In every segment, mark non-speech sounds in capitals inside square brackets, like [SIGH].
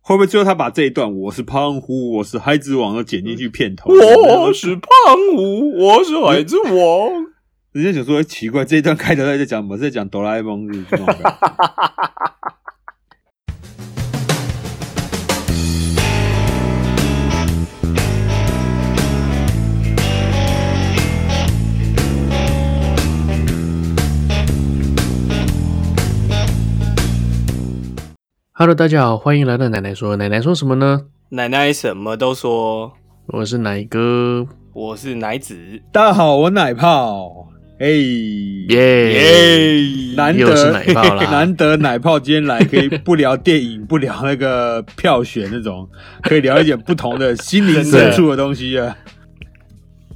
会不会最后他把这一段“我是胖虎，我是孩子王”都剪进去片头？我是胖虎，我是孩子王。人家想说、欸奇怪，这一段开头在讲什么？在讲哆啦 A 梦日这种感觉 [LAUGHS] Hello，大家好，欢迎来到奶奶说。奶奶说什么呢？奶奶什么都说，我是奶哥，我是奶子。大家好，我奶泡，哎、耶、耶！难又是得奶泡啦 [LAUGHS] 难得奶泡今天来可以不聊电影，不聊那个票选那种，可以聊一点不同的心灵深处的东西啊。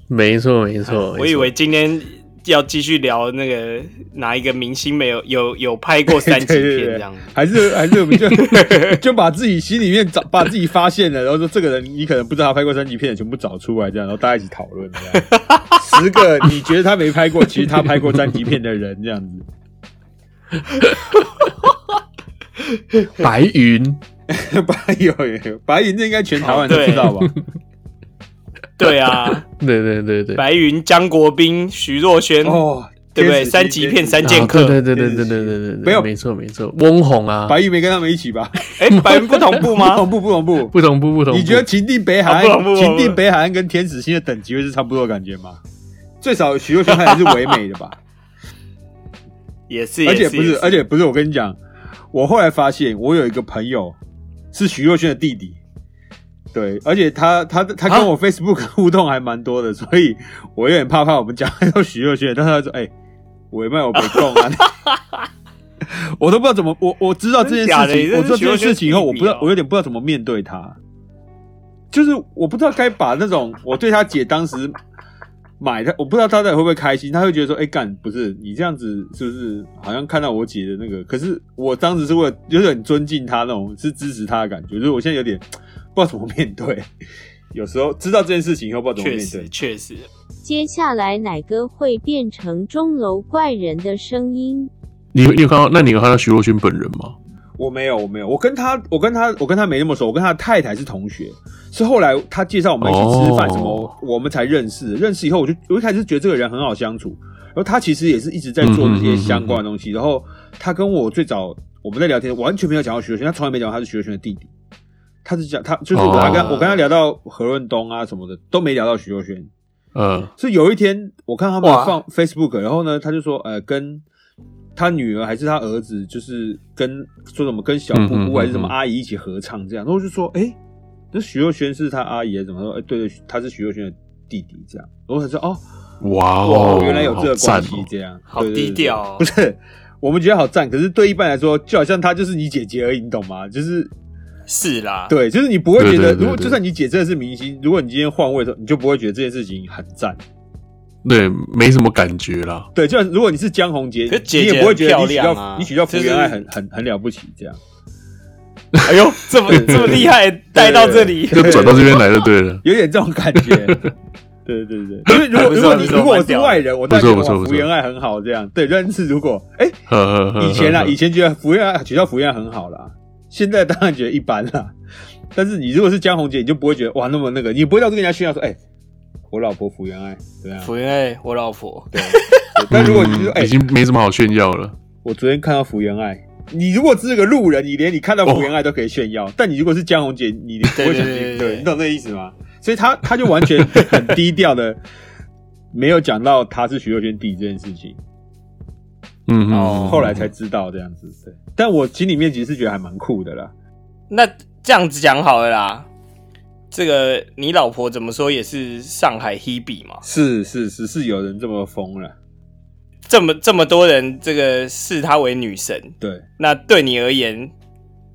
没错没错，我以为今天要继续聊那个哪一个明星没有有有拍过三级对对片对这对 [LAUGHS] 样。，还是还是我们就 [LAUGHS] 就把自己心里面找把自己发现的，然后说这个人你可能不知道他拍过三级片的，全部找出来，这样，然后大家一起讨论，这样十个你觉得他没拍过，其实他拍过三级片的人，这样子。没错白云，白有有白云，这应该全台湾都哦对知道吧？对啊，对对对对，白云、张国斌、徐若瑄，哦，对不对？天使三级片三啊剑客。对对电对对视对剧对对对，对没有没错没错，翁虹啊，白云没跟他们一起吧？哎， [LAUGHS] 白云不同步不 [LAUGHS] 吗？同步，不同步。不同步不同步，你觉得情定北海啊不同步岸、不同情步定北海岸跟天使星的等级会是差不多的感觉吗？最少许若瑄她也是唯美的吧？也是，而也且不也是，而且不是，我跟你讲，我后来发现，我有一个朋友是徐若瑄的弟弟，对，而且他他他啊跟我 Facebook 互动还蛮多的，所以我有点怕怕我们讲到徐若瑄，但是他说，哎、我也卖 [LAUGHS] 我被供啊。 [LAUGHS] 我都不知道怎么，我我知道这件真假的事你情，这我是知道这件事情以后，徐我若瑄的不知弟弟哦道，我有点不知道怎么面对他，就是我不知道该把那种我对他姐当时买他，我不知道他到底会不会开心，他会觉得说，哎、干不是你这样子，是不是好像看到我姐的那个？可是我当时是为了有点尊敬他那种，是支持他的感觉，就是我现在有点不知道怎么面对。有时候知道这件事情以后，不知道怎么确面实对。确实，接下来奶哥会变成钟楼怪人的声音。你你有看到？那你有看到徐若瑄本人吗？我没有，我没有，我跟他，我跟他，我跟他没那么熟，我跟他的太太是同学，是后来他介绍我们一起吃饭哦什么，我们才认识。认识以后，我就我一开始觉得这个人很好相处，然后他其实也是一直在做这些相关的东西。然后他跟我最早我们在聊天，完全没有讲到徐若瑄，他从来没讲到他是徐若瑄的弟弟，他是讲他就是我跟他跟、哦我跟他聊到何润东啊什么的，都没聊到徐若瑄。嗯，是有一天我看他们哇放 Facebook，然后呢，他就说，呃，跟他女儿还是他儿子，就是跟说什么跟小姑嗯嗯嗯姑还是什么嗯阿姨一起合唱这样，然后我就说，哎、那徐若瑄是他阿姨还是怎么说？哎、对对，他是徐若瑄的弟弟这样，然后他说，哦，哇哦哦，，原来有这好个关赞系哦，这样，好对对对低调哦不是。我们觉得好赞，可是对一般来说，就好像她就是你姐姐而已，你懂吗？就是是啦。对，就是你不会觉得，对对对如果对就算你姐真的是明星，如果你今天换位的时候，你就不会觉得这件事情很赞。对，没什么感觉啦。对，就像如果你是江宏杰，可是姐姐你也不会觉得你娶很漂到、亮啊你娶到福就原是爱很很很了不起这样。，哎呦，这么这么厉害，带到这里，就转到这边来就对了有点这种感 [LAUGHS] 觉。对对对，因为如还果不如错果你还不错如果我蛮是屌的外人，我当然不觉得错不错哇不错福原爱很好这样。对，但是如果哎、呵 [LAUGHS] 呵呵呵以前啊，呵以前觉得福原爱觉得福原爱很好啦，现在当然觉得一般啦。但是你如果是江宏杰，你就不会觉得哇那么那个，你不会到处跟人家炫耀说，哎、我老婆福原爱怎么样？福原爱，我老婆。对。对但如果你就说，嗯哎、已经没什么好炫耀了。我昨天看到福原爱，你如果只是个路人，你连你看到福原爱都可以炫耀，但你如果是江宏杰，你不会想哦对对对去，对对你懂那意思吗？所以他他就完全很低调的， [LAUGHS] 没有讲到他是徐若瑄弟这件事情，嗯哼，哦后来才知道这样子。对，但我心里面其实觉得还蛮酷的啦。那这样子讲好了啦，这个你老婆怎么说也是上海 Hebe 嘛，是是是是有人这么疯了，这么这么多人这个视她为女神，对，那对你而言，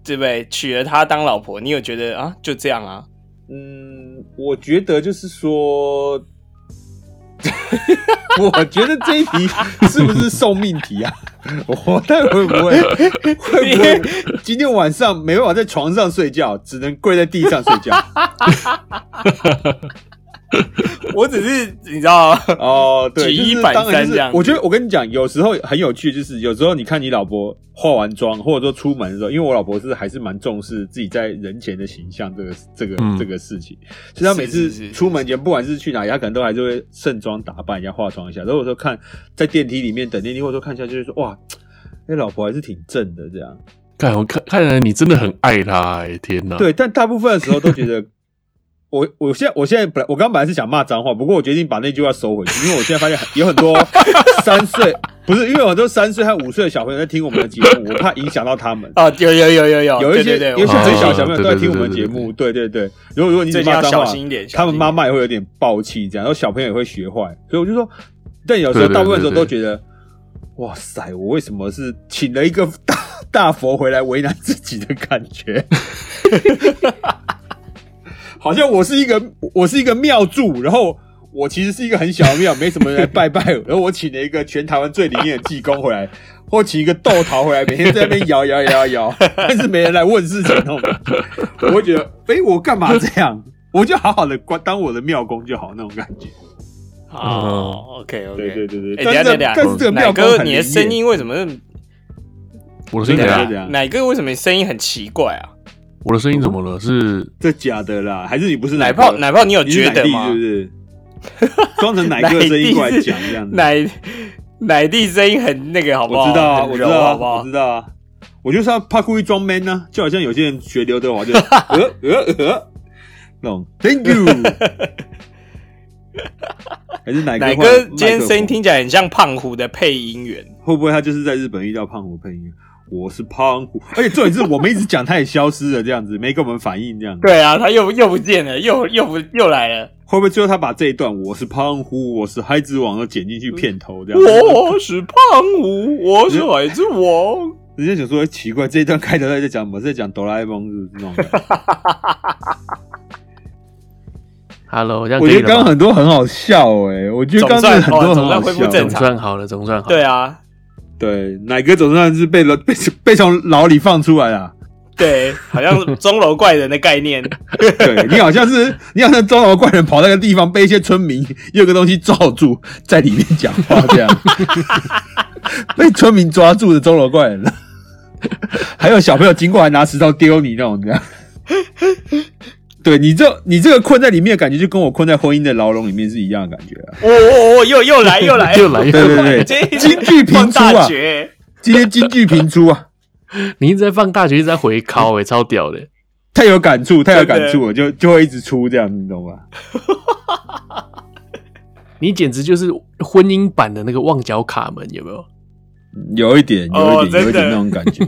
对不对？娶了她当老婆，你有觉得啊，就这样啊？嗯，我觉得就是说。 [LAUGHS] 我觉得这一题是不是送命题啊？ [LAUGHS] 我但会不会会不会今天晚上没办法在床上睡觉，只能跪在地上睡觉？我只是 [LAUGHS] 你知道， [LAUGHS] 哦，对，举一就是反当然三就是这样子我觉得我跟你讲，有时候很有趣，就是有时候你看你老婆化完妆，或者说出门的时候，因为我老婆是还是蛮重视自己在人前的形象这个这个、嗯这个事情，所以她每是是是次是出门前，不管是去哪里，她可能都还是会盛装打扮一下，化妆一下。如果说看在电梯里面等电梯，或者说看一下，就是说哇，那老婆还是挺正的这样。看我看看来你真的很爱他、哎天啊哪！对，但大部分的时候都觉 [LAUGHS] 得，我我现在我现在本来我刚本来是想骂脏话，不过我决定把那句话收回去，因为我现在发现很有很 [LAUGHS] 多三岁不是，因为有很多三岁和五岁的小朋友在听我们的节目，我怕影响到他们。哦，有有有有有，有一些对对有一对，些我很知小道小朋友都在听我们的节目，对对对。如果如果你只最近要骂脏小话，心一点，小他们心一妈点妈也会有点暴气，这样，然后小朋友也会学坏，所以我就说，但有时候对对大部分时候对对都觉得，哇塞，我为什么是请了一个大 [LAUGHS] 大佛回来为难自己的感觉？ [LAUGHS] 好像我是一个我是一个庙祝，然后我其实是一个很小的庙，没什么人来拜拜，然后我请了一个全台湾最灵验的济公回来，或请一个豆桃回来，每天在那边摇摇摇摇， [LAUGHS] 但是没人来问事情那种感觉，我会觉得，哎、我干嘛这样？我就好好的关当我的庙公就好那种感觉。哦，OK OK，对对对对，哎，等一下但等是一下，但是这个奶庙公哥，很你的灵声验音为什么那么？我的声真音的怎啊样对？啊奶哥为什么声音很奇怪啊？我的声音怎么了？是这假的啦，还是你不是奶哥泡奶泡，你有啊你是觉奶得弟吗是不？ [LAUGHS] 是？装成奶哥的声音过来讲这样子，奶奶弟声音很那个，好不好？我知道 [LAUGHS] 啊，很我知柔道好啊，不好我知？道啊。我就是要怕故意装 man 呢、就好像有些人学刘德 [LAUGHS] 华就呃呃呃那种 Thank you，还是奶哥奶换哥麦克今天声音风听起来很像胖虎的配音员，会不会他就是在日本遇到胖虎配音？我是胖虎，而且重点是我们一直讲他也消失了，这样子没跟我们反应，这样子对啊，他又又不见了，又又不又来了。会不会最后他把这一段我是胖虎，我是孩子王都剪进去片头这样子？嗯我是胖虎，我是海之王。 [LAUGHS] 人家想说哎奇怪，这一段开头在讲什么？是在讲哆啦 A 梦是不是那 [LAUGHS] 种感觉？ Hello，这样我可觉以得刚了刚吧？很多很好笑哎、我觉得刚刚真的很多很好总算哦总算恢复笑。正总常算好了，总算好了。对啊，对，奶哥总算是被了被被从牢里放出来啊了。对，好像是钟楼怪人的概念。 [LAUGHS] [LAUGHS] 对你好像是你好像中楼怪人跑那个地方被一些村民用个东西罩住，在里面讲话这样， [LAUGHS] 被村民抓住的中楼怪人了。还有小朋友经过还拿石头丢你那种这样。对你这你这个困在里面的感觉，就跟我困在婚姻的牢笼里面是一样的感觉啊。我我哦我又又来又来 [LAUGHS] [LAUGHS] 又来又对对对这京剧评放出啊大绝。今天京剧频出啊。你一直在放大学，一直在回拷，哎，超屌的。太有感触，太有感真触了，就就会一直出这样，你懂吗？你简直就是婚姻版的那个旺角卡门，有没有？有一点，有哦一点，有一真的点那种感觉。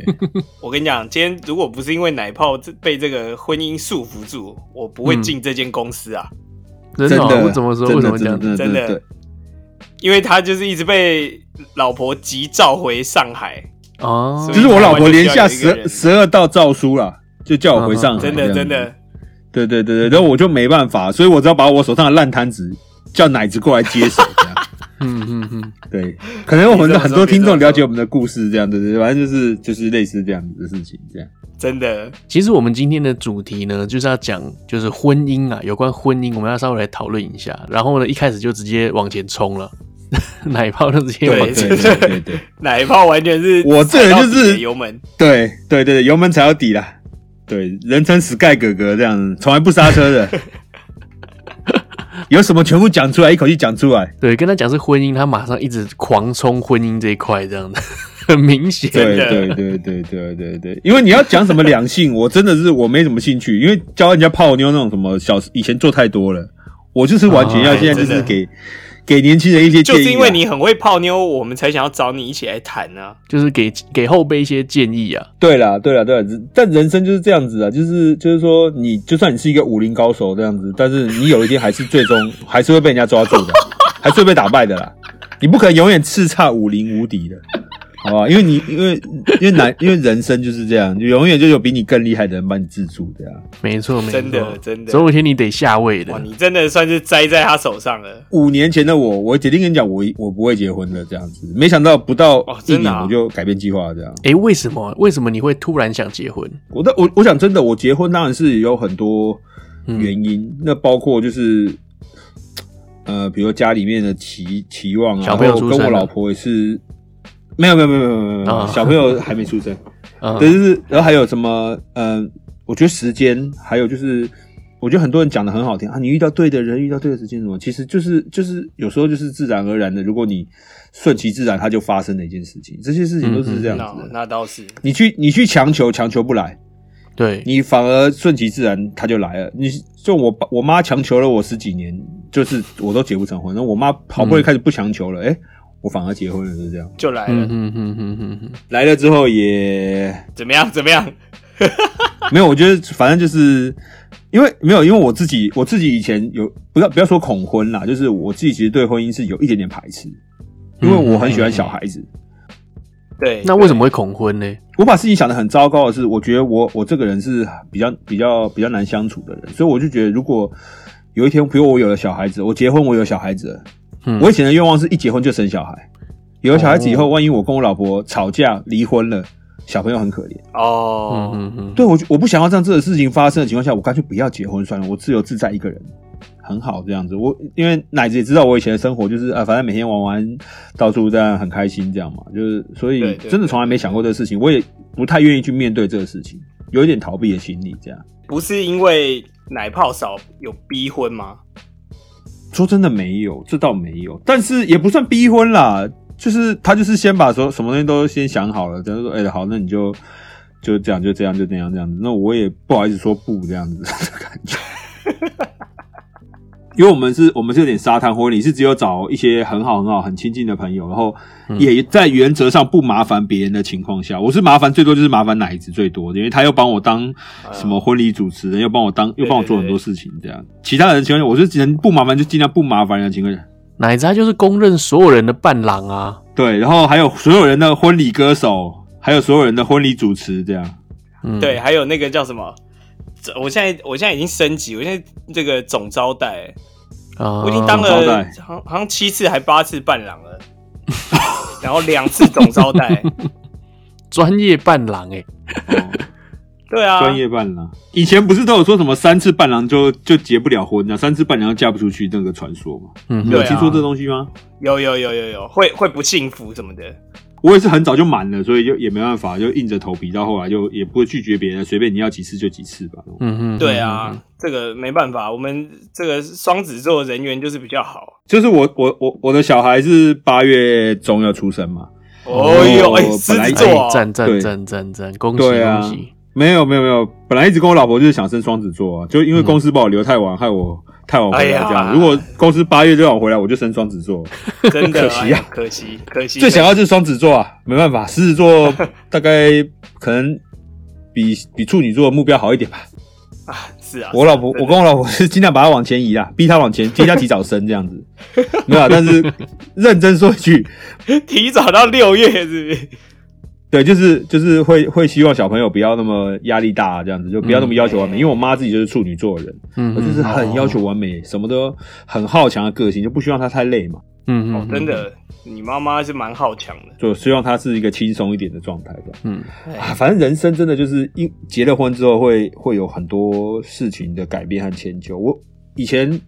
我跟你讲，今天如果不是因为奶泡这被这个婚姻束缚住，我不会嗯进这间公司啊， [LAUGHS] 真真的哦，的，我怎么说？真的为什么这真样的子？真的真的对因为他就是一直被老婆急召回上哎海，哦所以就是我老婆连台下湾就需要有一十个人十二道诏书啦，就叫我回上海，真这的样子真。的，对对对对，然后我就没办法，所以我只要把我手上的烂摊子叫奶子过来接手，这样。嗯嗯嗯，对，可能我们的很多听众别这么说了解我们的故事，这样对对，对反正就是就是类似这样子的事情，这样。真的其实我们今天的主题呢，就是要讲就是婚姻啊，有关婚姻，我们要稍微来讨论一下。然后呢，一开始就直接往前冲了， [LAUGHS] 奶泡就直接往对对对对对对奶泡完全是我这人就是踩到底的油门，对对对对，油门踩到底啦。对，人称 Sky 哥哥这样，从来不刹车的。有什么全部讲出来，一口气讲出来。对，跟他讲是婚姻，他马上一直狂冲婚姻这一块，这样的很明显。对真的对对对对对对，因为你要讲什么两性，我真的是我没什么兴趣，因为教人家泡妞那种什么小以前做太多了，我就是完全要哦现在就真是的给、给年轻人一些建议就啊、是因为你很会泡妞，我们才想要找你一起来谈啊。就是给给后辈一些建议啊。对啦，对啦，对啦，但人生就是这样子啊，就是就是说你，就算你是一个武林高手这样子，但是你有一天还是最终还是会被人家抓住 [LAUGHS] 的，还是会被打败的啦。你不可能永远叱咤武林无敌的，好不好？因为你因为因为男因为人生就是这样，永远就有比你更厉害的人把你制住的啊。没错，没错，真的真的总有一天你得下位哇，的。你真的算是栽在他手上了。五年前的我，我决定跟你讲，我我不会结婚的这样子，没想到不到哦一真的年啊我就改变计划了这样。哎、为什么？为什么你会突然想结婚？我的我我想真的，我结婚当然是有很多嗯原因，那包括就是呃，比如家里面的期期望啊，小朋友然后出跟生我了老婆也是，没有没有没有没有没有没有，啊小朋友还没出生，嗯对，就是然后还有什么，嗯、我觉得时间，还有就是，我觉得很多人讲的很好听啊，你遇到对的人，遇到对的时间，什么，其实就是就是有时候就是自然而然的，如果你顺其自然，它就发生的一件事情，这些事情都是这啊样那子的。那倒是，你去你去强求，强求不来，对，你反而顺其自然，它就来了。你就我爸我妈强求了我十几年，就是我都结不成婚，那我妈好不容易开始不强求了，哎、我反而结婚了，就是这样。就来了嗯，哼哼哼哼哼，来了之后也怎么样？怎么样？没有，我觉得反正就是因为没有，因为我自己我自己以前有不要不要说恐婚啦，就是我自己其实对婚姻是有一点点排斥，因为我很喜欢小孩子。对，那为什么会恐婚呢？我把事情想得很糟糕的是，我觉得我我这个人是比较比较比较难相处的人，所以我就觉得如果有一天，比如我有了小孩子，我结婚我有小孩子了，嗯我以前的愿望是一结婚就生小孩，有了小孩子以后，万一我跟我老婆吵架离婚了，小朋友很可怜。嗯哦，哼哼，对我就我不想要让这个事情发生的情况下，我干脆不要结婚算了，我自由自在一个人，很好这样子。我因为奶子也知道我以前的生活就是啊，反正每天玩玩，到处这样很开心这样嘛，就是所对以对真的从来没想过这个事情，我也不太愿意去面对这个事情，有一点逃避的心理这样。不是因为奶泡少有逼婚吗？说真的没有，这倒没有，但是也不算逼婚啦，就是他就是先把所什么东西都先想好了，等于说哎、好，那你就就这样就这样就那样这样子，那我也不好意思说不这样子的感觉。 [LAUGHS] 因为我们是，我们是有点沙滩婚礼，是只有找一些很好、很好、很亲近的朋友，然后也在原则上不麻烦别人的情况下，我是麻烦最多就是麻烦奶子最多的，因为他又帮我当什么婚礼主持人，又帮我当又帮我做很多事情，这样。其他人的情况下，我就只能不麻烦就尽量不麻烦人的情况下，奶子他就是公认所有人的伴郎啊，对，然后还有所有人的婚礼歌手，还有所有人的婚礼主持，这样。嗯，对，，啊还有那个叫什么？这我现在我现在已经升级，我现在这个总招待，啊，我已经当总招了待好好像七次还八次伴郎了， [LAUGHS] 然后两次总招待，专业伴郎哎，哦对啊，专业伴郎，以前不是都有说什么三次伴郎就就结不了婚啊，三次伴郎就嫁不出去那个传说吗？嗯你哼，有对啊听说这东西吗？有有有有有会会不幸福什么的，我也是很早就满了，所以就也没办法，就硬着头皮，到后来就也不会拒绝别人，随便你要几次就几次吧。嗯哼，对啊，这个没办法，我们这个双子座人缘就是比较好。就是我我我我的小孩是八月中要出生嘛，哦呦，哎，狮本来子座嗯哼，哎，哦，赞赞对赞赞赞，恭喜对啊恭喜，没有没有没有，本来一直跟我老婆就是想生双子座啊，就因为公司把我留太晚，害我太晚回来这样。嗯哎呀如果公司八月就让我回来，我就生双子座。真的，可惜啊哎可惜，可惜。最想要就是双子座啊，没办法，狮子 [LAUGHS] 座大概可能比比处女座的目标好一点吧。啊，是啊，我老婆，真的我跟我老婆是尽量把她往前移啊，逼她往前，逼她提早生这样子。 [LAUGHS] 没有啊，但是认真说一句，提早到六月是不是？对，就是就是会会希望小朋友不要那么压力大、啊这样子就不要那嗯么要求完美。因为我妈自己就是处女座的人，嗯我哼，就是很要求完美，什么都很好强的个性，就不希望她太累嘛，嗯哼，嗯哦哼，真，的，你妈妈是蛮好强的。就希望她是一个轻松一点的状态这样。嗯哎啊，反正人生真的就是因结了婚之后会会有很多事情的改变和迁就。我以前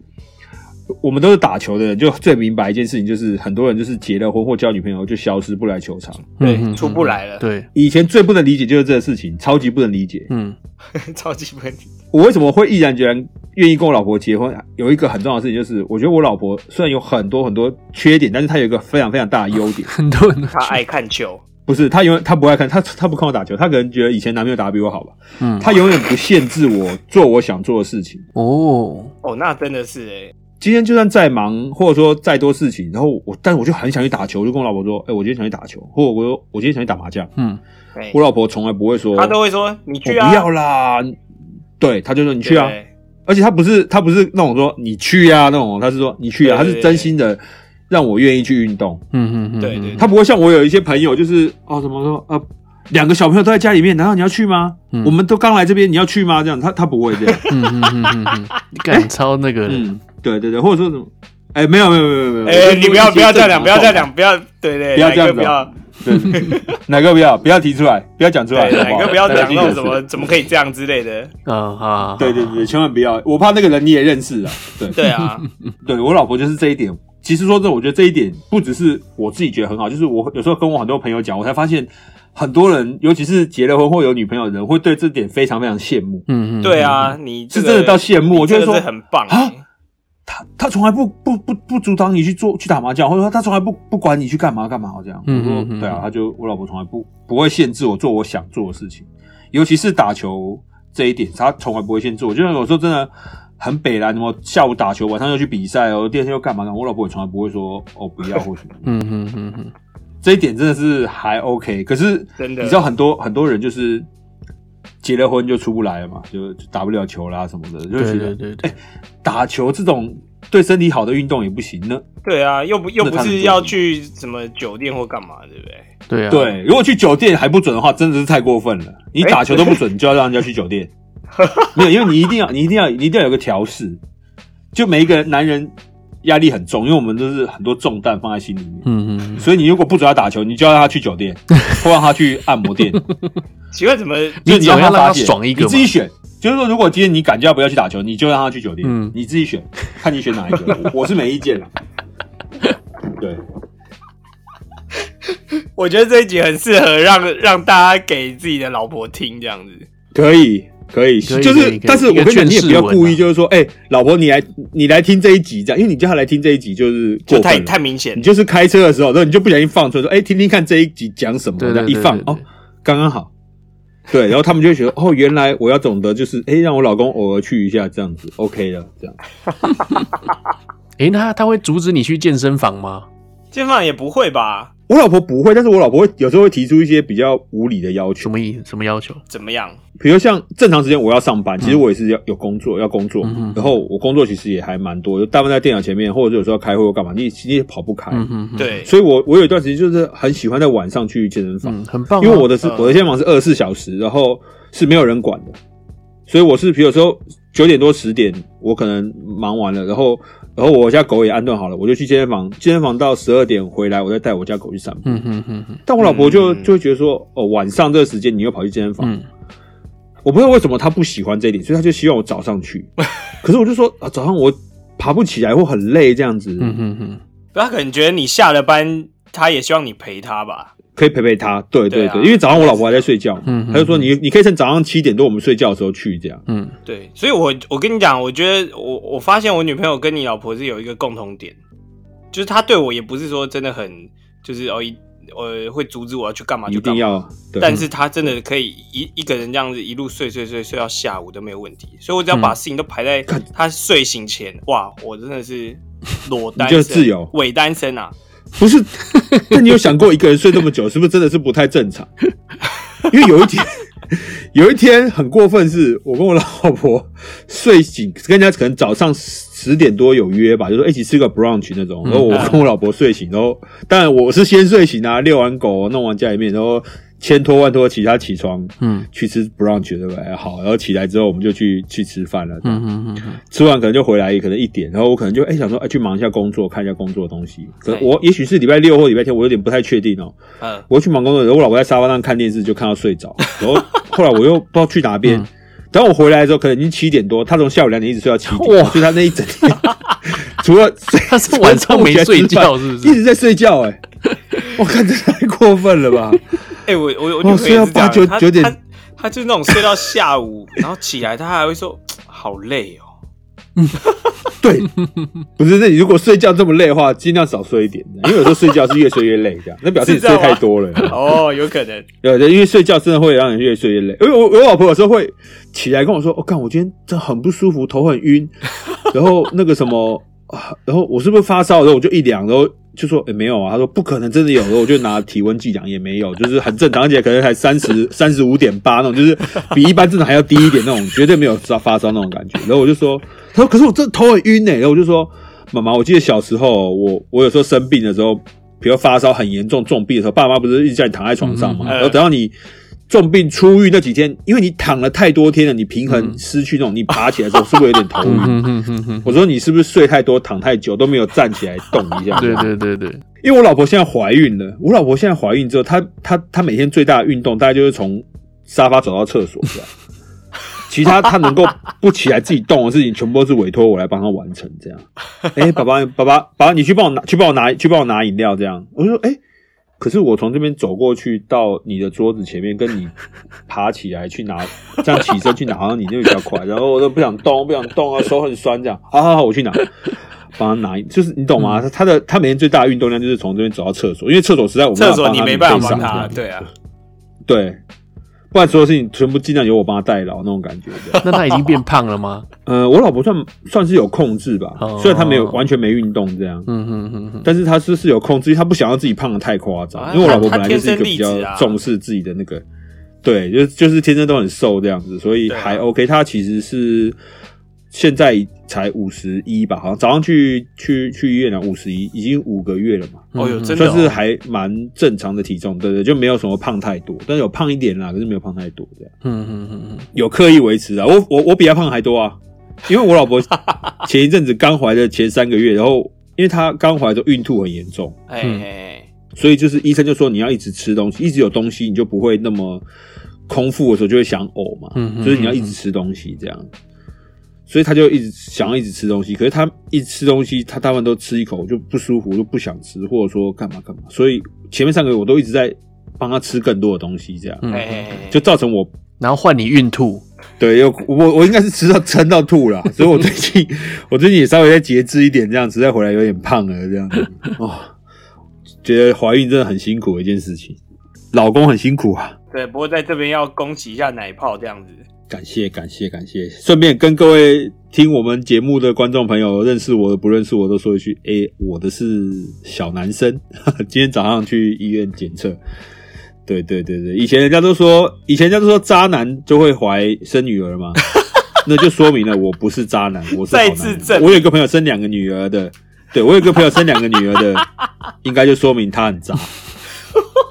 我们都是打球的人，就最明白一件事情，就是很多人就是结了婚或交女朋友就消失不来球场。对嗯哼出不来了对，以前最不能理解就是这个事情，超级不能理解。嗯 [LAUGHS] 超级问题。我为什么会毅然决然愿意跟我老婆结婚？有一个很重要的事情就是，我觉得我老婆虽然有很多很多缺点，但是她有一个非常非常大的优点，很多人都，他爱看球，不是她永远她不爱看她她不看我打球，她可能觉得以前男朋友打得比我好吧，嗯，她永远不限制我做我想做的事情。 [LAUGHS] 哦，哦，那真的是哎、今天就算再忙，或者说再多事情，然后我，但我就很想去打球，我就跟我老婆说，哎、我今天想去打球，或者我说我今天想去打麻将。嗯哎我老婆从来不会说，他都会说你去我啊，不要啦，对，她就说你去啊，对而且她不是她不是那种说你去啊那种，她是说你去啊，她对对是真心的让我愿意去运动，嗯嗯嗯，对对她不会像我有一些朋友就是哦怎么说啊，两个小朋友都在家里面，难道你要去吗？嗯我们都刚来这边，你要去吗？这样，她她不会这样，嗯嗯嗯嗯嗯， [LAUGHS] 干超那个，嗯，对对对，或者说什么，哎、没有没有没有没有，哎、你不要不要这这样，不要这样，不要对对，不要哪这样子个不要啊对，哪个不要不要提出来，不要讲出来，对，好哪啊好个不要大家讲记那得种什么怎么可以这样之 [LAUGHS] 类的。啊哈，对对对，千万不要，我怕那个人你也认识啊。对对啊，对，我老婆就是这一点。其实说真的，我觉得这一点不只是我自己觉得很好，就是我有时候跟我很多朋友讲，我才发现很多人，尤其是结了婚或有女朋友的人，会对这点非常非常羡慕。嗯，嗯对，啊，你这是个真的到羡慕，我这就个说是很棒欸啊他他从来不不不不阻挡你去做去打麻将，或者说他从来不不管你去干嘛干嘛这样。嗯我说嗯嗯对啊，他就我老婆从来不不会限制我做我想做的事情，尤其是打球这一点，他从来不会限制我。就是有时候真的很北蓝，什么下午打球，晚上又去比赛哦，第二天又干嘛干嘛，我老婆也从来不会说哦不要或什么。嗯嗯嗯嗯，这一点真的是还 OK，可是真的你知道很多很多人就是结了婚就出不来了嘛，就就打不了球啦什么的，就对觉对得对哎对，打球这种对身体好的运动也不行呢。对啊，又不又那不他能是做要什么去什么酒店或干嘛，对不对？对啊，对，如果去酒店还不准的话，真的是太过分了。你哎打球都不准，就要让人家去酒 [LAUGHS] 店，没有，因为你一定要，你一定要，你一定要有个调试。就每一个男人压力很重，因为我们都是很多重担放在心里面，嗯嗯嗯，所以你如果不准他打球，你就要让他去酒 [LAUGHS] 店，或让他去按摩店，奇怪，怎么就你你总要让让发他泄爽一个你嘛自，己选。就是说，如果今天你敢叫他不要去打球，你就让他去酒店，嗯你自己选，看你选哪一个。我我 [LAUGHS] 是没意见了。对，我觉得这一集很适合让让大家给自己的老婆听这样子。可以，可以，可以就可以可是以，但是我跟你一个讲，劝你也世不要文啊故意，就是说，哎、老婆，你来，你来听这一集，这样，因为你叫她来听这一集就是就过分太了太明显你，就是开车的时候，然后你就不小心放出来说，哎、听听看这一集讲什么，对这对样对，一放对对哦，刚刚好，对，然后他们就会觉得，哦，原来我要懂得就是，哎、让我老公偶尔去一下这样子，OK 了，这样，诶，那他他会阻止你去健身房吗？健身房也不会吧？我老婆不会，但是我老婆会有时候会提出一些比较无理的要什求，么意什么要求？怎么样？比如像正常时间我要上班，其实我也是要有工作，要工作嗯哼，然后我工作其实也还蛮多，就大部分在电脑前面，或者有时候要开会或干嘛，你你也跑不开。嗯嗯，嗯，哎对，所以我我有一段时间就是很喜欢在晚上去健身房，嗯，很棒啊，因为我的是嗯我的健身房是二十四小时，然后是没有人管的，所以我是比如说九点多十点，我可能忙完了，然后然后我家狗也安顿好了，我就去健身房，健身房到十二点回来，我再带我家狗去散步。嗯嗯嗯嗯但我老婆就嗯就会觉得说，哦，晚上这个时间你又跑去健身哦房，嗯，我不知道为什么他不喜欢这一点，所以他就希望我早上 [LAUGHS] 去。可是我就说啊，早上我爬不起来或很累这样子，嗯嗯嗯，不他可能觉得你下了班，他也希望你陪他吧？可以陪陪他。对对对啊对，因为早上我老婆还在睡觉，嗯嗯他就说你你可以趁早上七点多我们睡觉的时候去这样。嗯，对，所以我我跟你讲，我觉得我我发现我女朋友跟你老婆是有一个共同点，就是她对我也不是说真的很就是哦一呃会阻止我要去干嘛一就干定嘛，要，对但是她真的可以一一个人这样子一路睡睡睡睡到下午都没有问题，所以我只要把嗯事情都排在她睡醒前，哇，我真的是裸 [LAUGHS] 单你就身，自由伪单身啊，不是？那你有想过一个人睡这么久，是不是真的是不太正常？因为有一天， [LAUGHS] 有一天很过分是，我跟我老婆睡醒，跟人家可能早上十点多有约吧，就说一起吃个 brunch 那种。嗯然后我跟我老婆睡醒，然后当然我是先睡醒啊，遛完狗，弄完家里面，然后千拖万拖起她起床嗯去吃 brunch，对不对？好，然后起来之后我们就去去吃饭了。嗯嗯 [LAUGHS] 嗯吃完可能就回来，可能一点，然后我可能就哎、想说哎、去忙一下工作，看一下工作的东西。可能我也许是礼拜六或礼拜天，我有点不太确定哦、嗯，我去忙工作，然后我老婆在沙发上看电视，就看到睡着。然 [LAUGHS] 后后来我又不知道去哪边嗯，等我回来的时候，可能已经七点多，她从下午两点一直睡到七点，哇所以她那一整 [LAUGHS] 天除了睡他是 [LAUGHS] 晚上没睡觉是不是一直在睡觉、哎，我看这太过分了吧？哎、我我我女朋哦睡到友是这样八九她九点她她就那种睡到下午，然后起来她还会说好累哦。 [LAUGHS] 对，不是，那你如果睡觉这么累的话，尽量少睡一点，因为有时候睡觉是越睡越累，这样那表示你是这睡样吗太多了。 [LAUGHS] 哦，有可能，对对，因为睡觉真的会让人越睡越累。因为我我老婆有时候会起来跟我说：“我、哦、干，我今天真的很不舒服，头很 [LAUGHS] 晕，然后那个什么，啊然后我是不是发烧？”然后我就一量，然后就说：“哎，没有啊。”她说：“不可能，真的有。”然后我就拿体温计量，也没有，就是很正常，而且可能才三十三十五点八那种，就是比一般正常还要低一点那种， [LAUGHS] 绝对没有发发烧那种感觉。然后我就说：“她说可是我真的头很晕欸呢、然后我就说：“妈妈，我记得小时候，我我有时候生病的时候，比如发烧很严重、重病的时候，爸妈不是一直叫你躺在床上嘛？嗯嗯然后等到你重病初愈那几天，因为你躺了太多天了，你平衡失去那种，你爬起来的时候是不是有点头嗯晕？哼哼哼哼，我说你是不是睡太多、躺太久都没有站起来动一下？ [LAUGHS] 对对对对，因为我老婆现在怀孕了，我老婆现在怀孕之后，她她她每天最大的运动大概就是从沙发走到厕所这样， [LAUGHS] 其他她能够不起来自己动的事情，全部都是委托我来帮她完成这样。哎、爸爸爸爸爸爸，你去帮我拿去帮我拿去帮我拿饮料这样。我就说哎、诶可是我从这边走过去到你的桌子前面，跟你爬起来去拿， [LAUGHS] 这样起身去拿，好像你那个比较快。然后我都不想动，不想动啊，手很酸这样。好好好，我去拿。帮他拿一，就是你懂嗯吗？他他的他每天最大的运动量就是从这边走到厕所，因为厕所实在我厕所你没办法帮帮他，对啊，对，不然所有事情全部尽量由我帮他代劳那种感觉。 [LAUGHS] 这样那他已经变胖了 [LAUGHS] 吗？呃，我老婆算算是有控制吧哦，虽然她没有完全没运动这样，嗯哼哼哼，但是她是是有控制，因为她不想要自己胖的太夸啊张，因为我老婆她本来就是一个她天比生丽质啊较重视自己的那个，对，就是就是天生都很瘦这样子，所以对啊还 OK。她其实是现在才五十一吧，好像早上去去去医院啊了，五十一已经五个月了嘛。哦哟，真的算哦嗯是还蛮正常的体重，对对，就没有什么胖太多，但是有胖一点啦，可是没有胖太多这样。嗯哼哼哼，有刻意维持啊。我我我比他胖还多啊，因为我老 [LAUGHS] 婆前一阵子刚怀的前三个月，然后因为她刚怀的时候孕吐很严重，哎嗯哎，所以就是医生就说你要一直吃东西，一直有东西，你就不会那么空腹的时候就会想呕嘛，嗯哼就是你要一直吃东西这样。所以她就一直想要一直吃东西，可是她一吃东西，她大部分都吃一口就不舒服，就不想吃，或者说干嘛干嘛。所以前面三个月我都一直在帮她吃更多的东西，这样、嗯哎哎哎，就造成我然后换你孕吐，对，又我我应该是吃到撑到吐了，所以我最近我最近也稍微再节制一点，这样子再回来有点胖了这样子哦，觉得怀孕真的很辛苦的一件事情，老公很辛苦啊，对，不过在这边要恭喜一下奶泡这样子，感谢感谢感谢，顺便跟各位听我们节目的观众朋友，认识我的不认识我都说一句，诶、我的是小男生， [LAUGHS] 今天早上去医院检测。对对对对，以前人家都说，以前人家都说渣男就会怀生女儿 [LAUGHS] 嘛，那就说明了我不是渣男，我是好男人再次证明我有一个朋友生两个女儿的，对我有一个朋友生两个女儿 [LAUGHS] 的，应该就说明他很渣。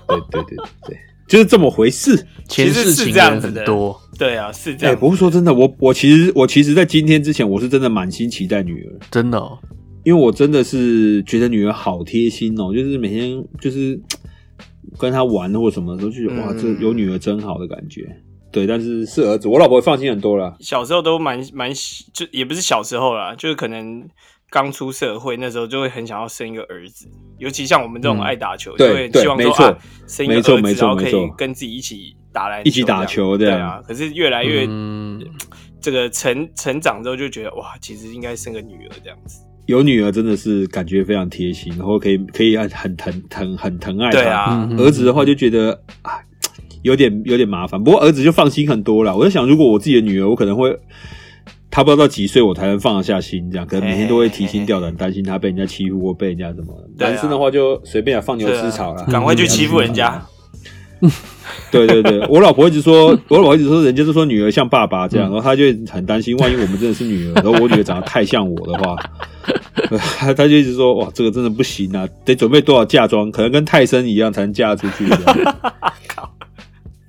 对对对对，就是这么回事。前实世是情这样人子很的多，对啊，是这哎、样子。不过说真的，我我其实我其实，在今天之前，我是真的满心期待女儿，真的哦，因为我真的是觉得女儿好贴心哦，就是每天就是嘖跟她玩或什么的时候，就觉得哇，嗯这有女儿真好的感觉。对，但是是儿子，我老婆放心很多了。小时候都蛮蛮喜就也不是小时候啦，就是可能刚出社会那时候就会很想要生一个儿子，尤其像我们这种嗯爱打球，就对会对希望没说错啊，生一个没错儿子，没错然后可没以错跟自己一起打篮球这样，一起打球对对啊啊。可是越来越嗯这个成成长之后，就觉得哇，其实应该生个女儿这样子。有女儿真的是感觉非常贴心，然后可以可以很很疼疼很疼爱她。对啊，嗯儿子的话就觉得啊，有点有点麻烦。不过儿子就放心很多了。我在想，如果我自己的女儿，我可能会，她不知道到几岁我才能放得下心，这样可能每天都会提心吊胆，担心她被人家欺负或被人家什么。对啊男生的话就随便啊，放牛吃草啦，对啊 [LAUGHS] 赶快去欺负人家。 [LAUGHS] 对对对，我老婆一直说， [LAUGHS] 我老婆一直说，人家就说女儿像爸爸嗯这样，然后她就很担心，万一我们真的是女儿，然后我女儿长得太像我的话， [LAUGHS] 她她就一直说，哇，这个真的不行啊，得准备多少嫁妆，可能跟泰森一样才能嫁出去。这 [LAUGHS] 样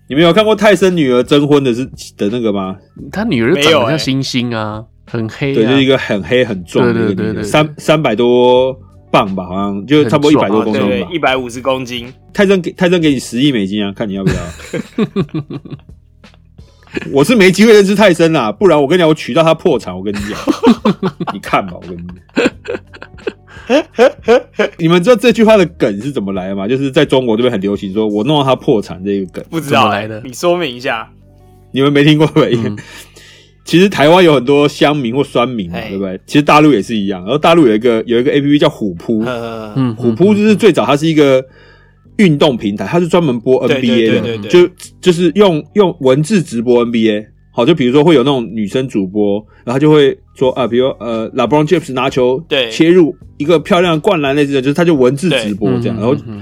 你们有看过泰森女儿征婚的是的那个吗？他女儿没有长欸得像星星啊，很黑、啊，对，就是一个很黑很壮的一个对对女对的，对三三百多磅吧，好像就差不多一很百壮多哦，公对斤对吧，一。百五十公斤，泰森给泰森给你十亿美金啊，看你要不要。 [LAUGHS] 我是没机会认识泰森啦，不然我跟你讲，我娶到他破产，我跟你讲，你看吧，我跟你讲。你们知道这句话的梗是怎么来的吗？就是在中国这边很流行说，我弄到他破产这个梗，不知道怎么欸来的你说明一下。你们没听过呗？ [LAUGHS] 嗯其实台湾有很多乡民或酸民嘛，哎对不对？其实大陆也是一样，然后大陆有一个有一个 A P P 叫虎扑，呃，嗯，虎扑就是最早它是一个运动平台，它是专门播对对 NBA 对的，对对，就就是用用文字直播 NBA。好，就比如说会有那种女生主播，然后她就会说啊，比如呃，LeBron James 拿球对切入一个漂亮的灌篮类似的，就是他就文字直播这样，嗯然后嗯嗯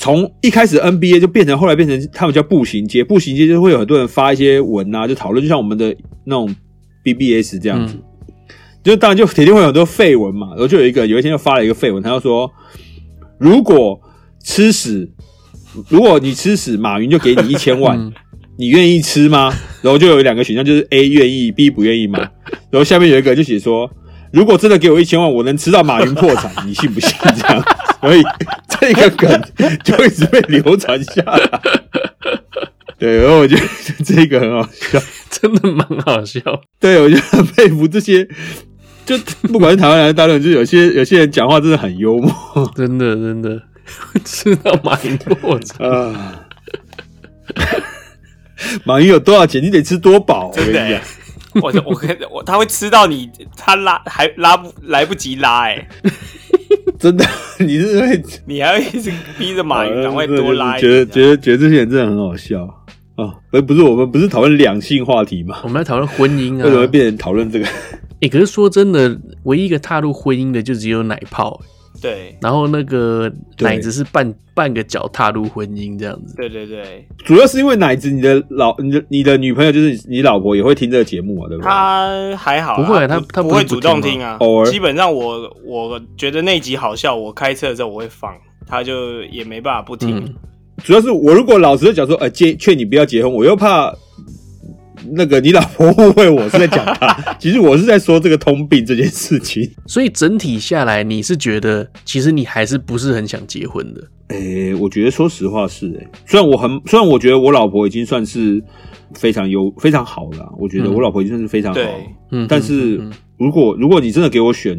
从一开始 NBA 就变成后来变成他们叫步行街，步行街就会有很多人发一些文啊，就讨论，就像我们的那种 BBS 这样子，就当然就铁定会有很多废文嘛。然后就有一个有一天就发了一个废文，他就说，如果吃屎如果你吃屎，马云就给你一千万，嗯 [LAUGHS] 你愿意吃吗？然后就有两个选项，就是 A 愿意，B 不愿意嘛。然后下面有一个就写说，如果真的给我一千万，我能吃到马云破产，你信不信？这样，所以这个梗就一直被流传下来。对，然后我觉得这个很好笑。真的蛮好笑。对，我就很佩服这些，就不管是台湾人还是大陆人，就有些有些人讲话真的很幽默真的真的，吃到马云破产。啊。马云有多少钱，你得吃多饱。我跟真你的、讲欸，我我跟我他会吃到你，他拉还拉不来不及拉哎、真的，你是会你还会一直逼着 [LAUGHS] 马云赶哦快多啊拉一觉得点。觉得觉得这些人真的很好笑啊！不不是我们不是讨论两性话题吗？ [LAUGHS] 我们来讨论婚姻为什么会啊。变成讨论这个？哎、可是说真的，唯一一个踏入婚姻的就只有奶泡、欸对然后那个对奶子是半半个脚踏入婚姻这样子。对对对，主要是因为奶子，你的老你的你的女朋友就是你老婆也会听这个节目啊，对不对？他还好啦，不会他他不不是会不主动听听啊。偶尔基本上我我觉得那集好笑，我开车的时候我会放，他就也没办法不听。嗯，主要是我如果老实的讲说，呃，结劝你不要结婚，我又怕那个你老婆误会我是在讲 [LAUGHS] 她，其实我是在说这个通病这件事情。所以整体下来，你是觉得其实你还是不是很想结婚的？诶、我觉得说实话是诶、虽然我很，虽然我觉得我老婆已经算是非常优、非常好了啊，我觉得嗯我老婆已经算是非常好。对嗯，但是嗯如果如果你真的给我选，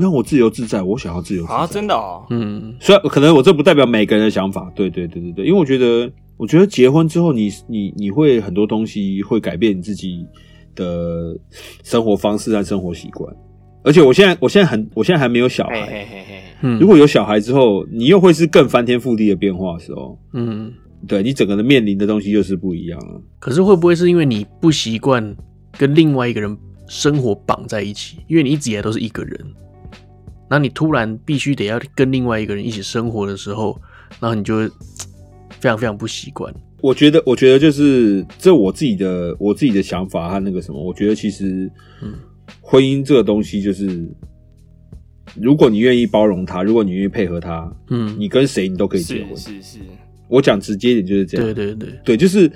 让我自由自在，我想要自由自在。啊，真的哦，嗯，虽然可能我这不代表每个人的想法，对对对对对，因为我觉得，我觉得结婚之后你，你你会很多东西会改变你自己的生活方式和生活习惯，而且我现在我现在很我现在还没有小嘿孩，嘿嘿嘿，嗯如果有小孩之后，你又会是更翻天覆地的变化的时候，嗯，对你整个的面临的东西又是不一样了。可是会不会是因为你不习惯跟另外一个人生活绑在一起？因为你一直以来都是一个人，那你突然必须得要跟另外一个人一起生活的时候，然后你就会嘖非常非常不习惯。我觉得，我觉得就是这我自己的我自己的想法和那个什么，我觉得其实，嗯婚姻这个东西就是，如果你愿意包容它，如果你愿意配合它，嗯，你跟谁你都可以结婚是。是是，我讲直接一点就是这样，对对对，对，就是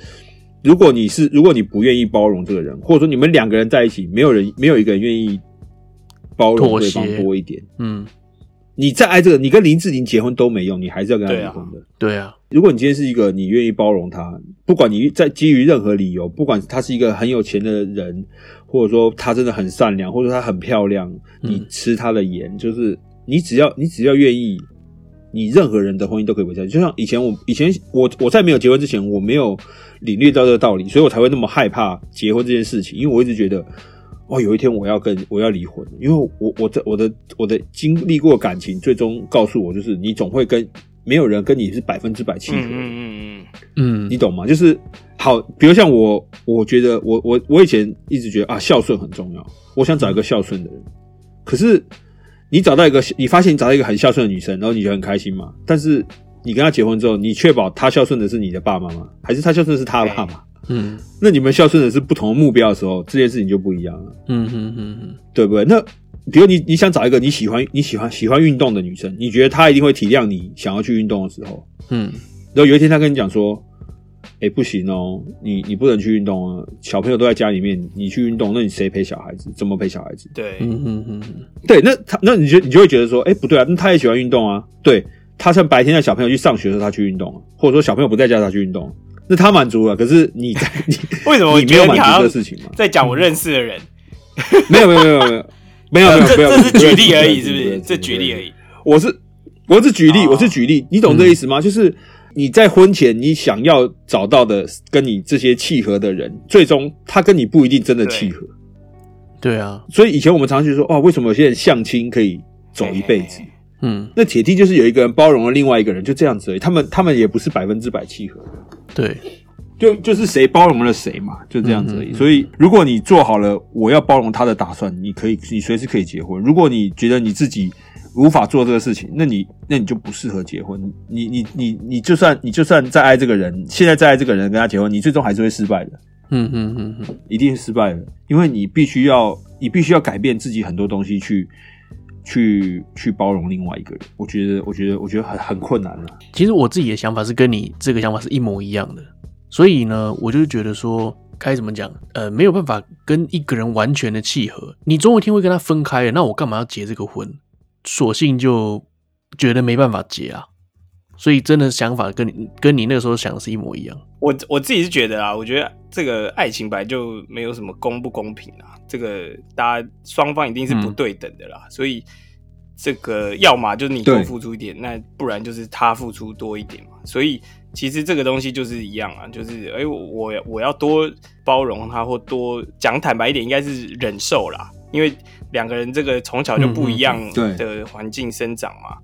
如果你是如果你不愿意包容这个人，或者说你们两个人在一起，没有人没有一个人愿意包容妥对协方多一点，嗯，你再爱这个，你跟林志玲结婚都没用，你还是要跟他离对啊婚的。对啊，如果你今天是一个你愿意包容他，不管你在基于任何理由，不管他是一个很有钱的人，或者说他真的很善良，或者说他很漂亮，嗯你吃他的盐，就是你只要你只要愿意，你任何人的婚姻都可以维持下去。就像以前我以前我我在没有结婚之前，我没有领略到这个道理，所以我才会那么害怕结婚这件事情，因为我一直觉得。哦，有一天我要跟我要离婚，因为我我的我的我的经历过的感情，最终告诉我就是你总会跟没有人跟你是百分之百契合嗯的，嗯嗯嗯嗯，嗯你懂吗？就是好，比如像我，我觉得我我我以前一直觉得啊，孝顺很重要，我想找一个孝顺的人。可是你找到一个，你发现你找到一个很孝顺的女生，然后你就很开心嘛。但是你跟她结婚之后，你确保她孝顺的是你的爸妈吗？还是她孝顺的是她的爸妈？嗯那你们孝顺的是不同的目标的时候，这件事情就不一样了。嗯嗯嗯嗯，对不对？那比如你你想找一个你喜欢你喜欢喜欢运动的女生，你觉得她一定会体谅你想要去运动的时候，嗯，然后有一天她跟你讲说：“哎、不行哦，你你不能去运动啊，小朋友都在家里面，你去运动，那你谁陪小孩子？怎么陪小孩子对，嗯嗯嗯嗯，？”对，那她那你就你就会觉得说：“哎、不对啊，那她也喜欢运动啊，对，她趁白天的小朋友去上学的时候她去运动啊，或者说小朋友不在家她去运动啊，那她满足了。可是你 [LAUGHS] 在你为什么我你没觉有得满你足好这个像事情吗？在讲我认识的人？没有没有没有没有。”没有没有，这没有 [LAUGHS] 这是不举认识例而已，不是不认是？识这不举认例识而已。我是我是举例，哦我是举例，你懂这意思吗？就是你在婚前你想要找到的跟你这些契合的人，最终他跟你不一定真的契合。对啊，所以以前我们常去说，哦，为什么有些人相亲可以走一辈子嘿嘿？嗯那铁定就是有一个人包容了另外一个人，就这样子而已。他们他们也不是百分之百契合，对，就就是谁包容了谁嘛，就这样子而已。嗯嗯嗯所以如果你做好了我要包容他的打算，你可以你随时可以结婚。如果你觉得你自己无法做这个事情，那你那你就不适合结婚。你你你你就算你就算再爱这个人，现在再爱这个人跟他结婚，你最终还是会失败的，嗯嗯嗯嗯，一定是失败的，因为你必须要你必须要改变自己很多东西去。去去包容另外一个人，我觉得我觉得我觉得很很困难了、啊其实我自己的想法是跟你这个想法是一模一样的，所以呢，我就是觉得说，该怎么讲，呃，没有办法跟一个人完全的契合，你总有一天会跟他分开的，那我干嘛要结这个婚？索性就觉得没办法结啊，所以真的想法跟你跟你那个时候想的是一模一样。我我自己是觉得啊，我觉得这个爱情本来就没有什么公不公平啊，这个大家双方一定是嗯不对等的啦，所以这个要么就是你多对付出一点，那不然就是他付出多一点嘛。所以其实这个东西就是一样啊，就是哎、我我要多包容他，或多讲坦白一点，应该是忍受啦，因为两个人这个从小就不一样嗯嗯嗯的环境生长嘛。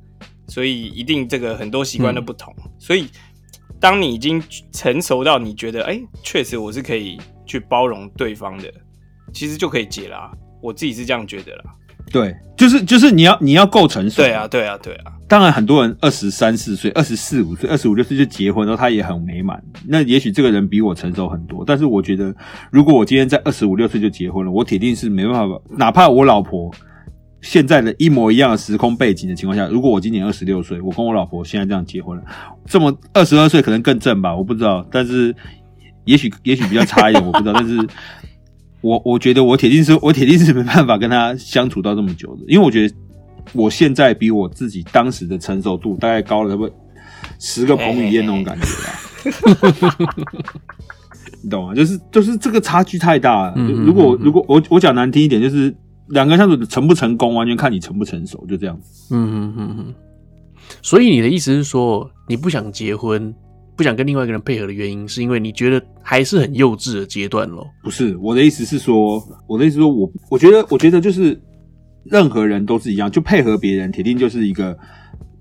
所以一定这个很多习嗯惯都不同。所以当你已经成熟到你觉得，哎、确实我是可以去包容对方的，其实就可以解啦、我自己是这样觉得啦。对，就是就是你要你要够成熟。对啊，，对啊，对啊，当然很多人二十三四岁、二十四五岁、二十五六岁就结婚了，他也很美满。那也许这个人比我成熟很多，但是我觉得，如果我今天在二十五六岁就结婚了，我铁定是没办法。哪怕我老婆现在的一模一样的时空背景的情况下，如果我今年二十六岁，我跟我老婆现在这样结婚了，这么二十二岁可能更正吧，我不知道，但是也许也许比较差一点，我不 [LAUGHS] 知道，但是我我觉得我铁定是 [LAUGHS] 我铁定是没办法跟他相处到这么久的，因为我觉得我现在比我自己当时的成熟度大概高了差不多十个彭于晏那种感觉啦。 [LAUGHS] 你懂吗？就是就是这个差距太大了。嗯就嗯如果嗯嗯如果我我讲难听一点，就是两个人相处成不成功，完全看你成不成熟，就这样子。嗯嗯嗯嗯。所以你的意思是说，你不想结婚，不想跟另外一个人配合的原因，是因为你觉得还是很幼稚的阶段咯。不是我的意思是说，我的意思是说我我觉得我觉得就是任何人都是一样，就配合别人，铁定就是一个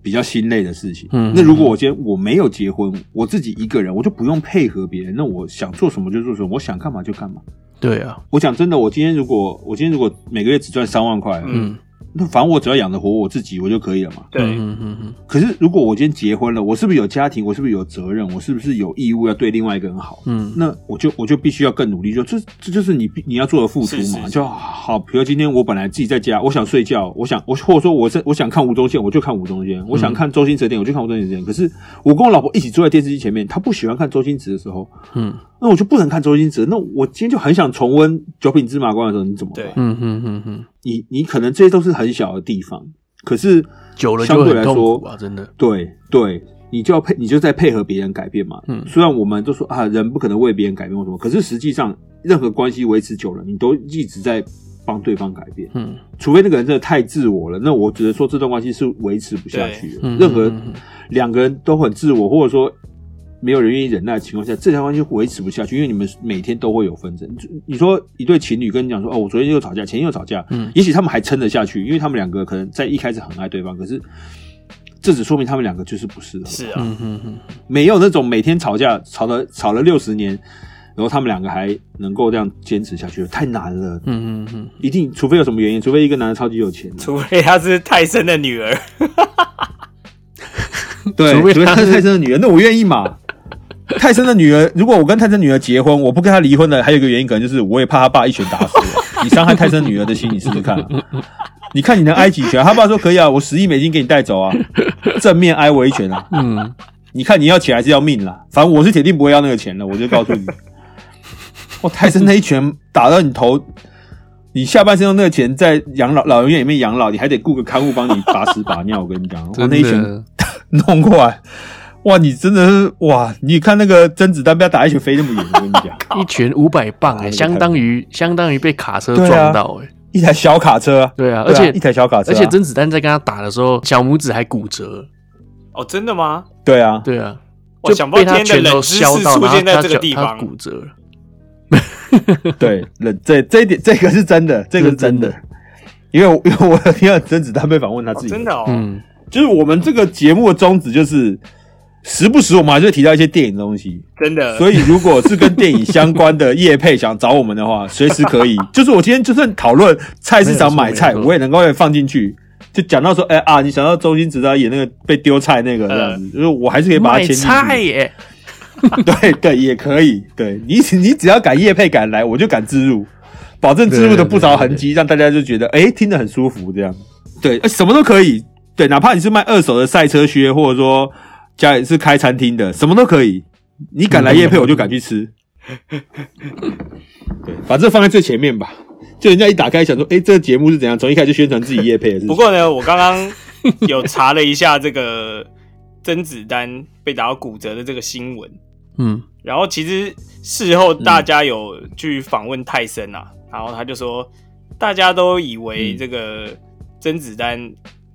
比较心累的事情。嗯那如果我今天我没有结婚，我自己一个人，我就不用配合别人，那我想做什么就做什么，我想干嘛就干嘛。对啊，我讲真的，我今天如果我今天如果每个月只赚三万块，嗯嗯，那反正我只要养得活我自己，我就可以了嘛。对，嗯嗯嗯可是如果我今天结婚了，我是不是有家庭？我是不是有责任？我是不是有义务要对另外一个人好？嗯嗯那我就我就必须要更努力，就这这就是你必你要做的付出嘛。是是是就好，比如今天我本来自己在家，我想睡觉，我想我或者说我是我想看吴宗宪，我就看吴宗宪；我嗯想看周星驰的电影，我就看吴宗宪的电影。可是我跟我老婆一起坐在电视机前面，她不喜欢看周星驰的时候，嗯那我就不能看周星驰。那我今天就很想重温《九品芝麻官》的时候，你怎么办对嗯嗯嗯嗯，你你可能这些都是很小的地方，可是久了相就对很来痛说苦，啊，真的。对对，你就要配，你就在配合别人改变嘛。嗯虽然我们都说啊，人不可能为别人改变或什么，可是实际上，任何关系维持久了，你都一直在帮对方改变，嗯除非那个人真的太自我了，那我只能说这段关系是维持不下去的。嗯任何嗯嗯两个人都很自我，或者说。没有人愿意忍耐的情况下，这条关系维持不下去，因为你们每天都会有纷争。你你说一对情侣跟你讲说，哦，我昨天又吵架，前天又吵架，嗯也许他们还撑得下去，因为他们两个可能在一开始很爱对方，可是这只说明他们两个就是不适合。是啊，嗯嗯嗯没有那种每天吵架吵了吵了六十年，然后他们两个还能够这样坚持下去，太难了。嗯嗯嗯一定，除非有什么原因，除非一个男的超级有钱，除非她是泰森的女儿，对，除除非非他他是是泰森的女儿，那我愿意 [LAUGHS] 嘛。泰森的女儿，如果我跟泰森女儿结婚，我不跟她离婚的，还有一个原因可能就是我也怕他爸一拳打死 [LAUGHS] 我。你伤害泰森女儿的心，你试试看、啊。你看你能挨几拳？他爸说可以啊，我十亿美金给你带走啊，正面挨我一拳啊。嗯你看你要钱还是要命啦？反正我是铁定不会要那个钱的，我就告诉你。哇，泰森那一拳打到你头，你下半身用那个钱在养老老人院里面养老，你还得雇个看护帮你把屎把尿。我跟你讲，哇，嗯，那一拳拳，弄过来，哇，你真的是哇！你看那个甄子丹被他打一拳飞那么远，我跟你讲，一拳五百磅哎，哎相当于相当于被卡车对啊撞到哎，一台小卡车啊，对啊，而对啊且一台小卡车啊，而且甄子丹在跟他打的时候，小拇指还骨折，哦，真的吗？对啊，对啊，我就想不被到他今天拳的头冷知识削到，出然后现在他这脚个地他方，骨折了。对，那这这一点这个是真的，这个是真的这，因为我因为我有听到甄子丹被访问他哦自己，真的哦，嗯就是我们这个节目的宗旨就是，时不时我们还是会提到一些电影的东西。真呃的，哦所以如果是跟电影相关的业配想找我们的话，随时 [LAUGHS] 可以。就是我今天就算讨论菜市场买没菜，有错没有错我也能够放进去。就讲到说，哎、啊，你想到周星驰他演那个被丢菜那个这样呃子，就是我还是可以把它卖牵进去。菜耶， [LAUGHS] 对对，也可以。对你只，你只要敢业配敢来，我就敢植入，保证植入的不着痕迹，让大家就觉得哎、听得很舒服这样。对，呃什么都可以，对，哪怕你是卖二手的赛车靴，或者说家里是开餐厅的，什么都可以。你敢来夜配，我就敢去吃。对，把这放在最前面吧。就人家一打开想说，哎、这个节目是怎样？从一开始就宣传自己夜配的事情。不过呢，我刚刚有查了一下这个甄子丹被打到骨折的这个新闻，嗯，然后其实事后大家有去访问泰森啊，然后他就说，大家都以为这个甄子丹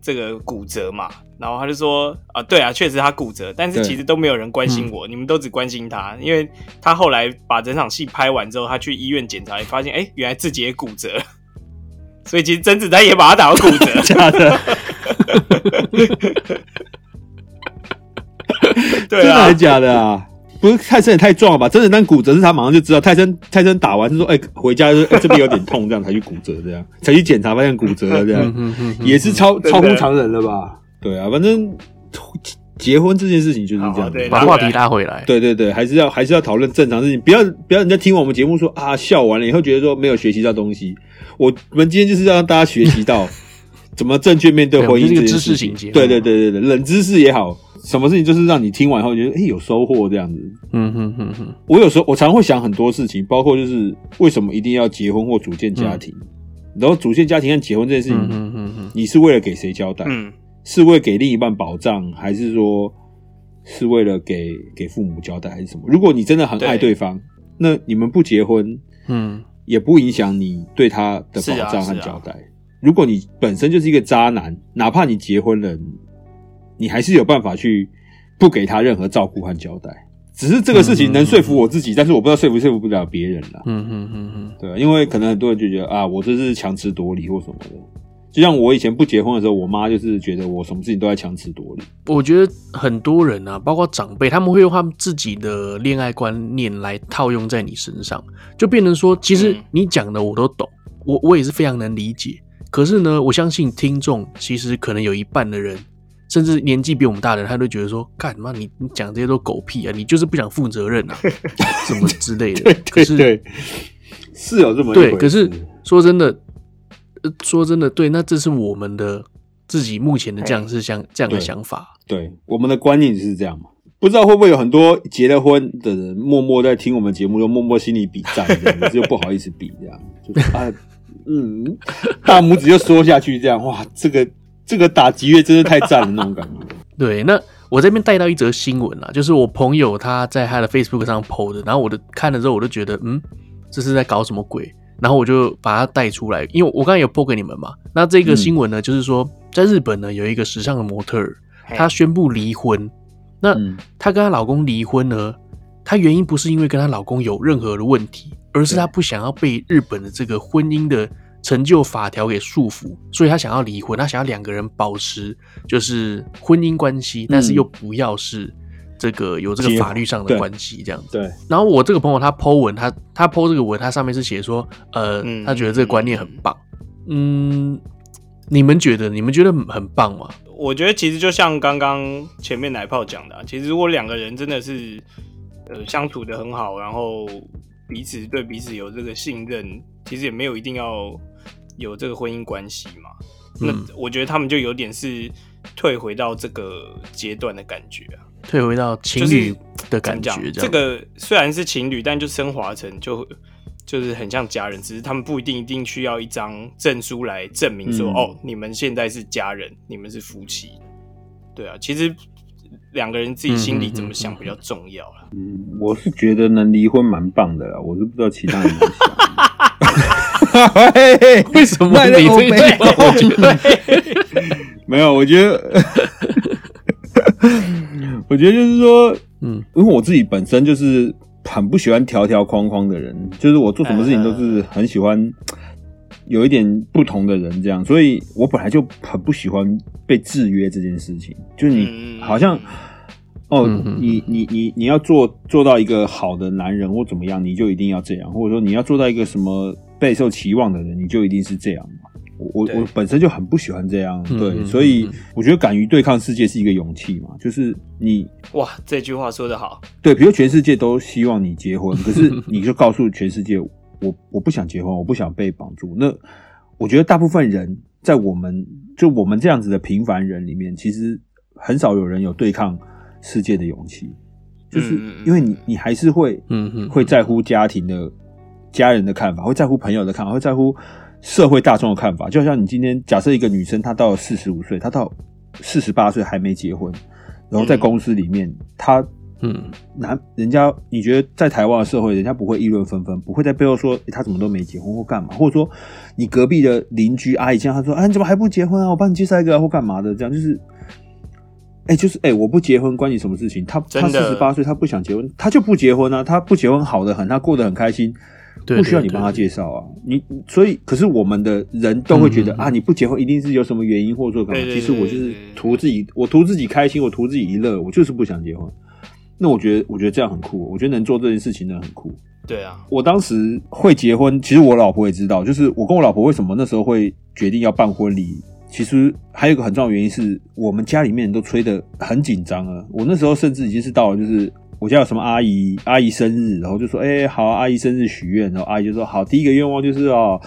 这个骨折嘛，然后他就说啊，对啊，确实他骨折，但是对，其实都没有人关心我，你们都只关心他，因为他后来把整场戏拍完之后，他去医院检查，也发现哎，原来自己也骨折， [LAUGHS] 所以其实甄子丹也把他打到骨折 [LAUGHS] 假的，真对的啊还是，假的啊？不是泰森也太壮了吧？甄子丹骨折是他马上就知道，泰森泰森打完就说，哎、回家就、哎这边有点痛，这样才去骨折，这样才去检查发现骨折了，这样。嗯嗯也是超真的超乎常人了吧？对啊，反正结婚这件事情就是这好样。对把拉话回题来拉回来，对对对，还是要还是要讨论正常事情，不要不要人家听我们节目说啊笑完了以后觉得说没有学习到东西。我们今天就是要让大家学习 [LAUGHS] 到怎么正确面对对婚我姻这们就是一个件知识事情型节。目对对对对对，冷知识也好，什么事情就是让你听完以后觉得哎有收获这样子。嗯哼哼哼，我有时候我常会想很多事情，包括就是为什么一定要结婚或组建家庭，然后组建家庭和结婚这件事情，嗯哼哼哼，你是为了给谁交代？嗯，是为给另一半保障，还是说是为了给给父母交代，还是什么？如果你真的很爱对对方，那你们不结婚嗯，也不影响你对他的是啊保障和是啊交代。如果你本身就是一个渣男，哪怕你结婚了，你还是有办法去不给他任何照顾和交代。只是这个事情能说服我自己，但是我不知道说服说服不了别人啦。嗯哼哼哼，对啊，因为可能很多人就觉得啊，我这是强词夺理或什么的。就像我以前不结婚的时候，我妈就是觉得我什么事情都在强词 [LAUGHS] 夺理。我觉得很多人啊，包括长辈，他们会用他们自己的恋爱观念来套用在你身上，就变成说，其实嗯你讲的我都懂，我我也是非常能理解。可是呢，我相信听众其实可能有一半的人，甚至年纪比我们大的人，他都觉得说，干嘛你你讲这些都狗屁啊，你就是不想负责任 [LAUGHS] 啊，什么之类的。可是对，是有这么一对，回可是事说真的，呃，说真的，对，那这是我们的自己目前的这样是想这样的对想法，对我们的观念就是这样嘛。不知道会不会有很多结了婚的人默默在听我们节目，就默默心里比赞，这样可是又不好意思比，这样 [LAUGHS] 就啊，嗯，大拇指就缩下去，这样哇，这个这个打击乐真是太赞了那种感觉。对，那我这边带到一则新闻啦，就是我朋友他在他的 Facebook 上 PO 的，然后我的看了之后，我就觉得，嗯，这是在搞什么鬼？然后我就把它带出来，因为我刚才有 PO 给你们嘛。那这个嗯新闻呢，就是说在日本呢有一个时尚的模特儿，嘿她宣布离婚。那嗯她跟她老公离婚呢，她原因不是因为跟她老公有任何的问题，而是她不想要被日本的这个婚姻的成就法条给束缚，所以她想要离婚，她想要两个人保持就是婚姻关嗯系，但是又不要是这个有这个结法律上的对关系这样子。对，然后我这个朋友他 Po 文，他他 Po 这个文，他上面是写说，呃，嗯他觉得这个观念很棒，嗯，你们觉得你们觉得很棒吗？我觉得其实就像刚刚前面奶泡讲的、啊，其实如果两个人真的是呃相处的很好，然后彼此对彼此有这个信任，其实也没有一定要有这个婚姻关系嘛。那嗯我觉得他们就有点是退回到这个阶段的感觉啊，退回到情就是侣的感觉怎么讲这这样，个虽然是情侣，但就升华成就就是很像家人，只是他们不一定一定需要一张证书来证明说、嗯哦，你们现在是家人，你们是夫妻。对啊，其实两个人自己心里怎么想比较重要 [LAUGHS] 啊。嗯，我是觉得能离婚蛮棒的啦，我是不知道其他人怎么想。 [LAUGHS] [LAUGHS] 为什么你这句话 [LAUGHS] 我觉得 [LAUGHS] 没有，我觉得，我觉得就是说，嗯因为我自己本身就是很不喜欢条条框框的人，就是我做什么事情都是很喜欢有一点不同的人这样，所以我本来就很不喜欢被制约这件事情。就你嗯好像哦嗯嗯，你你你你要做做到一个好的男人或怎么样，你就一定要这样，或者说你要做到一个什么备受期望的人，你就一定是这样嘛。我我对我本身就很不喜欢这样，嗯对，嗯所以嗯我觉得敢于对抗世界是一个勇气嘛，就是你哇，这句话说得好，对，比如全世界都希望你结婚，可 [LAUGHS] 是你就告诉全世界，我我不想结婚，我不想被绑住。那我觉得大部分人在我们就我们这样子的平凡人里面，其实很少有人有对抗世界的勇气，就是嗯因为你你还是会嗯嗯，会在乎家庭的、家人的看法，会在乎朋友的看法，会在乎社会大众的看法。就像你今天假设一个女生，她到了四十五岁，她到四十八岁还没结婚，然后在嗯公司里面，她嗯男人家，你觉得在台湾的社会，人家不会议论纷纷，不会在背后说、诶他怎么都没结婚或干嘛，或者说你隔壁的邻居阿姨见到他说，啊，你怎么还不结婚啊？我帮你介绍一个啊、或干嘛的，这样就是，哎、就是哎、我不结婚关你什么事情？他他真四的十八岁，他不想结婚，他就不结婚啊，他不结婚好的很，他过得很开心，对不需要你对帮他介绍啊。你所以，可是我们的人都会觉得、嗯啊，你不结婚一定是有什么原因或者说干嘛？对其对实我就对对是对对图自己，我图自己开心，我图自己娱乐，我就是不想结婚。那我觉得，我觉得这样很酷，我觉得能做这件事情呢很酷。对啊，我当时会结婚，其实我老婆也知道，就是我跟我老婆为什么那时候会决定要办婚礼，其实还有一个很重要的原因是我们家里面人都催得很紧张了。我那时候甚至已经是到了，就是我家有什么阿姨，阿姨生日，然后就说，哎、好，阿姨生日许愿，然后阿姨就说，好，第一个愿望就是哦，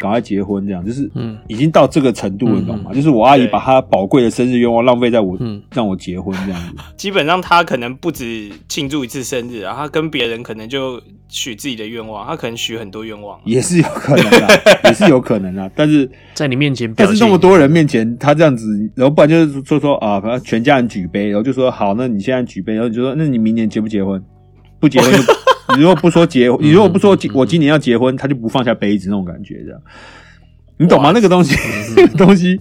赶快结婚，这样就是嗯已经到这个程度了，你懂吗？嗯就是我阿姨对把她宝贵的生日愿望浪费在我，嗯让我结婚这样子。基本上他可能不止庆祝一次生日啊，他跟别人可能就许自己的愿望，他可能许很多愿望啊、也是有可能 [LAUGHS] 啊，也是有可能啊，但是在你面前但表现是那么多人面前，他这样子，然后不然就是说说啊，反正全家人举杯，然后就说好，那你现在举杯，然后你就说，那你明年结不结婚？不结婚 [LAUGHS] 就，你如果不说结，你如果不说结嗯嗯嗯我今年要结婚，他就不放下杯子那种感觉，这样，你懂吗？那个东西，嗯那个东西，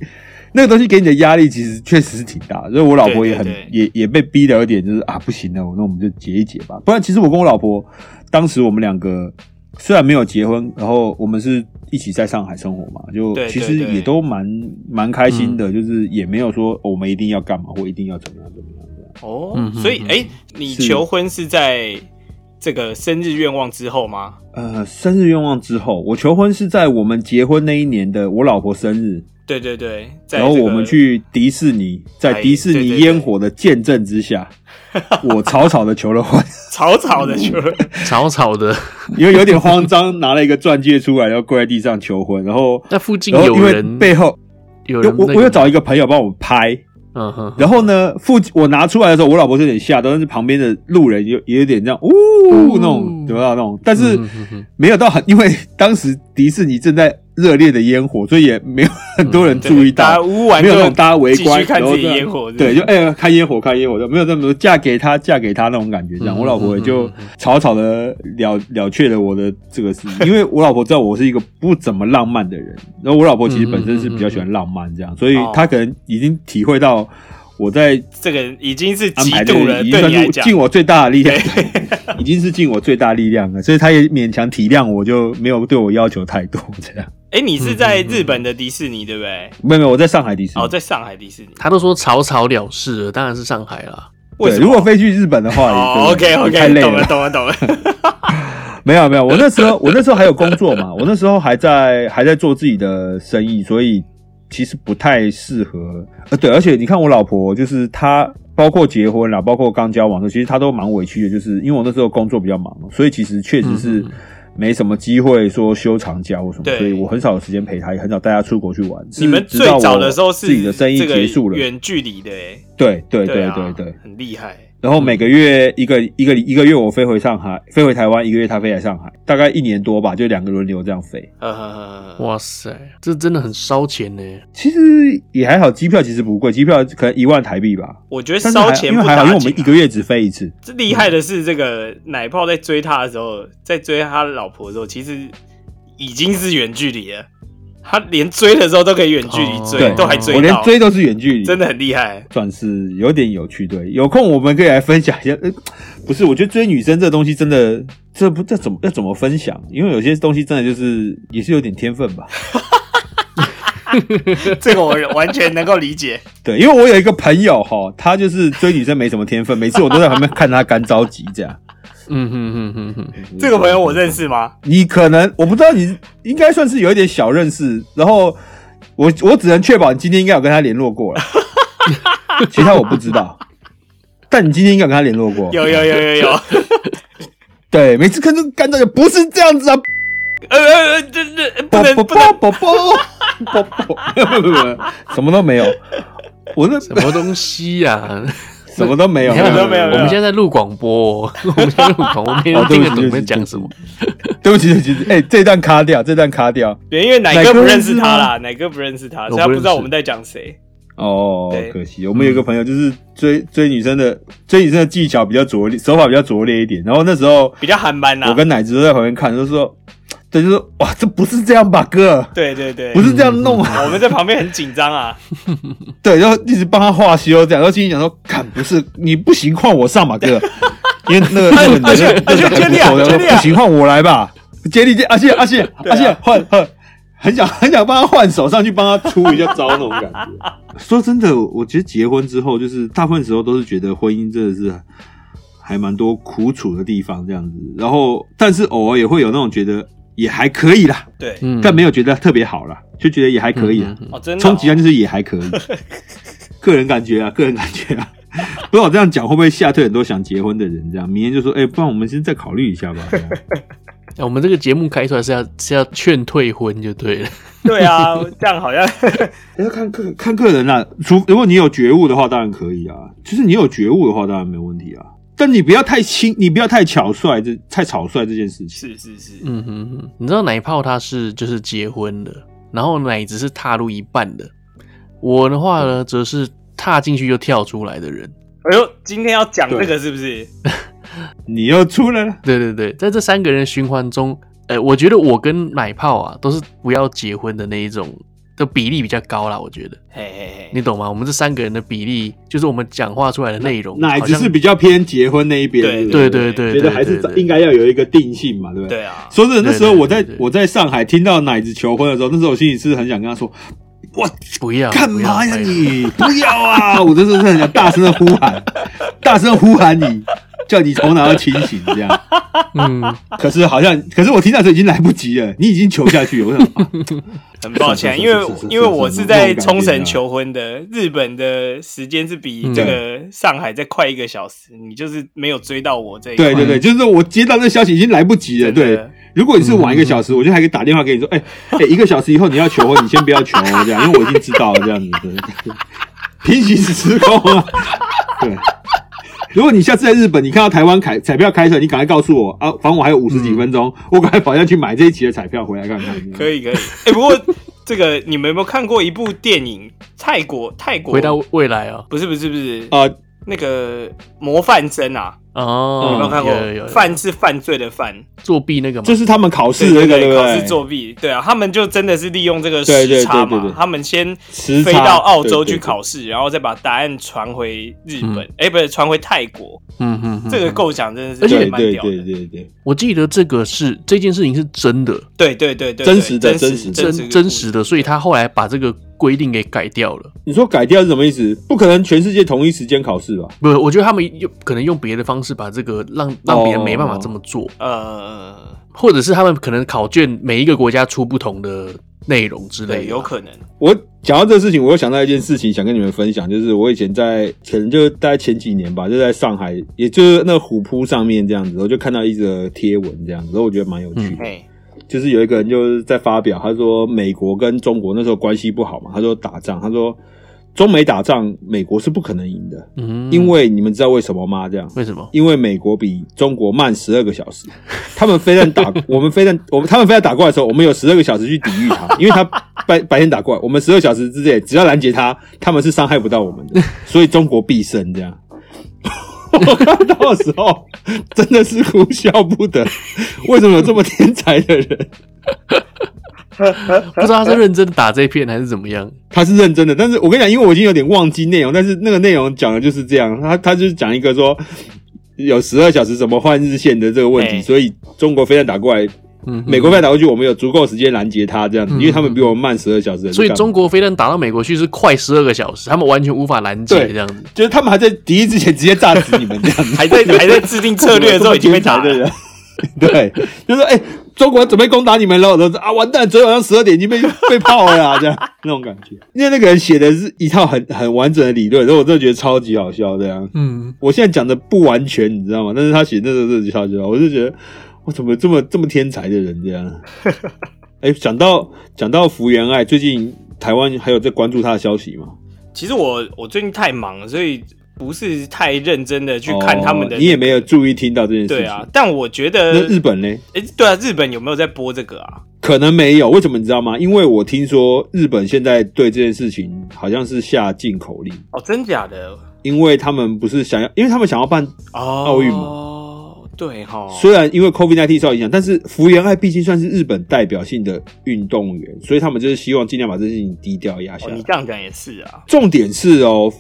那个东西给你的压力其实确实是挺大的，所以我老婆也很对对也也被逼的有点就是啊，不行了，那我们就结一结吧。不然其实我跟我老婆当时我们两个虽然没有结婚，然后我们是一起在上海生活嘛，就对对其实对也都蛮蛮开心嗯的，就是也没有说哦我们一定要干嘛或一定要怎么样怎么样这样。哦，嗯哼所以嗯哎、你是求婚是在这个生日愿望之后吗？呃，生日愿望之后，我求婚是在我们结婚那一年的我老婆生日，对对对，在然后这个我们去迪士尼，在哎迪士尼对对对烟火的见证之下，我草草的求了婚， [LAUGHS] 草草的求婚，草草的，因为有点慌张，拿了一个钻戒出来，然后跪在地上求婚，然后那附近然后有因为人背后有我人那我个我有找一个朋友帮我拍，嗯哼，然后呢，附近我拿出来的时候，我老婆就有点吓到，但是旁边的路人有也有点这样，呜、那种得到那种，但是嗯哼哼没有到很，因为当时迪士尼正在热烈的烟火，所以也没有很多人 [LAUGHS] 注意嗯大到家。污完没有那就种大家围继观，续看然后自己这样烟火是不是对，就哎、呀，看烟火，看烟火，就没有这么多嫁给他，嫁给他那种感觉。这样，嗯我老婆也嗯就嗯嗯草草的了了却了我的这个事情，因为我老婆知道我是一个不怎么浪漫的人，然后我老婆其实本身是比较喜欢浪漫这样，所以哦她可能已经体会到我在这个已经是安极排这度个了，已经对算你来是讲，尽我最大的力量， [LAUGHS] 已经是尽我最大力量了，所以她也勉强体谅我，就没有对我要求太多这样。哎、你嗯是在日本的迪士尼对不对？没有没有，我在上海迪士尼哦，。在上海迪士尼，他都说草草了事了，当然是上海啦。为对，什如么？果飞去日本的话，哦也对，OK 太 OK，累懂了懂了懂了，没有没有，我那时候我那时候还有工作 [LAUGHS] 嘛，我那时候还在还在做自己的生意，所以其实不太适合。呃，对，而且你看我老婆，就是她包括结婚啦，包括刚交往的时候，其实她都蛮委屈的，就是因为我那时候工作比较忙，所以其实确实是嗯嗯没什么机会说休长假或什么，对所以我很少有时间陪她，也很少带她出国去玩。你 [LAUGHS] 们是最直到早我的时候是自己的生意这个结束了，远距离的哎，对对对啊对对。很厉害，然后每个月一个一个一个月我飞回上海，飞回台湾，一个月他飞来上海，大概一年多吧，就两个轮流这样飞。呵呵呵呵，哇塞，这真的很烧钱呢。其实也还好，机票其实不贵，机票可能一万台币吧。我觉得但是还烧钱因为不还好，打因为我紧们啊一个月只飞一次。这厉害的是，这个奶泡在追他的时候，在追他老婆的时候，其实已经是远距离了。他连追的时候都可以远距离哦追，对，都还追我连到，追都是远距离，真的很厉害。算是有点有趣。对，有空我们可以来分享一下。呃， [LAUGHS] 不是，我觉得追女生这东西真的，这不这怎么要怎么分享？因为有些东西真的就是也是有点天分吧。这个我完全能够理解。对，因为我有一个朋友哈，他就是追女生没什么天分，每次我都在旁边看他干着急这样。嗯哼哼哼哼， [LAUGHS] 这个朋友我认识吗？你可能我不知道你应该算是有一点小认识，然后我我只能确保你今天应该有跟他联络过 [LAUGHS] 了，其他我不知道。但你今天应该有跟他联络过，有有有有有。对，每次看这个干到就不是这样子啊，呃呃，呃这这不啵能啵不能啵啵啵啵，啵，没有没有没有没有， [LAUGHS] 什么都没有，我那什么东西呀、 [LAUGHS] 什么都没有，你看什么都没有我们现在在录广播 [LAUGHS] 哦，我们现在录广播， [LAUGHS] 没人哦对不起听得懂对你不们起讲什么。对不起，对不起，哎、这段卡掉，这段卡掉。对，因为奶奶哥哥不认认识识他吗啦，奶哥不认识他，所以我他不不知道认识我们在讲谁。哦对，可惜我们有一个朋友就是追追女生的追女生的技巧比较拙劣，手法比较拙劣一点。然后那时候比较韩版啦我跟奶子都在旁边看，就说，对，就说哇，这不是这样吧，哥，对对对，不是这样弄啊。 [LAUGHS] 我们在旁边很紧张啊，对，然后一直帮他画修这样，然后心里想说，看不是你不行，换我上吧，哥， [LAUGHS] 因为那个那个而且人而且那个接力啊还不错然后接力啊不行，换我来吧，接力接，阿信阿信对阿啊信换换。很想很想帮他换手上去帮他出出一下招那种感觉。 [LAUGHS] 说真的，我觉得结婚之后，就是大部分时候都是觉得婚姻真的是还蛮多苦楚的地方这样子。然后，但是偶尔也会有那种觉得也还可以啦，对，嗯，但没有觉得特别好啦，就觉得也还可以啦。嗯嗯嗯哦，真的哦充其量就是也还可 [LAUGHS] 以，个人感觉啊，个人感觉啊。 [LAUGHS] 不知道我这样讲会不会吓退很多想结婚的人？这样明天就说，哎、不然我们先再考虑一下吧。这 [LAUGHS] 样哎我们这个节目开出来是要是要劝退婚就对了。对啊，这样好像哎要看个看个人啦、啊除如果你有觉悟的话，当然可以啊。就是你有觉悟的话，当然没问题啊。但你不要太轻，你不要太草率，这太草率这件事情。是是是，嗯哼哼，你知道奶泡他是就是结婚的，然后奶子是踏入一半的，我的话呢则是踏进去就跳出来的人。哎呦，今天要讲这个是不是？你又出来了，对对对，在这三个人循环中，呃，我觉得我跟奶泡啊都是不要结婚的那一种的比例比较高啦，我觉得嘿嘿你嘿，懂吗？我们这三个人的比例，就是我们讲话出来的内容，奶好子像是比较偏结婚那一边，对不对对对，觉得还是对对对应该要有一个定性嘛，对不对？对啊，说真的，那时候对对我在对对我在上海听到奶子求婚的时候，那时候我心里是很想跟他说：“哇，不要干不要嘛呀不要你？不要啊！” [LAUGHS] 我真的是很想大声的呼 [LAUGHS] 喊，大声地呼喊你，叫你头脑要清醒这样。嗯，可是好像，可是我听到这已经来不及了，你已经求下去了。我想， [LAUGHS] 啊很抱歉，是因是是为是是是因为我是在冲那种绳感觉啊求婚的，日本的时间是比这个上海再快一个小时，你就是没有追到我这一对对块。对，就是我接到那消息已经来不及了。真的对，如果你是晚一个小嗯时，我就还可以打电话给你说：“哎、哎、一个小时以后你要求婚，你先不要求哦，这样，因为我已经知道了这样子。对”对平行时空 [LAUGHS] 啊，对。如果你下次在日本，你看到台湾彩彩票开出来，你赶快告诉我啊，反正我还有五十几分钟，我赶快跑下去买这一期的彩票回来看看。嗯可以可以。哎，不过这个你们有没有看过一部电影？泰国泰国 [LAUGHS] 回到未来哦，不是不是不是啊、那个模范生啊，哦，有没有看过有有有？犯是犯罪的犯，作弊那个嘛，这是他们考试的那个，对对不考对？试作弊，对啊，他们就真的是利用这个对对时差对对嘛对，他们先时飞差到澳洲对嗯去对对考试，然后再把答案传回日本，哎，不是传回泰国，嗯嗯，嗯这个嗯构想真的是而且对蛮对屌的对，对对，我记得这个是这件事情是真的，对对对对，真实的真真实真真实的，所以他后来把这个规定给改掉了。你说改掉是什么意思？不可能全世界同一时间考试吧？不，我觉得他们用可能用别的方式把这个哦让让别人没办法这么做，呃，或者是他们可能考卷每一个国家出不同的内容之类对，的，有可能，我讲到这个事情，我又想到一件事情，想跟你们分享，就是我以前在可能就大概前几年吧，就在上海，也就是那虎扑上面这样子，我就看到一则贴文这样子，然后我觉得蛮有趣的，哎，就是有一个人就是在发表，他说美国跟中国那时候关系不好嘛，他说打仗，他说中美打仗，美国是不可能赢的，嗯，因为你们知道为什么吗？这样。为什么？因为美国比中国慢十二个小时，他们飞弹打我们飞弹，我们他们飞弹打过来的时候，我们有十二个小时去抵御它，因为他白白天打过来，我们十二小时之内只要拦截他，他们是伤害不到我们的，所以中国必胜这样。 [LAUGHS] 我看到的时候真的是哭笑不得，为什么有这么天才的人？不知道他是认真打这一片还是怎么样。他是认真的，但是我跟你讲，因为我已经有点忘记内容，但是那个内容讲的就是这样，他他就是讲一个说有十二小时怎么换日线的这个问题，哎所以中国飞弹打过来，嗯，美国飞弹打过去，我们有足够时间拦截他这样子，嗯因为他们比我们慢十二小时的，所以就干嘛中国飞弹打到美国去是快十二个小时，他们完全无法拦截对这样子。就是他们还在敌意之前直接炸死你们这样子，[LAUGHS] 还在还在制定 [LAUGHS] 策略的时候已经被打对了，人。 [LAUGHS] 对，就说哎、中国准备攻打你们了，然后啊，完蛋，昨天晚上十二点已经被被炮了、啊，这样那种感觉。因为那个人写的是一套很很完整的理论，然后我真的觉得超级好笑，这样。嗯，我现在讲的不完全，你知道吗？ [LAUGHS] 但是他写那个真的超级好，我就觉得我怎么这么这么天才的人这样。啊哎，讲到讲到福原爱，最近台湾还有在关注她的消息吗？其实我我最近太忙了，所以不是太认真的去看他们的。哦你也没有注意听到这件事情。对啊，，但我觉得那日本呢？哎、对啊，日本有没有在播这个啊？可能没有，为什么你知道吗？因为我听说日本现在对这件事情好像是下禁口令，哦，真假的？因为他们不是想要，因为他们想要办，哦，奥运嘛，对哈，虽然因为 COVID 1 9受到影响，但是福原爱毕竟算是日本代表性的运动员，所以他们就是希望尽量把这件事情低调压下哦、来。你这样讲也是啊，重点是哦，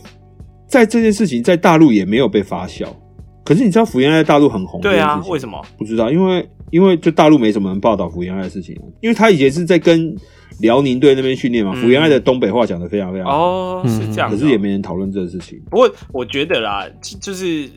在这件事情在大陆也没有被发酵，可是你知道福原爱在大陆很红，对啊，为么？什么？不知道，因为因为就大陆没什么人报道福原爱的事情，啊因为他以前是在跟辽宁队那边训练嘛，嗯福原爱的东北话讲的非常非常好，哦，是这嗯样、可是也。没人讨论这个事情。不过我觉得啦，其就是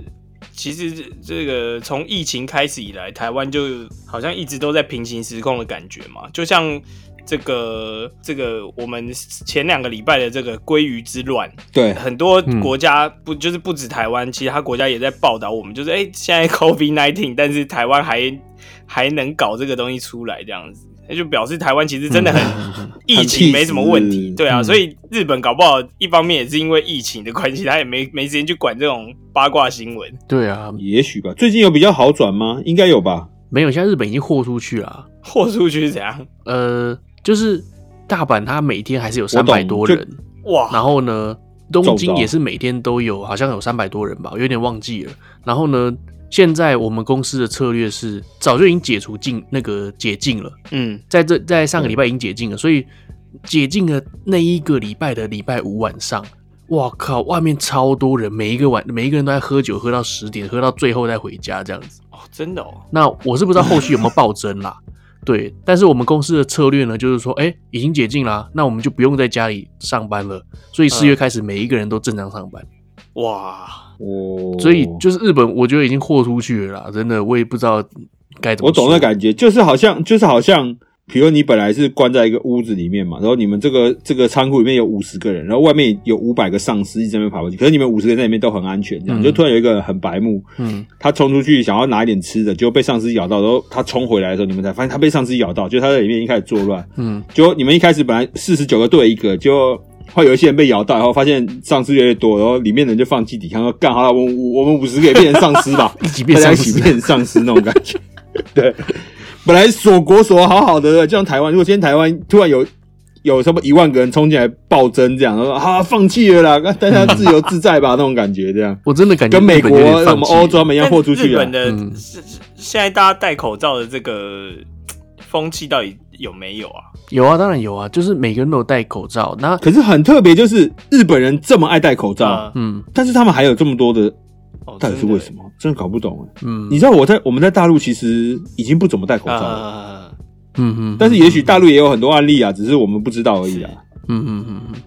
其实这这个从疫情开始以来，台湾就好像一直都在平行时空的感觉嘛，就像。这个这个，我们前两个礼拜的这个鲑鱼之乱，对，很多嗯国家不、就是不止台湾，其他国家也在报道我们，就是哎、现在 COVID nineteen，但 [LAUGHS] 是台湾还还能搞这个东西出来这样子，那就表示台湾其实真的很、疫情没什么问很气题，死对啊，嗯所以日本搞不好一方面也是因为疫情的关系，他也没没时间去管这种八卦新闻对啊，也许吧。最近有比较好转吗？应该有吧。没有，现在日本已经豁出去了啊。豁出去是怎样，呃，就是大阪，它每天还是有我三懂百多就人，哇，然后呢，东京中招也是每天都有，好像有三百多人吧，我有点忘记了。然后呢，现在我们公司的策略是早就已经解除禁那个解禁了，嗯，在这在上个嗯礼拜已经解禁了，所以解禁的那一个礼拜的礼拜五晚上，哇靠，外面超多人，每一个晚每一个人都在喝酒，喝到十点，喝到最后再回家这样子。哦，真的哦，那我是不知道后续有没有暴增 [LAUGHS] 啦。对，但是我们公司的策略呢，就是说，哎、已经解禁啦，那我们就不用在家里上班了，所以四月开始每一个人都正常上班，哇，我所以就是日本，我觉得已经豁出去了啦，真的，我也不知道该怎么我说。懂那感觉，就是好像就是好像，比如你本来是关在一个屋子里面嘛，然后你们这个这个仓库里面有五十个人，然后外面有五百个丧尸一直在那边爬过去，可是你们五十个人在里面都很安全，这样、嗯就突然有一个人很白目，嗯，他冲出去想要拿一点吃的，结果被丧尸咬到，然后他冲回来的时候，你们才发现他被丧尸咬到，就他在里面已经开始作乱，嗯，结果你们一开始本来四十九个对一个，结果会有一些人被咬到，然后发现丧尸越来越多，然后里面的人就放弃抵抗，说干好了，我们我我们五十个也变成丧尸吧，一起变大家丧一尸起变丧尸那种感觉。 [LAUGHS] 对，本来锁国锁好好的，就像台湾，如果今天台湾突然有有什么一万个人冲进来暴增这样，然后说啊放弃了啦，大家自由自在 [LAUGHS] 吧那种感觉，这样我真的感觉跟美国日本有点什放么弃欧洲他们一样但豁出去啊日了本。的、嗯是是现在大家戴口罩的这个风气到底有没有啊？有啊，当然有啊，就是每个人都有戴口罩，那可是很特别，就是日本人这么爱戴口罩，啊嗯但是他们还有这么多的，哦到底是真的为什么？真的搞不懂哎、嗯，你知道我在我们在大陆其实已经不怎么戴口罩了，啊，嗯嗯，但是也许大陆也有很多案例啊，只是我们不知道而已啊啦。嗯嗯嗯嗯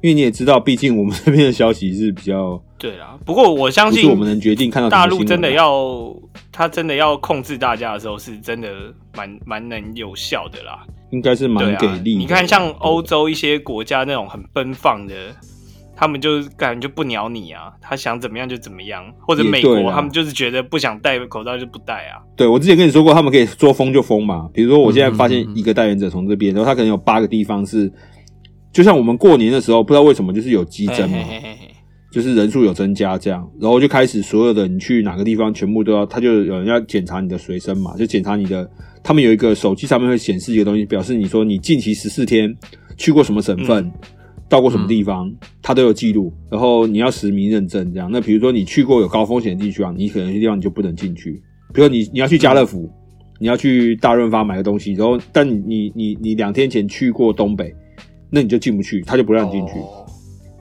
因为你也知道，毕竟我们这边的消息是比较对啦，不过我相不是信我们能决定看到什么大新陆闻真的啊要他真的要控制大家的时候，是真的蛮蛮能有效的啦。应该是对蛮给啊，力的。你看像欧洲一些国家那种很奔放的。他们就是感觉就不鸟你啊，他想怎么样就怎么样，或者也美对国啦他们就是觉得不想戴口罩就不戴啊。对我之前跟你说过，他们可以说封就封嘛。比如说，我现在发现嗯嗯嗯一个代言者从这边，然后他可能有八个地方是，就像我们过年的时候，不知道为什么就是有激增嘛嘿，嘿嘿嘿就是人数有增加这样，然后就开始所有的你去哪个地方，全部都要，他就有人要检查你的随身嘛，就检查你的。他们有一个手机上面会显示一个东西，表示你说你近期十四天去过什么省份，到过什么地方，它都有记录。然后你要实名认证这样。那比如说你去过有高风险的地区啊，你可能有些地方你就不能进去。比如说你你要去家乐福，你要去大润发买个东西，然后但你你你你两天前去过东北，那你就进不去，他就不让你进去。哦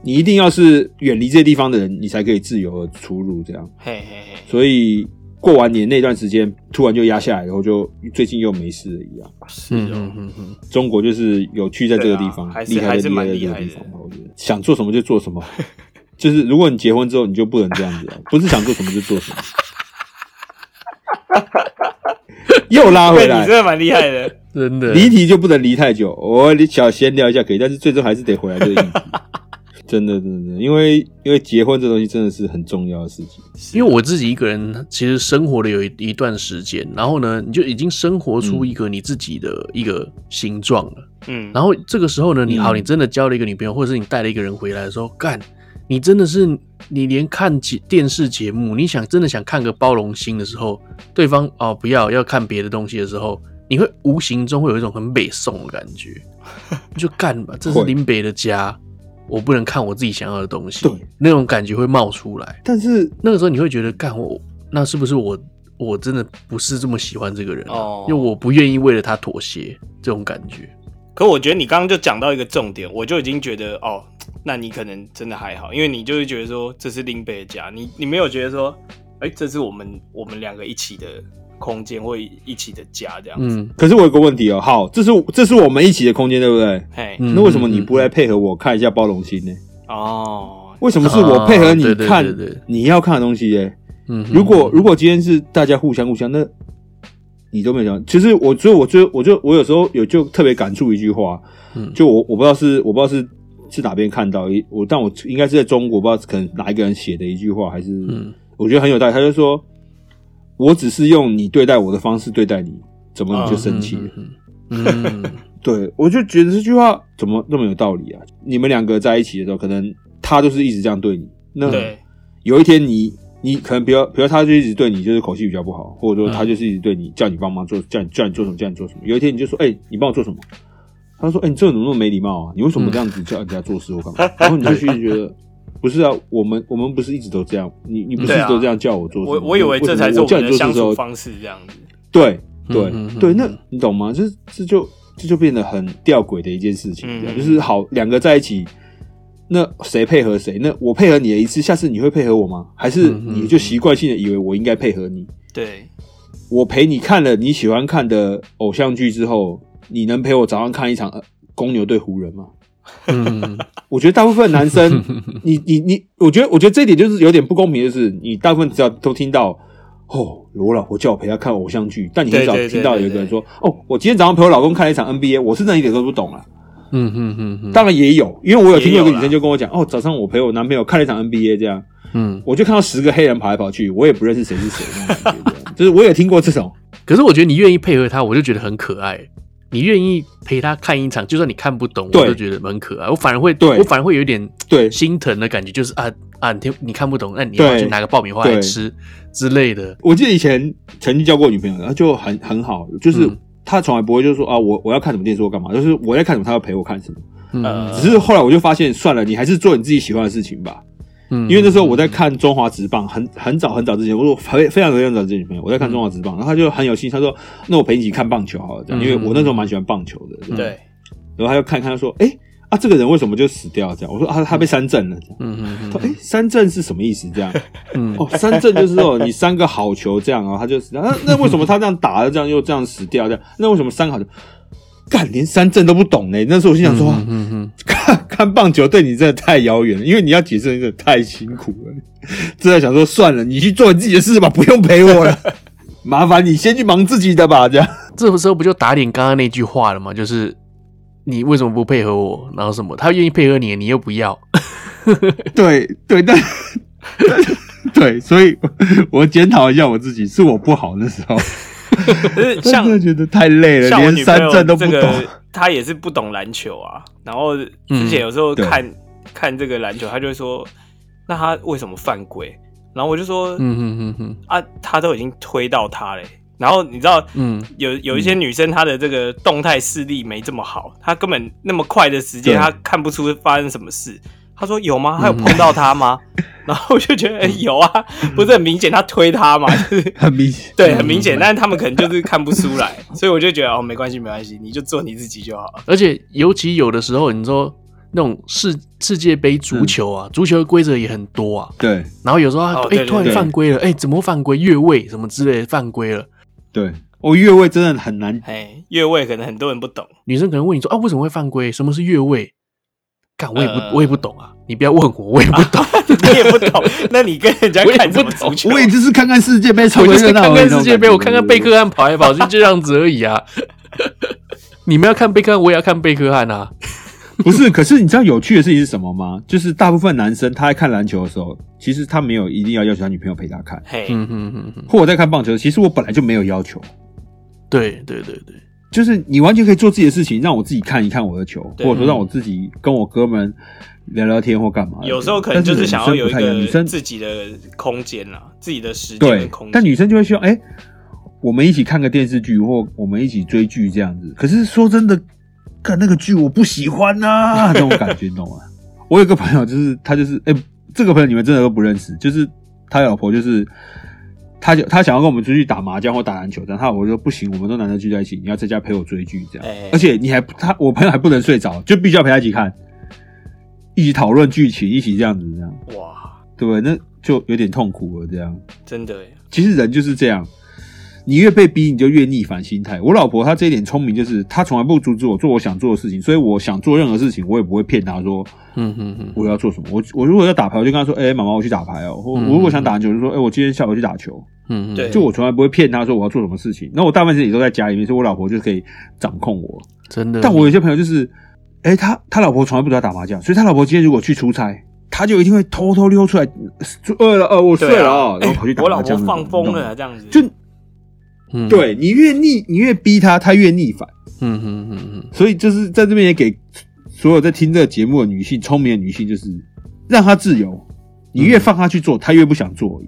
你一定要是远离这些地方的人，你才可以自由的出入这样。嘿嘿嘿，所以过完年那段时间，突然就压下来，然后就最近又没事了一样。是嗯哦嗯，嗯嗯，中国就是有趣在这个地对方啊，还是厉害还的是厉害蛮在厉这个害地的方吧。我觉得想做什么就做 [LAUGHS] 什么，就是如果你结婚之后，你就不能这样子了，啊不是想做什么就做什么。又拉回 [LAUGHS] 对来你真，的蛮厉害的。真的 [LAUGHS] 离题就不能离太久，我小闲聊一下可以，但是最终还是得回来这个议题。真的真的真的，因为因为结婚这东西真的是很重要的事情。因为我自己一个人，其实生活了有一一段时间，然后呢，你就已经生活出嗯一个你自己的一个形状了。嗯，然后这个时候呢，你好，嗯你真的交了一个女朋友，或者是你带了一个人回来的时候，干，你真的是你连看节电视节目，你想真的想看个包容心的时候，对方哦不要要看别的东西的时候，你会无形中会有一种很北宋的感 [LAUGHS] 觉，你就干吧，这是会林北的家，我不能看我自己想要的东西对，那种感觉会冒出来。但是那个时候你会觉得，干我那是不是我我真的不是这么喜欢这个人、啊，哦因为我不愿意为了他妥协，这种感觉。可我觉得你刚刚就讲到一个重点，我就已经觉得哦，那你可能真的还好，因为你就会觉得说这是林北的家，你你没有觉得说，哎、这是我们我们两个一起的空间或一起的家这样子。嗯，可是我有个问题哦，好，这是这是我们一起的空间，对不对？嘿，嗯那为什么你不来配合我看一下包容心呢？哦，为什么是我配合你啊对对看对对对你要看的东西耶？嗯哼，如果如果今天是大家互相互相，那你都没有想。其实我所以我就我就我有时候有就特别感触一句话，嗯就我我不知道是我不知道是是哪边看到一我，但我应该是在中国，不知道可能哪一个人写的一句话，还是、嗯我觉得很有道理。他就说，我只是用你对待我的方式对待你，怎么你就生气了？嗯嗯嗯对，我就觉得这句话怎么那么有道理啊？你们两个在一起的时候，可能他就是一直这样对你，那对，有一天你你可能比如比如他就一直对你就是口气比较不好，或者说嗯他就是一直对你叫你帮忙做叫你叫你做什么叫你做什么，有一天你就说哎、你帮我做什么，他说哎、你这个人怎么那么没礼貌啊？你为嗯什么这样子叫人家做事或干嘛？然后你就去觉得。不是啊，我们我们不是一直都这样，你你不是对一啊直都这样叫我做事吗 [LAUGHS] 我我以为这才什是么我我叫们你做事的相的时处候，方式这样子。对对、嗯嗯对，嗯那嗯你懂吗？这这就这就变得很吊诡的一件事情，这样嗯就是好两个在一起，那谁配合谁？那我配合你的一次，下次你会配合我吗？还是嗯嗯你就习惯性的以为我应该配合你？对，我陪你看了你喜欢看的偶像剧之后，你能陪我早上看一场呃公牛对湖人吗？嗯，我觉得大部分男 [LAUGHS] 生，你你你，我觉得我觉得这一点就是有点不公平，就是你大部分只要都听到。哦，我老婆叫我陪她看偶像剧，但你很少对对对听到有一个人说：“哦，我今天早上陪我老公看了一场 NBA，我是那一点都不懂了。啊嗯嗯嗯嗯，当然也有，因为我有听过一也个有啦女生就跟我讲：“哦，早上我陪我男朋友看了一场 NBA，这样嗯，我就看到十个黑人跑来跑去，我也不认识谁是谁，那种感觉这样就是我也听过这种。可是我觉得你愿意配合他，我就觉得很可爱。你愿意陪他看一场，就算你看不懂，我对都觉得很可爱。我反而会，对我反而会有一点对心疼的感觉，就是啊啊，你听你看不懂，那你要不要对去拿个爆米花来对吃之类的。我记得以前曾经交过女朋友，然后就很很好，就是嗯她从来不会就说啊，我我要看什么电视或干嘛，就是我在看什么，她要陪我看什么。嗯呃只是后来我就发现，算了，你还是做你自己喜欢的事情吧。嗯，因为那时候我在看《中华职棒》，很很早很早之前，我说非非常非常早之前女朋友，我在看《中华职棒》，然后她就很有兴趣，她说：“那我陪你一起看棒球好了。”这样，嗯因为我那时候蛮喜欢棒球的。这样对，然后她就看看，她说：“哎、啊，这个人为什么就死掉？”这样，我说：“啊，他被三振了。”这样，嗯嗯她说：“哎、三振是什么意思？”这样，嗯嗯哦，三振就是哦，你三个好球这样啊，他就死掉。那那为什么他这样打了，这样又这样死掉？这样，那为什么三个好球？干，连三振都不懂呢。那时候我心想说，嗯嗯嗯，看 [LAUGHS] 看棒球对你真的太遥远了，因为你要解释真的太辛苦了。真的想说，算了，你去做你自己的事吧，不用陪我 [LAUGHS] 了。麻烦你先去忙自己的吧，这样。这时候不就打脸刚刚那句话了吗？就是你为什么不配合我？然后什么？他愿意配合你，你又不要。对对， [LAUGHS] 但对，所以我检讨一下我自己，是我不好那时候，可是真像的觉得太累了，像我连女朋三友振都不这懂。个，她也是不懂篮球啊。然后之前有时候嗯对看、看这个篮球，她就会说：“那她为什么犯规？”然后我就说：“嗯嗯嗯嗯啊，他都已经推到他嘞。然后你知道，嗯有有一些女生她的这个动态视力没这么好，她根本那么快的时对间她看不出发生什么事。她说有嗯吗？她有碰到他 [LAUGHS] 吗？然后我就觉得、哎有啊，不是很明显，他推他嘛， [LAUGHS] 就是很明显。对，嗯很明显，但是他们可能就是看不出来，所以我就觉得哦，没关系，没关系，你就做你自己就好。 [LAUGHS] 而且尤其有的时候，你说那种世世界杯足球啊，足球的规则也很多啊。对然后有时候哦他对哎对突然对犯规了，哎怎么犯规？越位什么之类的犯规了，对，我越位真的很难。哎，越位可能很多人不懂，女生可能问你说啊为什么会犯规？什么是越位？干我也不呃我也不懂啊，你不要问我，我也不懂。 [LAUGHS] 你也不懂，那你跟人家我也看什么不足懂球？我也就是看看世界杯，凑我个就是热闹而看已。看那种世界杯，感觉我看看贝克汉跑 [LAUGHS] 来跑去就这样子而已啊。你们要看贝克汉，我也要看贝克汉啊。 [LAUGHS] 不是，可是你知道有趣的事情是什么吗？就是大部分男生他在看篮球的时候，其实他没有一定要要求他女朋友陪他看，嘿，嗯哼哼哼，或我在看棒球，其实我本来就没有要求，对对对对，就是你完全可以做自己的事情，让我自己看一看我的球，对或者说让我自己跟我哥们聊聊天或干嘛的。有时候可能就啊但是是想要有一女生不太样个女生自己的空间啦，自己的时间跟对空，间。但女生就会希望，哎、我们一起看个电视剧，或我们一起追剧这样子。可是说真的，看那个剧我不喜欢 [LAUGHS] 呐、这种感觉，你懂吗？我有个朋友，就是他就是，哎、这个朋友你们真的都不认识，就是他老婆就是。他就他想要跟我们出去打麻将或打篮球，但他老婆就说不行，我们都男的聚在一起，你要在家陪我追剧这样，哎而且你还他我朋友还不能睡着，就必须要陪他一起看，一起讨论剧情，一起这样子这样，哇，对不对？那就有点痛苦了这样。真的耶，其实人就是这样，你越被逼，你就越逆反心态。我老婆她这一点聪明，就是她从来不阻止我做我想做的事情，所以我想做任何事情，我也不会骗她说嗯哼哼，我要做什么。我我如果要打牌，我就跟她说：“哎、妈妈，我去打牌哦。”我嗯我如果想打篮球，就说：“哎、我今天下午去打球。嗯哼，对”就我从来不会骗她说我要做什么事情。那我大半时间也都在家里面，所以我老婆就可以掌控我。真嗯的，但我有些朋友就是，哎、他他老婆从来不知道打麻将，所以他老婆今天如果去出差，他就一定会偷偷溜出来，饿了呃，我睡对了啊哦，，然后跑去打我老麻婆将那种。放风你懂吗了，这样子就嗯，对你越逆，你越逼他，他越逆反。嗯哼哼哼，所以就是在这边也给所有在听这个节目的女性，聪明的女性，就是让她自由。你越放她去做，她越不想做。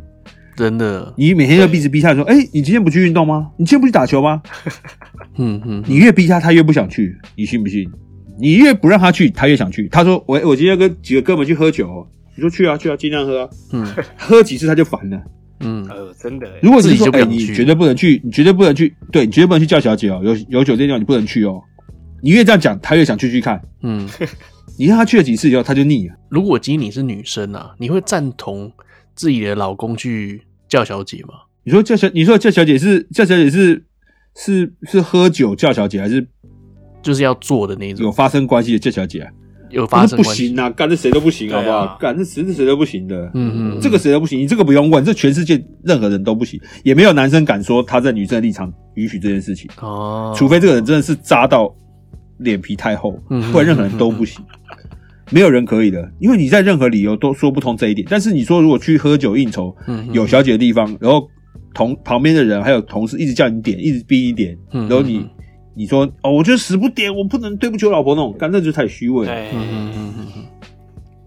真的，你每天要逼着逼她说：“哎、你今天不去运动吗？你今天不去打球吗嗯哼？”，你越逼她，她越不想去。你信不信？你越不让她去，她越想去。她说：“我我今天跟几个哥们去喝酒、哦。”你说去啊去啊，尽量喝啊。嗯喝几次她就烦了。 [LAUGHS] 嗯，呃，真的耶，如果你自己说就不哎、想你去绝对不能去，你绝对不能去，对你绝对不能去叫小姐哦，有有酒店叫你不能去哦。你越这样讲，她越想去去看。嗯，你让她去了几次以后，她就腻了。如果今天你是女生啊，你会赞同自己的老公去叫小姐吗？你说叫小，你说叫小姐是叫小姐是是是喝酒叫小姐，还是就是要做的那有种，发生关系的叫小姐、啊？有发生不关系行，啊，干这谁都不行，对啊好不好？干这谁是谁都不行的。嗯嗯，这个谁都不行，你这个不用问，这全世界任何人都不行，也没有男生敢说他在女生的立场允许这件事情，哦，除非这个人真的是渣到脸皮太厚，嗯不然任何人都不行，没有人可以的，因为你在任何理由都说不通这一点。但是你说如果去喝酒应酬，嗯哼有小姐的地方，然后同旁边的人还有同事一直叫你点，一直逼你点，嗯然后你嗯你说哦，我就死不点，我不能对不起我老婆那种，干那就太虚伪了。哎，嗯嗯嗯嗯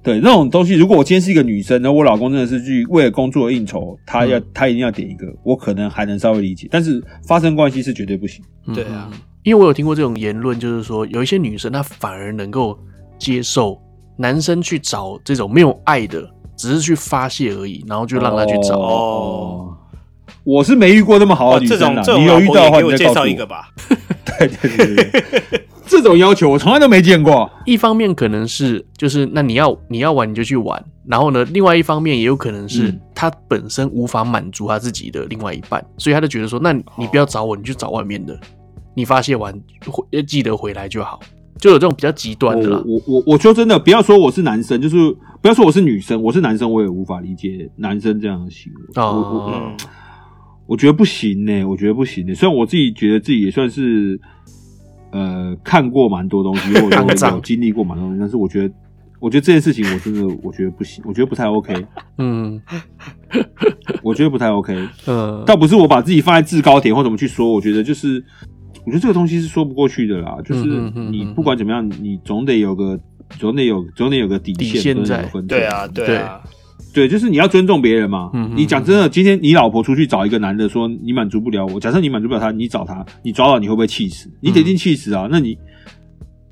对，那种东西，如果我今天是一个女生，然后我老公真的是去为了工作应酬，他嗯要、他一定要点一个，我可能还能稍微理解，但是发生关系是绝对不行。嗯，对啊嗯，因为我有听过这种言论，就是说有一些女生她反而能够接受男生去找这种没有爱的，只是去发泄而已，然后就让他去找。哦我是没遇过那么好哇，的女这生种啦哦这，种你老有遇婆到的也话，给你再我介告诉绍我一个。吧， [LAUGHS] 对对对对对， [LAUGHS] 这种要求我从来都没见过。一方面可能是就是那你要你要玩你就去玩，然后呢，另外一方面也有可能是嗯她本身无法满足她自己的另外一半，所以她就觉得说，那你你不要找我，你去找外面的，你发泄完回记得回来就好，就有这种比较极端的啦。我我我我说真的，不要说我是男生，就是不要说我是女生，我是男生我也无法理解男生这样的行为。我我哦，嗯，我觉得不行呢、我觉得不行呢、虽然我自己觉得自己也算是呃看过蛮多东 [LAUGHS] 西，或者肮说脏有经历过蛮多东西，但是我觉得。我觉得这件事情，我真的我觉得不行，我觉得不太 OK，嗯我觉得不太 OK。嗯，倒不是我把自己放在制高点或怎么去说，我觉得就是，我觉得这个东西是说不过去的啦。就是嗯嗯嗯你不管怎么样，你总得有个，总得有，总得有个底底线线，总得有在个分寸对啊，对啊，对，就是你要尊重别人嘛。嗯嗯你讲真的，今天你老婆出去找一个男的说你满足不了我，假设你满足不了他，你找他，你抓到你会不会气死？你得嗯一定气死啊！那你，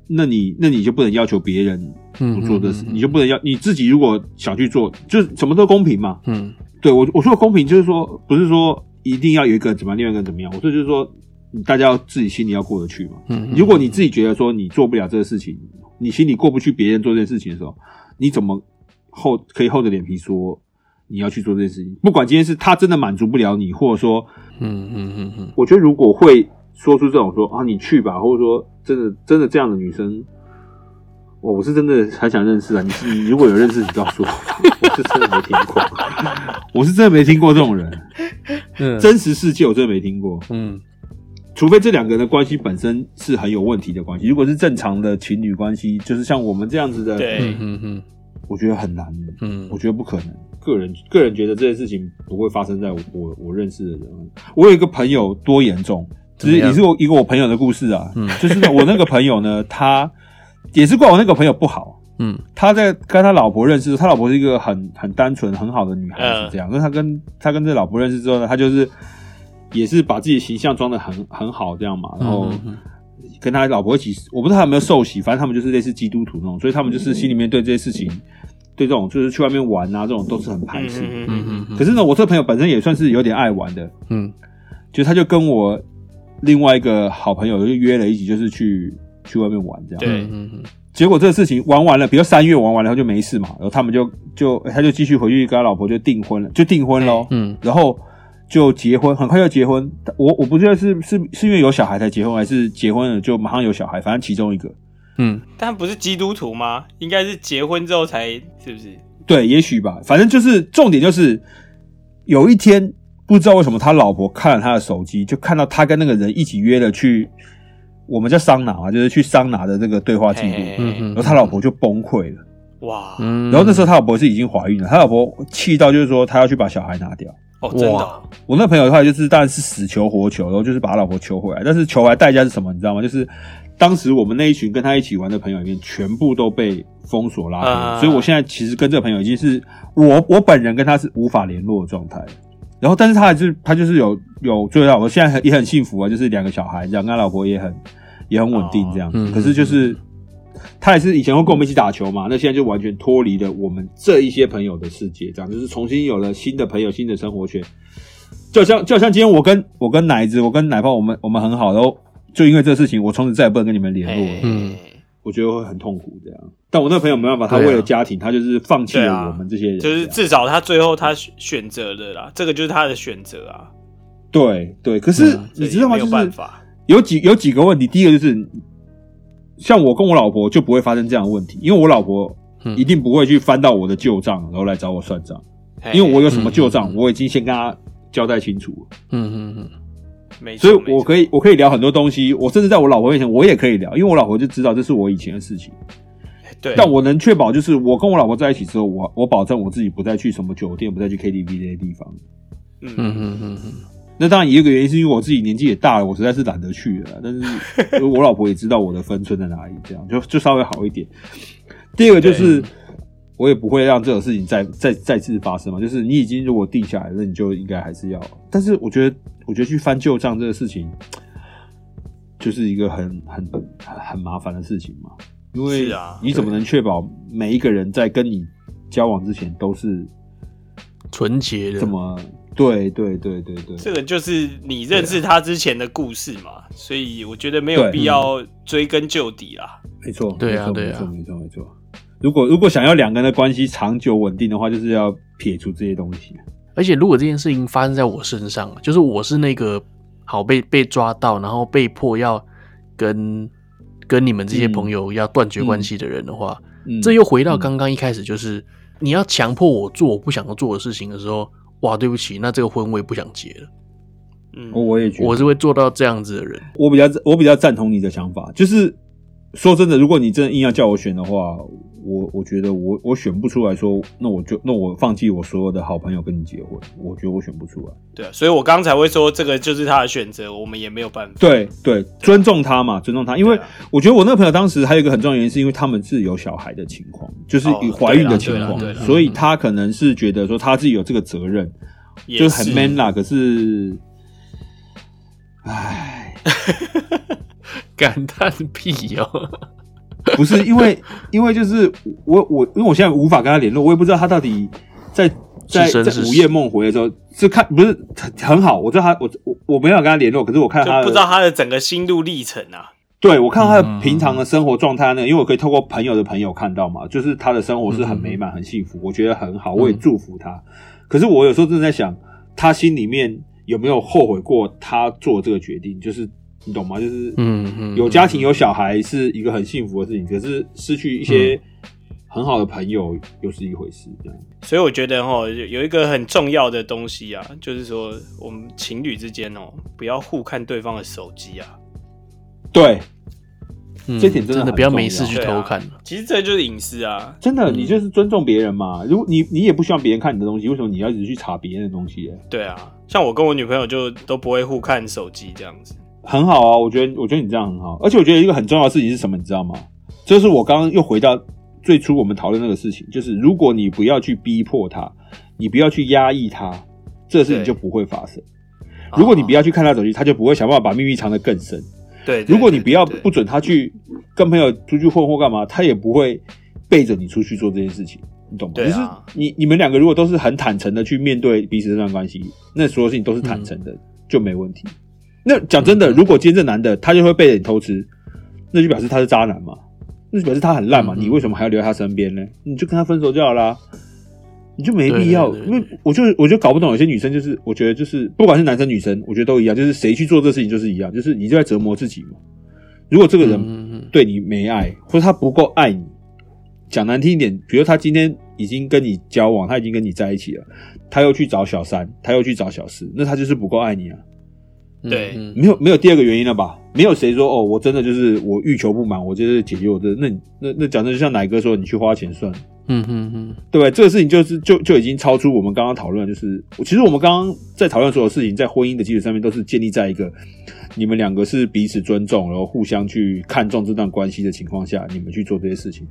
那你，那你就不能要求别人嗯不做这事，嗯嗯嗯你就不能要你自己如果想去做，就是什么都公平嘛。嗯对我我说的公平就是说，不是说一定要有一个怎么样，另外一个怎么样。我说就是说，大家要自己心里要过得去嘛。嗯，如果你自己觉得说你做不了这个事情，你心里过不去别人做这件事情的时候，你怎么厚可以厚着脸皮说你要去做这件事情？不管今天是他真的满足不了你，或者说，嗯嗯嗯嗯我觉得如果会说出这种说啊你去吧，或者说真的真的这样的女生，我我是真的很想认识啊。你是你如果有认识，你告诉我， [LAUGHS] 我是真的没听过，我是真的没听过这种人。嗯，真实世界我真的没听过，嗯除非这两个人的关系本身是很有问题的关系。如果是正常的情侣关系，就是像我们这样子的，对嗯，嗯嗯我觉得很难，我嗯，觉得不可能。个人个人觉得这件事情不会发生在我我我认识的人。我有一个朋友多严重，就怎么是样也是我一个我朋友的故事啊，嗯就是 [LAUGHS] 呢我那个朋友呢，他也是怪我那个朋友不好，嗯，他在跟他老婆认识的时候，他老婆是一个很很单纯很好的女孩子嗯，这样。那、他跟他跟这老婆认识之后呢，他就是也是把自己形象装的很很好这样嘛，然后。嗯跟他老婆一起，我不知道他有没有受洗，反正他们就是类似基督徒那种，所以他们就是心里面对这些事情，对这种就是去外面玩啊，这种都是很排嗯斥。嗯嗯嗯嗯，可是呢，我这个朋友本身也算是有点爱玩的，嗯就他就跟我另外一个好朋友就约了一起，就是去去外面玩这样。对嗯嗯结果这个事情玩完了，比如三月玩完了然后就没事嘛，然后他们就就他就继续回去跟他老婆就订婚了，就订婚喽。嗯然后就结婚，很快就结婚。我我不知道是是是因为有小孩才结婚，还是结婚了就马上有小孩，反正其中一个。嗯但不是基督徒吗？应该是结婚之后才是不是？对，也许吧，反正就是重点就是有一天不知道为什么他老婆看了他的手机，就看到他跟那个人一起约了去我们叫桑拿嘛，就是去桑拿的这个对话记录。嘿嗯然嗯，后他老婆就崩溃了，哇，嗯，然后那时候他老婆是已经怀孕了，他老婆气到就是说他要去把小孩拿掉。哦，真的哦我那朋友的话就是，当然是死求活求，然后就是把他老婆求回来。但是求回来代价是什么？你知道吗？就是当时我们那一群跟他一起玩的朋友里面，全部都被封锁拉黑了，啊所以我现在其实跟这个朋友已经是我我本人跟他是无法联络的状态。然后，但是他还是他就是有有追到我，现在很也很幸福啊，就是两个小孩这样，跟他老婆也很也很稳定这样。嗯可是就是他也是以前会跟我们一起打球嘛，那现在就完全脱离了我们这一些朋友的世界，这样就是重新有了新的朋友、新的生活圈。就好像就好像今天我跟我跟奶子、我跟奶泡，我们我们很好，然后就因为这事情，我从此再也不能跟你们联络了。嘿嗯我觉得会很痛苦这样。但我那朋友没办法，他对啊为了家庭，他就是放弃对了啊我们这些人这就样，是至少他最后他选选择的啦，这个就是他的选择啊，对对。可是嗯你知道吗？这就也没有办是法，有几有几个问题，第一个就是像我跟我老婆就不会发生这样的问题，因为我老婆嗯一定不会去翻到我的旧账，然后来找我算账，嘿因为我有什么旧嗯账嗯，嗯我已经先跟她交代清楚了。嗯嗯没所错以没我错可以我可以聊很多东西，我甚至在我老婆面前我也可以聊，因为我老婆就知道这是我以前的事情。对，但我能确保就是我跟我老婆在一起之后，我我保证我自己不再去什么酒店，不再去 KTV 这些地方。嗯嗯嗯嗯那当然也有一个原因是因为我自己年纪也大了，我实在是懒得去了。但是 [LAUGHS] 因为我老婆也知道我的分寸在哪里，这样就就稍微好一点。第二个就是我也不会让这种事情再再再次发生嘛，就是你已经如果定下来了，那你就应该还是要。但是我觉得，我觉得去翻旧账这个事情，就是一个很很很很麻烦的事情嘛，因为是啊你怎么能确保每一个人在跟你交往之前都是纯洁的这么？对对对对对，这个就是你认识他之前的故事嘛，所以我觉得没有对嗯必要追根究底啦。没错，对没啊错对没啊错，没错，没错。如果如果想要两个人的关系长久稳定的话，就是要撇除这些东西。而且如果这件事情发生在我身上，就是我是那个好被被抓到，然后被迫要跟跟你们这些朋友要断绝关系的人的话，嗯，这又回到刚刚一开始，就是、你要强迫我做我不想要做的事情的时候，哇，对不起，那这个婚我也不想结了，嗯，我我也觉得，我是会做到这样子的人。我比较我比较赞同你的想法，就是说真的，如果你真的硬要叫我选的话，我我觉得我我选不出来说，那我就那我放弃我所有的好朋友跟你结婚，我觉得我选不出来。对啊，所以我刚才会说这个就是他的选择，我们也没有办法。对对，尊重他嘛，尊重他，因为对啊我觉得我那个朋友当时还有一个很重要的原因，是因为他们是有小孩的情况，就是哦有怀孕的对情啦况对啦对，啦所以他可能是觉得说他自己有这个责任，也就是很 man 啦。可是，唉， [LAUGHS] 感叹屁哦，不是因为因为就是我我因为我现在无法跟他联络，我也不知道他到底在在是生在是死午夜梦回的时候，就看不是很很好，我知道他我我我没有跟他联络，可是我看就他的不知道他的整个心路历程啊。对，我看到他的平常的生活状态呢，因为我可以透过朋友的朋友看到嘛，就是他的生活是很美满、很幸福，我觉得很好，我也祝福他。可是我有时候真的在想，他心里面有没有后悔过他做这个决定？就是你懂吗？就是嗯嗯嗯有家庭有小孩是一个很幸福的事情，可是失去一些很好的朋友又是一回事。这样，所以我觉得哈，有一个很重要的东西啊，就是说我们情侣之间哦，不要互看对方的手机啊。对，嗯这点真的真的很不要没事重去要偷看了。其实这就是隐私啊，真的，嗯你就是尊重别人嘛。如果你你也不希望别人看你的东西，为什么你要一直去查别人的东西呢？对啊。像我跟我女朋友就都不会互看手机这样子。很好啊，我觉得我觉得你这样很好。而且我觉得一个很重要的事情是什么，你知道吗？就是我刚刚又回到最初我们讨论那个事情，就是如果你不要去逼迫他，你不要去压抑他，这个事情对就不会发生。如果你不啊要去看他手机，他就不会想办法把秘密藏得更深。对，对如果你对不要对不准他去跟朋友出去混或干嘛，他也不会背着你出去做这件事情，你懂吗？对就是啊你你们两个如果都是很坦诚的去面对彼此这段关系，那所有事情都是嗯坦诚的，就没问题。那讲真的，如果今天这男的他就会背着你偷吃，那就表示他是渣男嘛，那就表示他很烂嘛，嗯你为什么还要留在他身边呢？你就跟他分手就好啦。你就没必要，对对因对为我就我就搞不懂，有些女生就是，我觉得就是，不管是男生女生，我觉得都一样，就是谁去做这事情就是一样，就是你就在折磨自己嘛。如果这个人嗯嗯对你没爱，或者他不够爱你，讲难听一点，比如他今天已经跟你交往，他已经跟你在一起了，他又去找小三，他又去找小四，那他就是不够爱你啊，嗯对嗯没有没有第二个原因了吧？没有谁说哦，我真的就是我欲求不满，我就是解决我的，那你那那讲真的，就像奶哥说，你去花钱算了。嗯嗯嗯，对不对？这个事情就是就就已经超出我们刚刚讨论的，就是其实我们刚刚在讨论所有事情，在婚姻的基础上面都是建立在一个你们两个是彼此尊重，然后互相去看重这段关系的情况下，你们去做这些事情。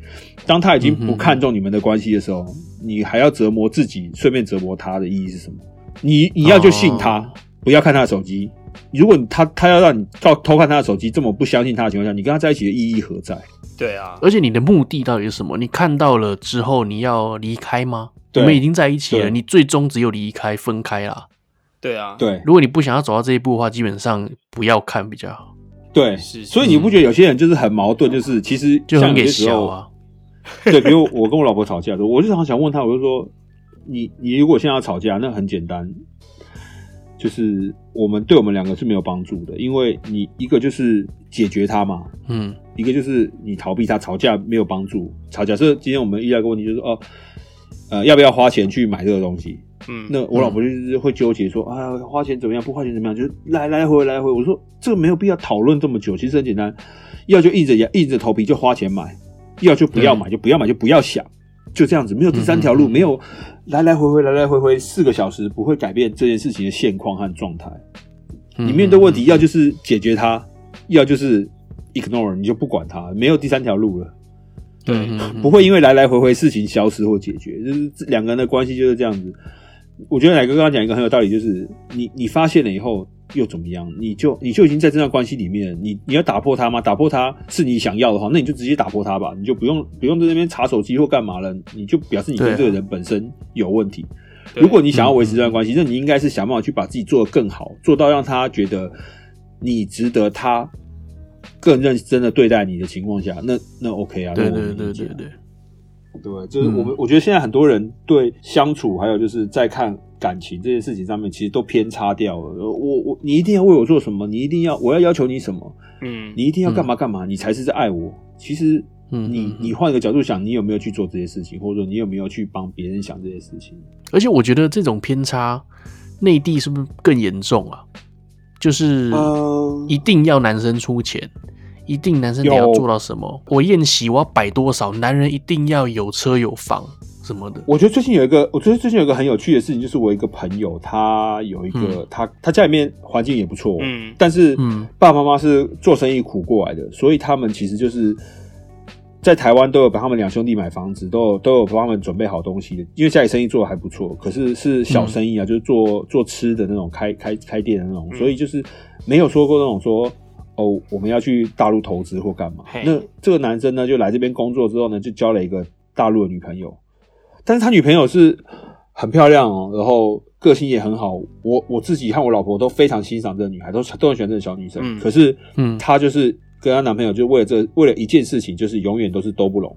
当他已经嗯不哼看重你们的关系的时候，你还要折磨自己，顺便折磨他的意义是什么？你你要就信他，哦不要看他的手机。如果你他他要让你到偷看他的手机，这么不相信他的情况下，你跟他在一起的意义何在？对啊，而且你的目的到底是什么？你看到了之后，你要离开吗？对你们已经在一起了，对你最终只有离开、分开啦。对啊，对，如果你不想要走到这一步的话，基本上不要看比较好，对，是所以你不觉得有些人就是很矛盾，就是其实嗯就像很有给些时笑候，啊。对，比如我跟我老婆吵架的时候，我就常常想问她，我就说，你你如果现在要吵架，那很简单，就是我们对我们两个是没有帮助的，因为你一个就是解决它嘛，嗯一个就是你逃避它，吵架没有帮助。吵假设今天我们遇到一个问题，就是哦，呃，要不要花钱去买这个东西？嗯，那我老婆就是会纠结说、啊，花钱怎么样，不花钱怎么样，就是来来回来回。我说这个没有必要讨论这么久，其实很简单，要就硬着牙硬着头皮就花钱买，要就不要买，就不要买就不要想，就这样子，没有第三条路，嗯嗯嗯没有来来回回来来回回四个小时，不会改变这件事情的现况和状态。嗯，你面对问题，要就是解决它，要就是 ignore，你就不管它，没有第三条路了。对嗯，嗯嗯不会因为来来回回事情消失或解决，就是这两个人的关系就是这样子。我觉得奶哥刚刚讲一个很有道理，就是你你发现了以后又怎么样？你就你就已经在这段关系里面了，你你要打破它吗？打破它是你想要的话，那你就直接打破它吧，你就不用不用在那边查手机或干嘛了，你就表示你对跟啊嗯这个人本身有问题。对如果你想要维持这段关系，那你应该是想办法去把自己做得更好，做到让他觉得你值得他更认真的对待你的情况下，那那 OK 啊，那对我对能对理解对啊对，对，就是嗯我们、我觉得现在很多人对相处，还有就是在看感情这件事情上面，其实都偏差掉了。呃我我你一定要为我做什么，你一定要我要要求你什么，嗯，你一定要干嘛干嘛，你才是在爱我。其实嗯你嗯嗯你换一个角度想，你有没有去做这些事情，或者说你有没有去帮别人想这些事情？而且我觉得这种偏差，内地是不是更严重啊？就是呃一定要男生出钱，一定男生得有要做到什么？我宴席我要摆多少？男人一定要有车有房什么的。我觉得最近有一个，我觉得最近有一个很有趣的事情，就是我一个朋友，他有一个、他他家里面环境也不错，哦嗯但是嗯爸爸妈妈是做生意苦过来的，所以他们其实就是在台湾都有帮他们两兄弟买房子，都有都有帮他们准备好东西的，因为家里生意做的还不错，可是是小生意啊，就是做做吃的那种开开开店的那种，嗯所以就是没有说过那种说。哦，我们要去大陆投资或干嘛嘿？那这个男生呢，就来这边工作之后呢，就交了一个大陆的女朋友。但是他女朋友是很漂亮哦，然后个性也很好，我我自己和我老婆都非常欣赏这个女孩，都都很喜欢这个小女生。嗯可是，嗯她就是跟她男朋友就为了这为了一件事情，就是永远都是都不拢，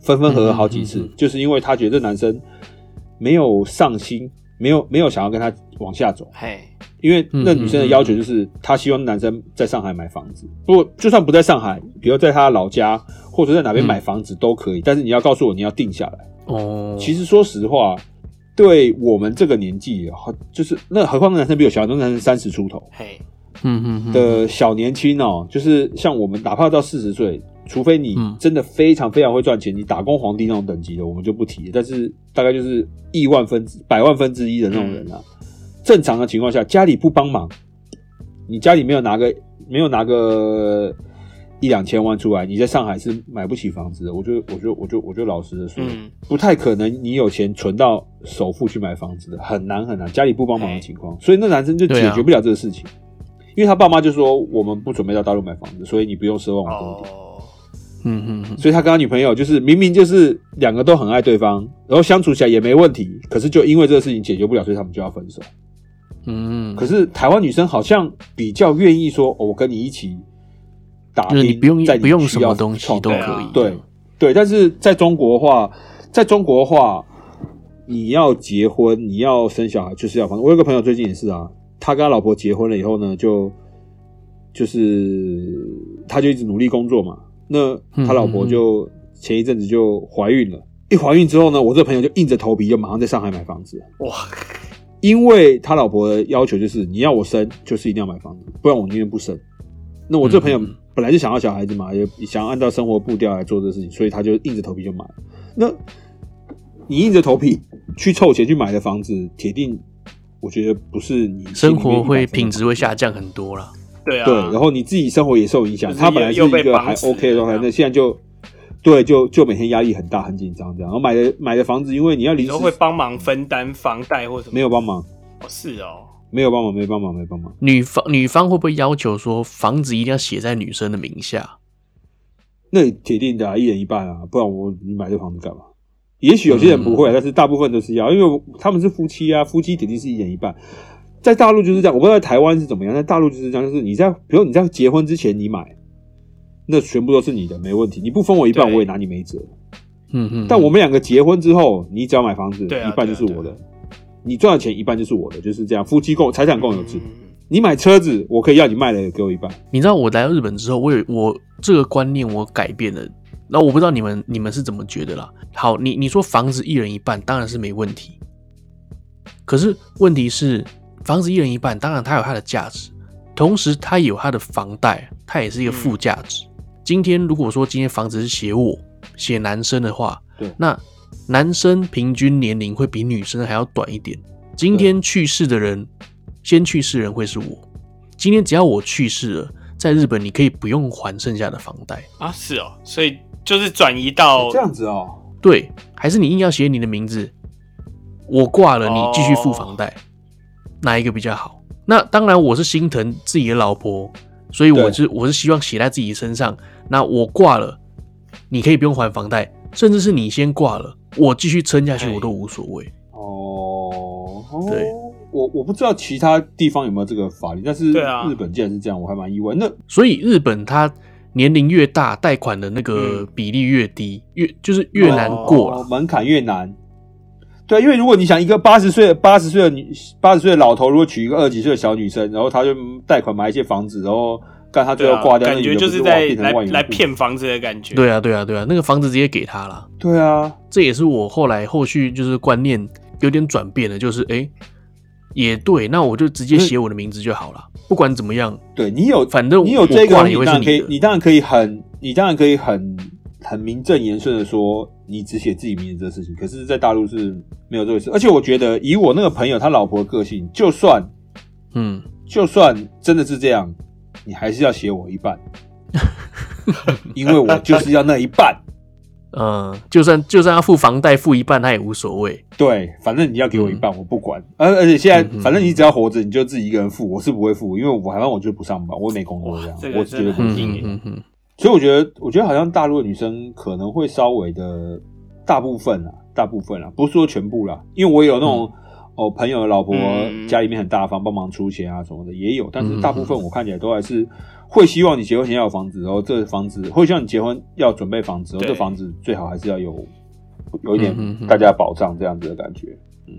分分合合好几次，嗯嗯嗯就是因为她觉得这男生没有上心，没有没有想要跟她往下走，嘿，因为那女生的要求就是她希望男生在上海买房子，不过就算不在上海，比如在她老家或者在哪边买房子都可以，但是你要告诉我你要定下来。哦，其实说实话，对我们这个年纪，好就是那何况那男生比我小，那男生三十出头嘿，嗯嗯嗯，的小年轻哦，就是像我们哪怕到四十岁，除非你嗯真的非常非常会赚钱，你打工皇帝那种等级的，我们就不提。但是大概就是亿万分之百万分之一的那种人啊，嗯正常的情况下，家里不帮忙，你家里没有拿个没有拿个一两千万出来，你在上海是买不起房子的。我就我就我就我就老实的说，嗯，不太可能你有钱存到首付去买房子的，很难很难，家里不帮忙的情况，所以那男生就解决不了这个事情，因为他爸妈就说我们不准备到大陆买房子，所以你不用奢望我多一点。哦，嗯嗯嗯，所以他跟他女朋友就是明明就是两个都很爱对方，然后相处起来也没问题，可是就因为这个事情解决不了，所以他们就要分手。嗯，可是台湾女生好像比较愿意说，哦我跟你一起打就是拼，你不用在不用需什要么东西创都造可以，对对，但是在中国话，在中国话，你要结婚，你要生小孩，就是要房子。我有个朋友最近也是啊，他跟他老婆结婚了以后呢，就就是他就一直努力工作嘛。那嗯他老婆就前一阵子就怀孕了，一怀孕之后呢，我这个朋友就硬着头皮就马上在上海买房子，哇，因为他老婆的要求就是你要我生，就是一定要买房子，不然我宁愿不生。那我这朋友嗯本来就想要小孩子嘛，也想要按照生活步调来做这个事情，所以他就硬着头皮就买了。那你硬着头皮去凑钱去买的房子，铁定我觉得不是你生心里活面会100%品质会下降很多啦。对啊，对，然后你自己生活也受影响。就是他本来是一又被个还绑死 OK 的状态这，样那现在就对，就就每天压力很大，很紧张这样。然后买的买的房子，因为你要你临时都会帮忙分担房贷或什么？没有帮忙，哦，是哦，没有帮忙，没帮忙，没帮忙。女方女方会不会要求说房子一定要写在女生的名下？那铁定的、啊，一人一半啊，不然我你买这房子干嘛？也许有些人不嗯会，但是大部分都是要，因为我他们是夫妻啊，夫妻铁定是一人一半。在大陆就是这样，我不知道台湾是怎么样，在大陆就是这样，就是你在比如你在结婚之前你买，那全部都是你的，没问题，你不分我一半，对我也拿你没辙。嗯嗯，但我们两个结婚之后，你只要买房子，对啊一半就是对啊我的，对啊你赚的钱一半就是我的，就是这样，夫妻共财产共有制。嗯你买车子，我可以要你卖了也给我一半，你知道我来到日本之后，我有我这个观念我改变了。那我不知道你们你们是怎么觉得啦？好，你你说房子一人一半当然是没问题，可是问题是房子一人一半，当然它有它的价值，同时它也有它的房贷，它也是一个附价值。今天如果说今天房子是写我写男生的话对，那男生平均年龄会比女生还要短一点。今天去世的人，先去世人会是我。今天只要我去世了，在日本你可以不用还剩下的房贷。啊，是哦，所以就是转移到这样子哦。对，还是你硬要写你的名字，我挂了，哦你继续付房贷，哪一个比较好？那当然，我是心疼自己的老婆，所以我对是我是希望写在自己身上。那我挂了，你可以不用还房贷，甚至是你先挂了，我继续撑下去哎我都无所谓。哦，对我我不知道其他地方有没有这个法律，但是对啊日本既然是这样，我还蛮意外。那所以日本它年龄越大，贷款的那个嗯比例越低，越就是越难过了。哦门槛越难。对，因为如果你想一个八十岁八十岁的女八十岁的老头，如果娶一个二十几岁的小女生，然后他就贷款买一些房子，然后干他最对后啊，挂掉，那感觉女的就不是是哇在变成来万元来户。骗房子的感觉。对啊，对啊，对啊，那个房子直接给他了。对啊，这也是我后来后续就是观念有点转变了，就是诶，也对，那我就直接写我的名字就好了，不管怎么样，嗯对你有反正我你有这个挂东西，你当了也会是然可以的，，你当然可以很，你当然可以很很名正言顺的说，你只写自己名字这事情。可是，在大陆是没有这回事。而且，我觉得以我那个朋友他老婆的个性，就算嗯，就算真的是这样，你还是要写我一半， [LAUGHS] 因为我就是要那一半。呃，就算就算要付房贷付一半，他也无所谓，对，反正你要给我一半，嗯我不管。而而且现在，反正你只要活着，你就自己一个人付，我是不会付，因为我反正我就不上班，我也没工作哇这样，这个我是绝对不真会的付很硬嗯嗯嗯，所以我觉得，我觉得好像大陆的女生可能会稍微的，大部分啊，大部分啊，不是说全部啦，因为我也有那种、嗯哦朋友的老婆嗯家里面很大方，帮忙出钱啊什么的也有，但嗯是大部分我看起来都还是会希望你结婚前要有房子，然后这房子会希望你结婚要准备房子，然后哦对这房子最好还是要有有一点嗯嗯嗯大家保障这样子的感觉，嗯，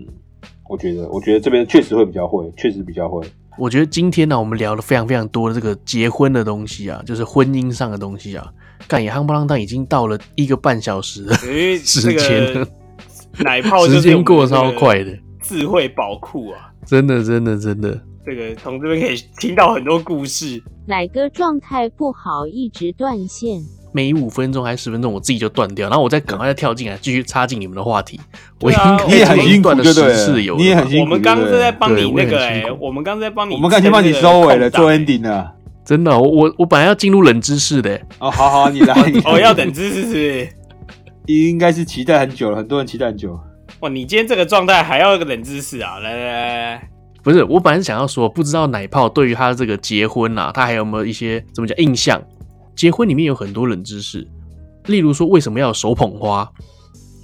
我觉得，我觉得这边确实会比较会，确实比较会。我觉得今天呢、我们聊了非常非常多的这个结婚的东西啊，就是婚姻上的东西啊。干也夯不啷当已经到了一个半小 [LAUGHS] 时了，因为这 [LAUGHS] 时间个 [LAUGHS] 奶泡就是时间过我得们这超个快的，智慧宝库啊！真的真的真的。这个从这边可以听到很多故事。奶哥状态不好，一直断线。每五分钟还是十分钟，我自己就断掉，然后我再赶快再跳进来，继续插进你们的话题。我对已啊经可你以也已很经辛苦断了就对十了次有了吧，你也很辛苦我们刚刚是在帮对你我也那个很辛哎、苦我们刚刚在帮你，我们刚才帮你收尾了，哎欸做 ending 了。真的哦、我我我本来要进入冷知识的，欸哦，好好， [LAUGHS] 你来，你来 [LAUGHS] 哦，要等知识是不是？应该是期待很久了，很多人期待很久。哇，你今天这个状态还要一个冷知识啊！来来来来，不是我本来想要说，不知道奶泡对于他这个结婚啊，他还有没有一些怎么讲印象？结婚里面有很多冷知识，例如说为什么要有手捧花？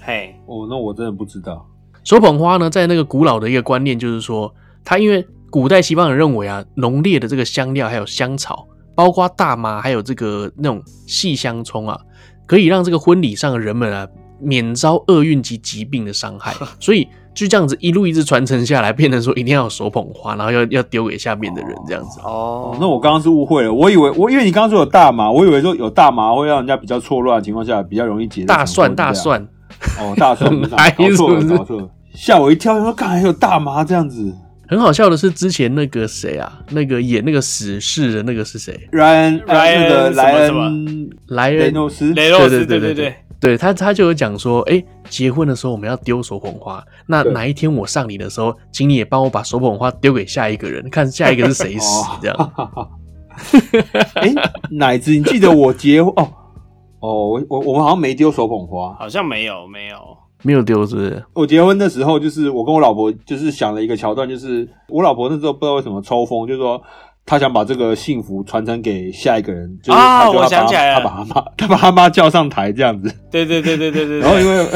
嘿，哦，那我真的不知道。手捧花呢，在那个古老的一个观念就是说，它因为古代西方人认为啊，浓烈的这个香料还有香草，包括大麻还有这个那种细香葱啊，可以让这个婚礼上的人们啊免遭厄运及疾病的伤害，所以就这样子一路一直传承下来，变成说一定要有手捧花，然后要要丢给下面的人这样子。哦哦，那我刚刚是误会了，我以为我因为你刚刚说有大麻，我以为说有大麻会让人家比较错乱的情况下比较容易结得大成婚蒜大，蒜，这样哦，大 [LAUGHS] 蒜，来搞错是不了，是搞错了，吓我一跳，说刚才有大麻这样子。很好笑的是，之前那个谁啊，那个演那个死侍的那个是谁？ Ryan 呃莱恩那个莱什么什恩莱雷恩诺斯，雷洛斯，对对对对对对对，对他，他就有讲说，哎、结婚的时候我们要丢手捧花，那对哪一天我上你的时候，请你也帮我把手捧花丢给下一个人，看下一个是谁死哦，这样。哎，奶子，你记得我结婚哦？哦，我我我们好像没丢手捧花。好像没有没有，没有丢是不是？我结婚的时候，就是我跟我老婆就是想了一个桥段，就是我老婆那时候不知道为什么抽风，就是说她想把这个幸福传承给下一个人，就是啊她就要我把想起来了她把她妈，她把她妈叫上台这样子，对对对对对对然后因对， [LAUGHS] 为。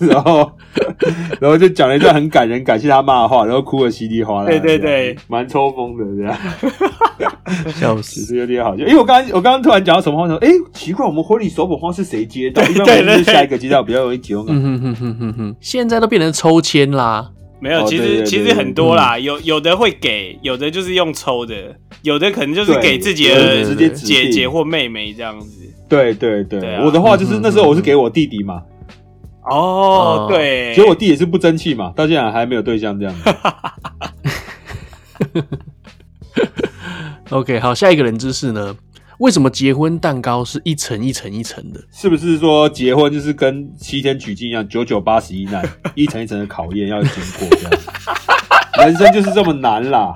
然后，然后就讲了一段很感人、感谢他妈的话，然后哭得稀里哗啦。对对这样子对，蛮抽风的这样。笑其死！实有点好笑，因为我刚刚我刚刚突然讲到手捧花的时候，哎、奇怪，我们婚礼手捧花是谁接到？一般我对们是对下一个接到，比较容易结婚感。嗯哼哼哼哼哼，现在都变成抽签啦。没有，哦其对实对对其对嗯实很多啦，有有的会给，有的就是用抽的，有的可能就是对给自己有的的直接指姐定姐或妹妹这样子。对对对，对啊我的话就是嗯那时候我是给我弟弟嘛，哦哦，对，结果我弟也是不争气嘛，到现在还没有对象这样子。 [LAUGHS] OK，好，下一个冷知识呢？为什么结婚蛋糕是一层一层一层的？是不是说结婚就是跟西天取经一样，九九八十一难，一层一层的考验要经过这样？ [LAUGHS] 人生就是这么难啦。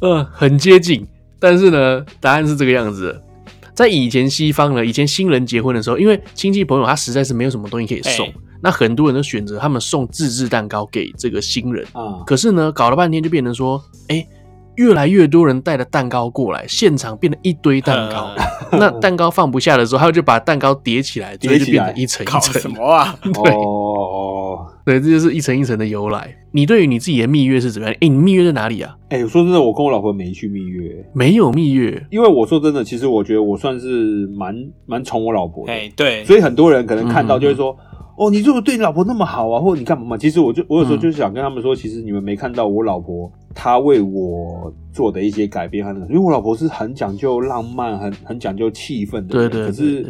呃，很接近，但是呢，答案是这个样子的。在以前西方呢，以前新人结婚的时候，因为亲戚朋友他实在是没有什么东西可以送，哎那很多人都选择他们送自制蛋糕给这个新人。啊、可是呢，搞了半天就变成说，哎、越来越多人带着蛋糕过来，现场变成一堆蛋糕。呃 [LAUGHS] 那蛋糕放不下的时候，他就把蛋糕叠起来，所以叠就起来变成一层一搞层什。[LAUGHS] 么啊？对哦，对，这就是一层一层的由来。你对于你自己的蜜月是怎么样？哎、你蜜月在哪里啊？哎、我说真的，我跟我老婆没去蜜月，没有蜜月，因为我说真的，其实我觉得我算是蛮蛮宠我老婆的。哎，对，所以很多人可能看到嗯就会说。哦，你怎么对你老婆那么好啊？或者你干嘛嘛？其实我就我有时候嗯就是想跟他们说，其实你们没看到我老婆她为我做的一些改变和那个，因为我老婆是很讲究浪漫、很很讲究气氛的对人。对可对嗯是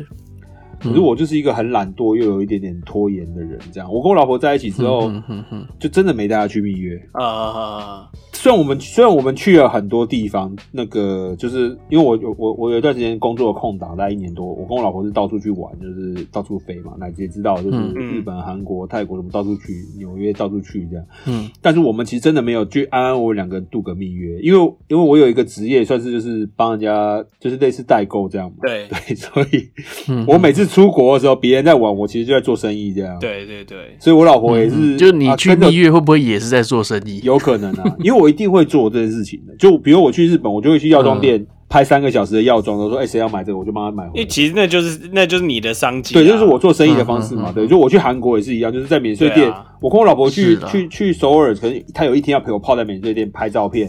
对，可是我就是一个很懒惰又有一点点拖延的人。这样，我跟我老婆在一起之后，嗯嗯嗯就真的没带她去蜜月。呃，虽然我们虽然我们去了很多地方，那个就是因为我有我我有一段时间工作的空档，大概一年多，我跟我老婆是到处去玩，就是到处飞嘛，那也知道就是嗯嗯日本、韩国、泰国什么到处去，纽约到处去这样。嗯但是我们其实真的没有去安安我两个人度个蜜月，因为因为我有一个职业算是就是帮人家就是类似代购这样嘛，对 [LAUGHS] 对，所以嗯，我每次出国的时候，别人在玩，我其实就在做生意这样。，对对对，所以我老婆也嗯是，嗯就是你啊去跟着蜜月会不会也是在做生意？有可能啊， [LAUGHS] 因为我一定会做这件事情的。就比如我去日本，我就会去药嗯妆店拍三个小时的药妆，我说：“哎、谁要买这个，我就帮他买因回为来。其实那就是那就是你的商机啊，对，这是我做生意的方式嘛。嗯嗯嗯对，就我去韩国也是一样，就是在免税店，对啊我跟我老婆去是啊去去首尔，可能她有一天要陪我泡在免税店拍照片，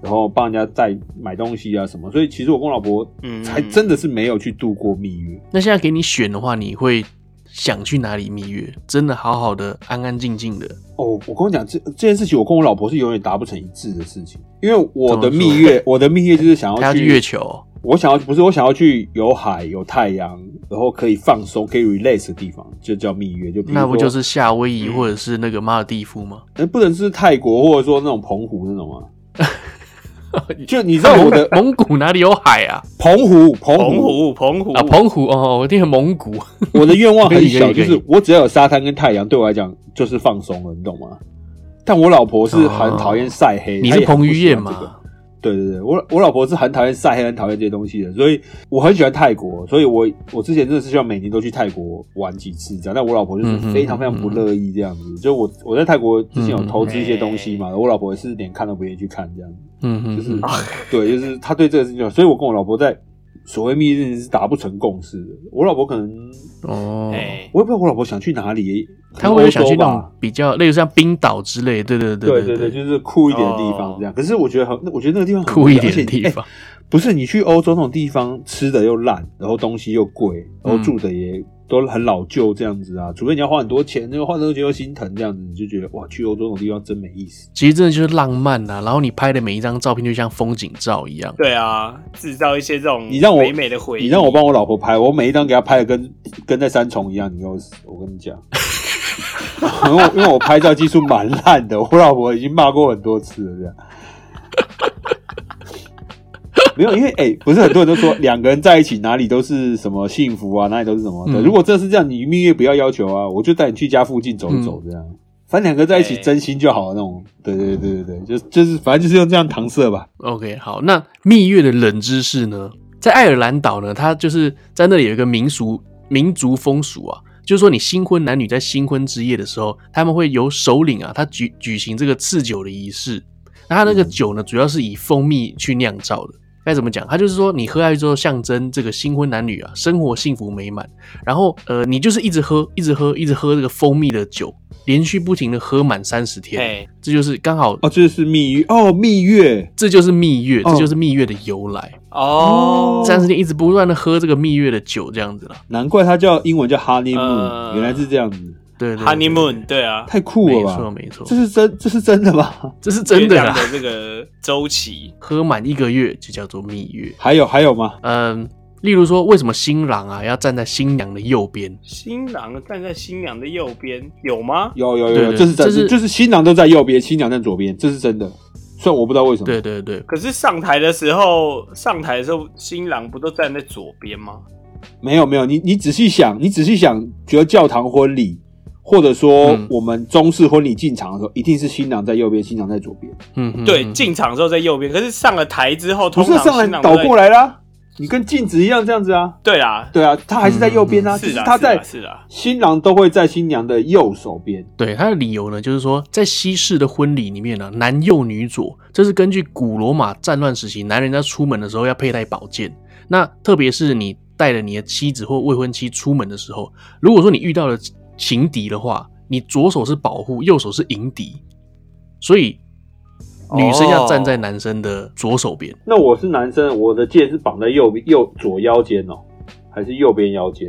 然后帮人家再买东西啊什么。所以其实我跟我老婆嗯才真的是没有去度过蜜月。那现在给你选的话，你会想去哪里蜜月，真的好好的安安静静的。哦，我跟你讲，这这件事情，我跟我老婆是永远达不成一致的事情，因为我的怎么说蜜月，我的蜜月就是想他要要去去月球，我想要不是我想要去有海有太阳，然后可以放松、可以 relax 的地方，就叫蜜月。就比如那不说就是夏威夷嗯或者是那个马尔地夫吗？呃不能是泰国或者说那种澎湖那种吗？ [LAUGHS] 就你知道蒙我的 [LAUGHS] 蒙古哪里有海啊？澎湖，澎湖，澎湖，澎湖啊，澎湖哦，我听成蒙古。我的愿望很可小，以可就以是我只要有沙滩跟太阳，对我来讲就是放松了，你懂吗？但我老婆是很讨厌晒黑，哦你她是也很彭不于喜欢晏这个嘛？对对对，我我老婆是很讨厌晒黑、很讨厌这些东西的，所以我很喜欢泰国，所以我我之前真的是希望每年都去泰国玩几次这样，但我老婆嗯就是非常非常不乐意这样子。就我我在泰国之嗯前有投资一些东西嘛，我老婆也是连看都不愿意去看这样子，嗯就嗯是、啊嗯， [LAUGHS] 对，就是她对这个事情，所以我跟我老婆在所谓蜜月是达不成共识的。我老婆可能哦，哎，我也不知道我老婆想去哪里，可他能会不会欧想洲去那吧种比较，例如像冰岛之类，对对对对对，对，就是酷一点的地方这样。可是我觉得很，我觉得那个地方很酷无一聊点的而且你地方。不是你去欧洲那种地方，吃的又烂，然后东西又贵，然后嗯住的也都很老旧这样子啊。除非你要花很多钱，那个花很多钱又心疼这样子，你就觉得哇，去欧洲那种地方真没意思。其实真的就是浪漫呐、然后你拍的每一张照片就像风景照一样，对啊，制造一些这种你让我美美的回忆，你让我帮我老婆拍，我每一张给她拍的跟跟在三重一样。你给我，我跟你讲，因为我因为我拍照技术蛮烂的，我老婆已经骂过我很多次了，这样。 [LAUGHS] 没有，因为哎、不是很多人都说两个人在一起哪里都是什么幸福啊，哪里都是什么的。嗯如果这是这样，你蜜月不要要求啊，我就带你去家附近走一走，这样。反正两个在一起哎真心就好了那种，对对对对对，就就是反正就是用这样搪塞吧。 OK，好，那蜜月的冷知识呢，在爱尔兰岛呢，它就是在那里有一个民俗民族风俗啊，就是说你新婚男女在新婚之夜的时候，他们会由首领啊，他举举行这个赐酒的仪式。那他那个酒呢，主要是以蜂蜜去酿造的。该怎么讲？他就是说，你喝下去之后，象征这个新婚男女啊，生活幸福美满。然后，呃，你就是一直喝，一直喝，一直喝这个蜂蜜的酒，连续不停的喝满三十天，哎，这就是刚好，哦，这就是蜜月哦，蜜月这就是蜜月，哦这就是蜜月的由来。哦，三十天一直不断的喝这个蜜月的酒，这样子了。难怪它叫英文叫 honeymoon，、呃原来是这样子，对对对 honeymoon，对啊，太酷了没错吧？没错这，是真，这是真的啊吧？这是真月的亮啦。的这个周期，喝满一个月就叫做蜜月。 [LAUGHS] 还有还有吗？嗯，例如说，为什么新郎啊要站在新娘的右嗯边？新郎站在新娘的右边，有吗？有有有对有，对这是真这是的，就是新郎都在右边，新娘在左边，这是真的。虽然我不知道为什么，对对嗯对，可是上台的时候，上台的时候，新郎不都站在左边吗？没有没有，你你仔细想，你仔细想，觉得教堂婚礼，或者说嗯我们中式婚礼进场的时候，一定是新郎在右边，新娘在左边，嗯，嗯对，嗯进场的时候在右边，可是上了台之后，不通是常上来新郎倒都在过。来啦，你跟镜子一样这样子啊。对啦，对啊，他还是在右边啊，是只是啦他是啦在是啦新郎都会在新娘的右手边。对他的理由呢，就是说在西式的婚礼里面呢、啊，男右女左，这是根据古罗马战乱时期男人在出门的时候要佩戴宝剑。那特别是你带了你的妻子或未婚妻出门的时候，如果说你遇到了情敌的话，你左手是保护，右手是迎敌，所以女生要站在男生的左手边。那我是男生，我的剑是绑在右右左腰间哦，还是右边腰间？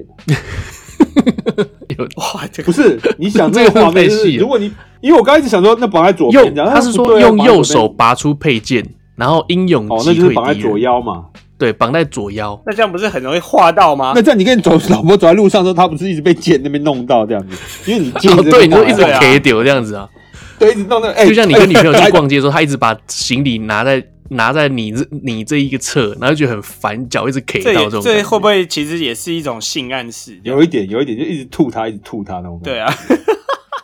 有哇，这不个是，你想这 [LAUGHS] 这个个会画面就太是，细了如果你因为我刚开始想说，那绑在左右边，然，后他是不说对啊用绑在右左边手拔出佩剑，然后英勇哦，那就击是退绑在敌左人。腰嘛。对，绑在左腰。那这样不是很容易划到啊吗那？这样你跟你走 [LAUGHS] 老婆走在路上的时候，她不是一直被剑那边弄到这样子？因为你剑哦，在那边对，你就绑一直来啊 K 丢这样子啊。对一直弄那个，哎，就像你跟女朋友去哎逛街的时候，她一直把行李拿在拿在你这你这一个侧，然后就觉得很烦，脚一直 K 这到也这种感觉。这会不会其实也是一种性暗示？ [LAUGHS] 有一点有一点就一直吐她，一直吐她那种。对，啊，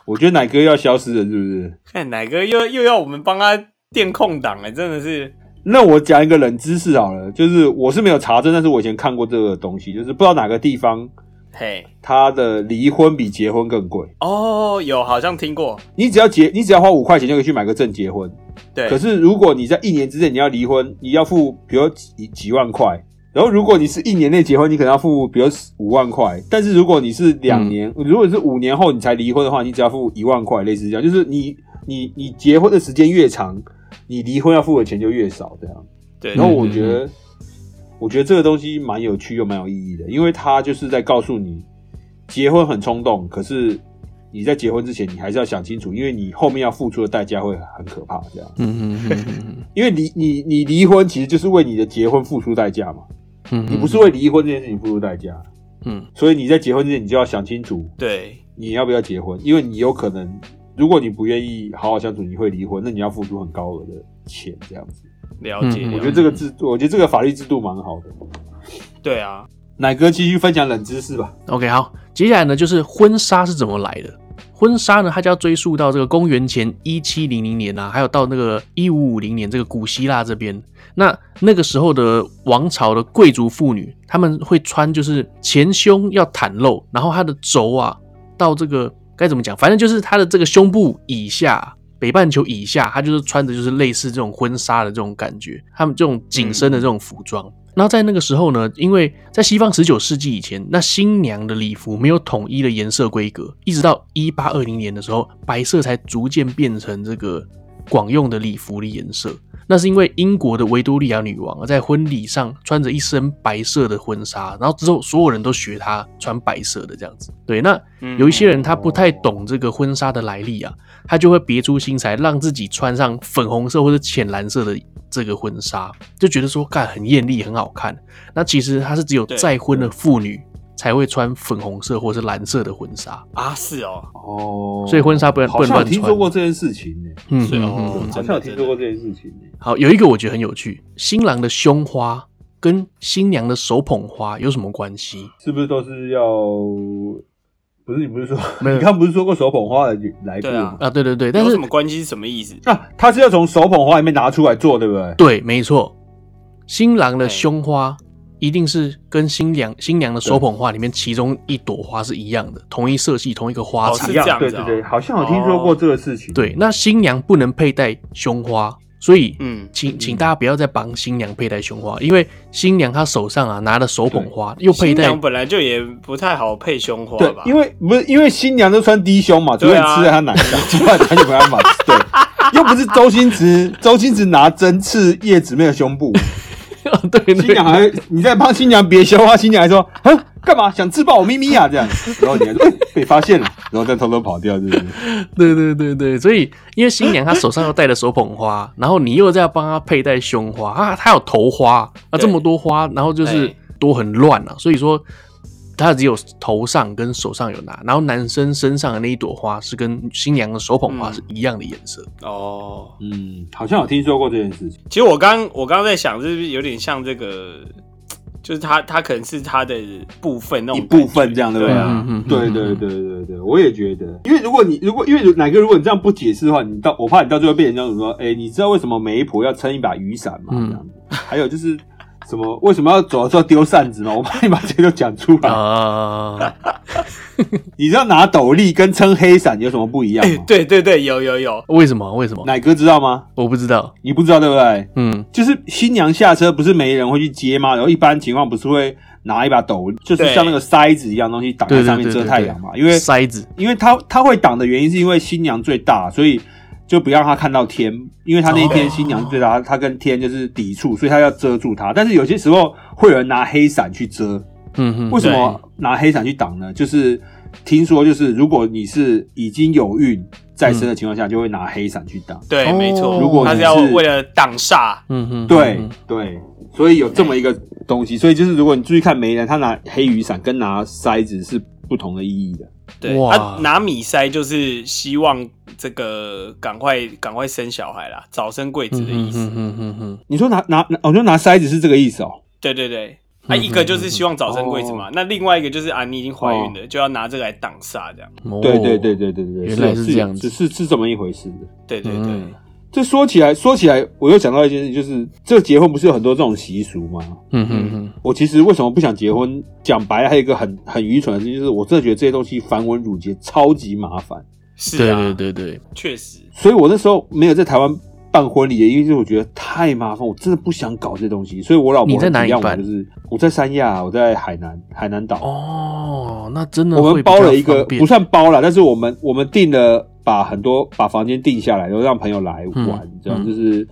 我觉得奶哥要消失了，是不是？看哪个又又要我们帮他垫空档了，真的是那我讲一个冷知识好了，就是我是没有查证，但是我以前看过这个东西，就是不知道哪个地方嘿它的离婚比结婚更贵。哦，有好像听过，你只要结，你只要花五块钱就可以去买个证结婚。对，可是如果你在一年之内你要离婚，你要付比如几几万块。然后如果你是一年内结婚，你可能要付比如五万块。但是如果你是两年，如果你是五年后你才离婚的话，你只要付一万块，类似这样。就是你你你结婚的时间越长，你离婚要付的钱就越少，这样。对，然后我觉得，我觉得这个东西蛮有趣又蛮有意义的，因为它就是在告诉你，结婚很冲动，可是你在结婚之前，你还是要想清楚，因为你后面要付出的代价会很可怕。这样，嗯嗯嗯嗯因为离你你离婚其实就是为你的结婚付出代价嘛，嗯，你不是为离婚这件事情付出代价，嗯所以你在结婚之前，你就要想清楚对，你要不要结婚，因为你有可能，如果你不愿意好好相处，你会离婚，那你要付出很高额的钱，这样子。了解。了嗯解我觉得这个制，我觉得这个法律制度蛮好的。对啊，奶哥继续分享冷知识吧。 OK，好，接下来呢就是婚纱是怎么来的。婚纱呢，它就要追溯到这个公元前一七零零年啊，还有到那个一五五零年这个古希腊这边。那那个时候的王朝的贵族妇女，她们会穿就是前胸要袒露，然后她的轴啊到这个该怎么讲，反正就是她的这个胸部以下。北半球以下，她就是穿的就是类似这种婚纱的这种感觉，他们这种紧身的这种服装。然后在那个时候呢，因为在西方十九世纪以前，那新娘的礼服没有统一的颜色规格，一直到一八二零年的时候，白色才逐渐变成这个广用的礼服的颜色。那是因为英国的维多利亚女王啊在婚礼上穿着一身白色的婚纱，然后之后所有人都学她穿白色的这样子。对，那嗯有一些人他不太懂这个婚纱的来历啊，他就会别出心裁，让自己穿上粉红色或者浅蓝色的这个婚纱，就觉得说看很艳丽，很好看。那其实她是只有对再婚的妇女才会穿粉红色或是蓝色的婚纱，啊，是哦，哦，所以婚纱不能不好能像有乱听穿。说过这件事情呢、嗯，是嗯哦嗯嗯好真的像有听说过这件事情呢、好，有一个我觉得很有趣，新郎的胸花跟新娘的手捧花有什么关系？是不是都是要？不是你不是说没有你刚不是说过手捧花的来过对啊吗？啊，对对对，但有是什么关系是什么意思？啊，它是要从手捧花里面拿出来做，对不对？对，没错，新郎的对胸花一定是跟新娘新娘的手捧花里面其中一朵花是一样的，同一色系，同一个花哦材。是这样子对哦对对，好像有听说过这个事情。对，那新娘不能佩戴胸花，所以嗯，请请大家不要再帮新娘佩戴胸花，因为新娘她手上啊拿了手捧花，又佩新戴娘本来就也不太好配胸花对吧，？因为不是因为新娘都穿低胸嘛，除非对你啊吃在她奶上，不然她就没办法。对，又不是周星驰，周星驰拿针刺叶子妹的胸部， [LAUGHS] 对对新娘还会你在帮新娘别胸啊，新娘还说 [LAUGHS] 啊干嘛想自爆我咪咪啊这样， [LAUGHS] 然后你还说、哎被发现了，然后再偷偷跑掉，是不是？对对对对，所以因为新娘她手上又戴着手捧花，然后你又在帮她佩戴胸花啊，她有头花啊，对这么多花，然后就是对多很乱啊，所以说她只有头上跟手上有拿，然后男生身上的那一朵花是跟新娘的手捧花嗯是一样的颜色，哦，嗯，好像有听说过这件事情。其实我刚我刚刚在想，是不是有点像这个？就是他，他可能是他的部分那种一部分这样感对觉不对对啊，嗯对对对对对，我也觉得，因为如果你如果因为奶哥，如果你这样不解释的话，你到我怕你到最后变成这样子说，哎，你知道为什么媒婆要撑一把雨伞吗？嗯这样子，还有就是什么为什么要走的时候丢扇子吗？我怕你把这些都讲出来。啊，你知道拿斗笠跟撑黑伞有什么不一样哎吗？ [LAUGHS] 对对对，有有有，为什么为什么奶哥知道吗？我不知道，你不知道对不对？嗯就是新娘下车不是没人会去接吗？然后一般情况不是会拿一把斗笠，就是对像那个筛子一样东西挡在上面对对对遮对太阳嘛，因为筛子因为它它会挡的原因是因为新娘最大，所以就不要让她看到天，因为她那一天哦新娘最大，她她跟天就是抵触，所以她要遮住她。但是有些时候会有人拿黑伞去遮，嗯嗯，为什么拿黑伞去挡呢？就是听说就是如果你是已经有孕在身的情况下，就会拿黑伞去挡。对，哦没错，如果他是你要是为了挡煞，嗯嗯对对，所以有这么一个东西，所以就是如果你注意看媒人，他拿黑雨伞跟拿筛子是不同的意义的。对，哇他拿米塞就是希望这个赶快赶快生小孩啦，早生贵子嗯的意嗯思。嗯嗯嗯嗯，你说拿拿，我就拿筛子是这个意思哦。对对对，啊，嗯一个就是希望早生贵子哦嘛，那另外一个就是啊，你已经怀孕了，就要拿这个来挡煞，这样。哦对对对，对对对，原来是这样子是是是这么一回事的。对对对，嗯这说起来，说起来，我又想到一件事，就是这结婚不是有很多这种习俗吗？嗯嗯嗯。我其实为什么不想结婚？讲白了，还有一个很很愚蠢的事情，就是我真的觉得这些东西繁文缛节超级麻烦，是对啊，对对对，确实，所以我那时候没有在台湾办婚礼的，因为就是我觉得太麻烦，我真的不想搞这东西。所以我老婆你在哪里很体谅我办就是我在三亚，我在海南海南岛。哦，那真的我会们比包较了一个方便不算包了，但是我们我们订了把很多把房间定下来，然后让朋友来玩，嗯这样嗯就是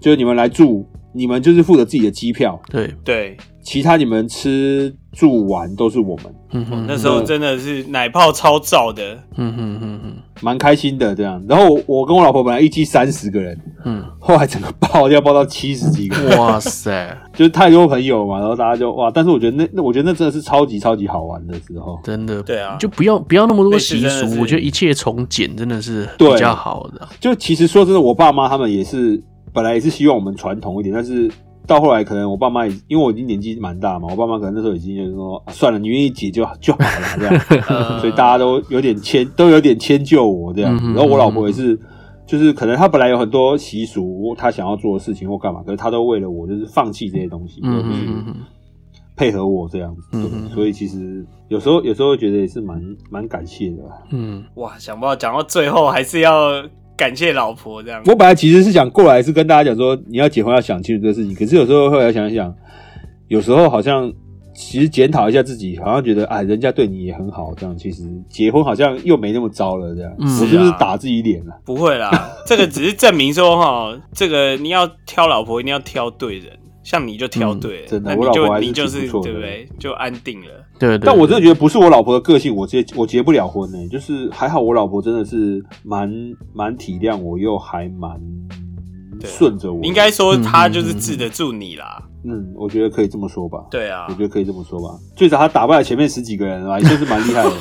就是你们来住，你们就是负责自己的机票，对，对，其他你们吃住玩都是我们，嗯哼，那时候真的是奶泡超燥的，嗯哼嗯哼蛮开心的这样。然后我我跟我老婆本来预计三十个人，嗯后来整个爆掉爆到七十几个人， [LAUGHS] 嗯，哇塞，就是太多朋友嘛，然后大家就哇，但是我觉得那那我觉得那真的是超级超级好玩的时候。真的，对啊就不要不要那么多类似习真的俗，是我觉得一切从简真的是对比较好的，就其实说真的，我爸妈他们也是本来也是希望我们传统一点，但是到后来可能我爸妈也因为我已经年纪蛮大嘛，我爸妈可能那时候已经就是说、啊算了，你愿意解就就好了这样。 [LAUGHS] 呃所以大家都有点迁，都有点迁就我这样嗯子。哼然后我老婆也是，就是可能她本来有很多习俗，她想要做的事情或干嘛，可是她都为了我就是放弃这些东西，嗯就哼是嗯哼，配合我这样子。嗯对嗯所以其实有时候有时候觉得也是蛮蛮感谢的吧。啊嗯哇，想不到讲到最后还是要感谢老婆这样。我本来其实是想过来是跟大家讲说，你要结婚要想清楚这个事情，可是有时候后来想一想，有时候好像。其实检讨一下自己，好像觉得哎，人家对你也很好，这样其实结婚好像又没那么糟了，这样、我嗯是不是是啊打自己脸了、不 [LAUGHS] 会啦，这个只是证明说哈，这个你要挑老婆一定要挑对人，像你就挑对了，嗯真的我那你老就婆还是你就挺是不错的对不对？就安定了。对对对，但我真的觉得不是我老婆的个性，我结我结不了婚呢、就是还好我老婆真的是蛮蛮体谅我，又还蛮对啊顺着我。应该说她就是治得住你啦，嗯，我觉得可以这么说吧。对啊我，觉得可以这么说吧。最少她打败了前面十几个人啊，也算是蛮厉害的。 [LAUGHS]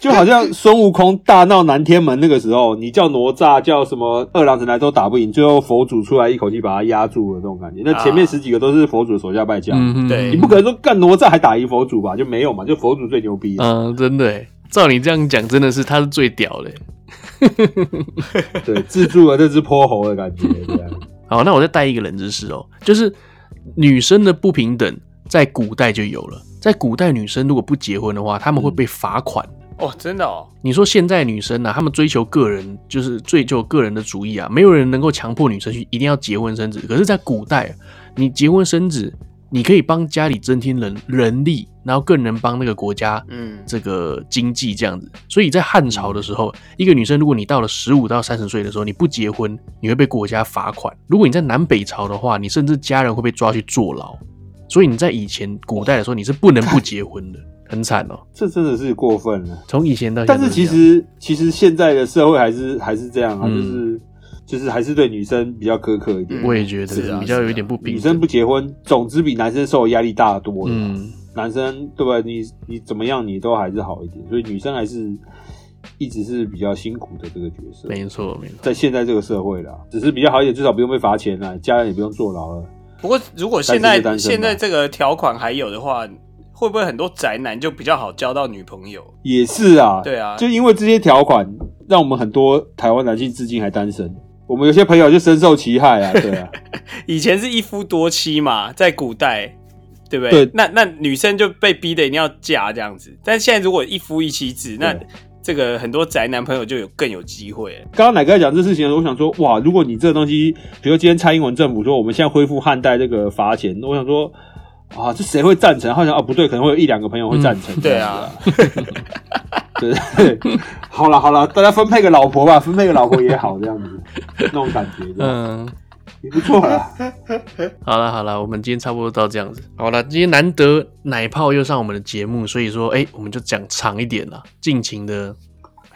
就好像孙悟空大闹南天门那个时候，你叫哪吒叫什么二郎神来都打不赢，最后佛祖出来一口气把他压住了，这种感觉。那前面啊十几个都是佛祖的手下败将，嗯哼对你不可能说干哪吒还打赢佛祖吧？就没有嘛，就佛祖最牛逼。嗯，真的耶，照你这样讲，真的是他是最屌的耶。对，制住了这只泼猴的感觉，这样。好，那我再带一个冷知识哦，就是女生的不平等在古代就有了，在古代女生如果不结婚的话，她们会被罚款。嗯哦，真的哦，你说现在女生呢、啊，她们追求个人，就是追求个人的主义啊，没有人能够强迫女生去一定要结婚生子。可是，在古代，啊你结婚生子，你可以帮家里增添人人力，然后更能帮那个国家嗯，这个经济这样子。所以在汉朝的时候，一个女生如果你到了十五到三十岁的时候，你不结婚，你会被国家罚款。如果你在南北朝的话，你甚至家人会被抓去坐牢。所以你在以前古代的时候，你是不能不结婚的，很惨哦。这真的是过分了。从以前到现在但都是这其样，实，其实现在的社会还是还是这样啊，嗯就是就是还是对女生比较苛刻一点。嗯我也觉是啊得比较有一点不女平生等。不啊结婚，总之比男生受的压力大多了。嗯，男生对吧？你你怎么样，你都还是好一点，所以女生还是一直是比较辛苦的这个角色。没错没错。在现在这个社会啦，只是比较好一点，至少不用被罚钱啦，家人也不用坐牢了。不过如果单身现在就单身吧现在这个条款还有的话，会不会很多宅男就比较好交到女朋友？也是啊，对啊就因为这些条款，让我们很多台湾男性至今还单身。我们有些朋友就深受其害啊，对啊，以前是一夫多妻嘛，在古代，对不对？对那那女生就被逼的一定要嫁这样子，但现在如果一夫一妻制，那这个很多宅男朋友就有更有机会了。[LAUGHS] 刚刚奶哥在讲这事情的时候，我想说，哇，如果你这个东西，比如今天蔡英文政府说我们现在恢复汉代这个罚钱，我想说，啊，这谁会赞成？好像啊，不对，可能会有一两个朋友会赞嗯成、对啊， [LAUGHS] 对，对 [LAUGHS] 对，好了好了，大家分配个老婆吧，分配个老婆也好，这样子，那种感觉，这样嗯，也不错啦。好了好了，我们今天差不多到这样子。好了，今天难得奶泡又上我们的节目，所以说，哎、我们就讲长一点啦，尽情的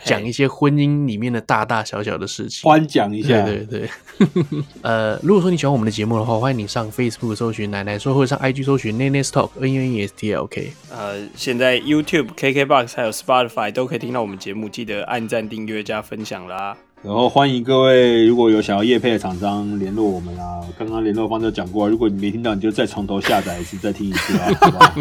讲一些婚姻里面的大大小小的事情。欢讲一下，对对对， [LAUGHS] 呃，如果说你喜欢我们的节目的话，欢迎你上 Facebook 搜寻奶奶说，或者上 IG 搜寻 Nene Talk N N E S T L K。呃，现在 YouTube、KKBox 还有 Spotify 都可以听到我们节目，记得按赞、订阅、加分享啦。然后欢迎各位，如果有想要业配的厂商联络我们啊，刚刚联络方都讲过，如果你没听到，你就再从头下载一次，再听一次啊，好不好？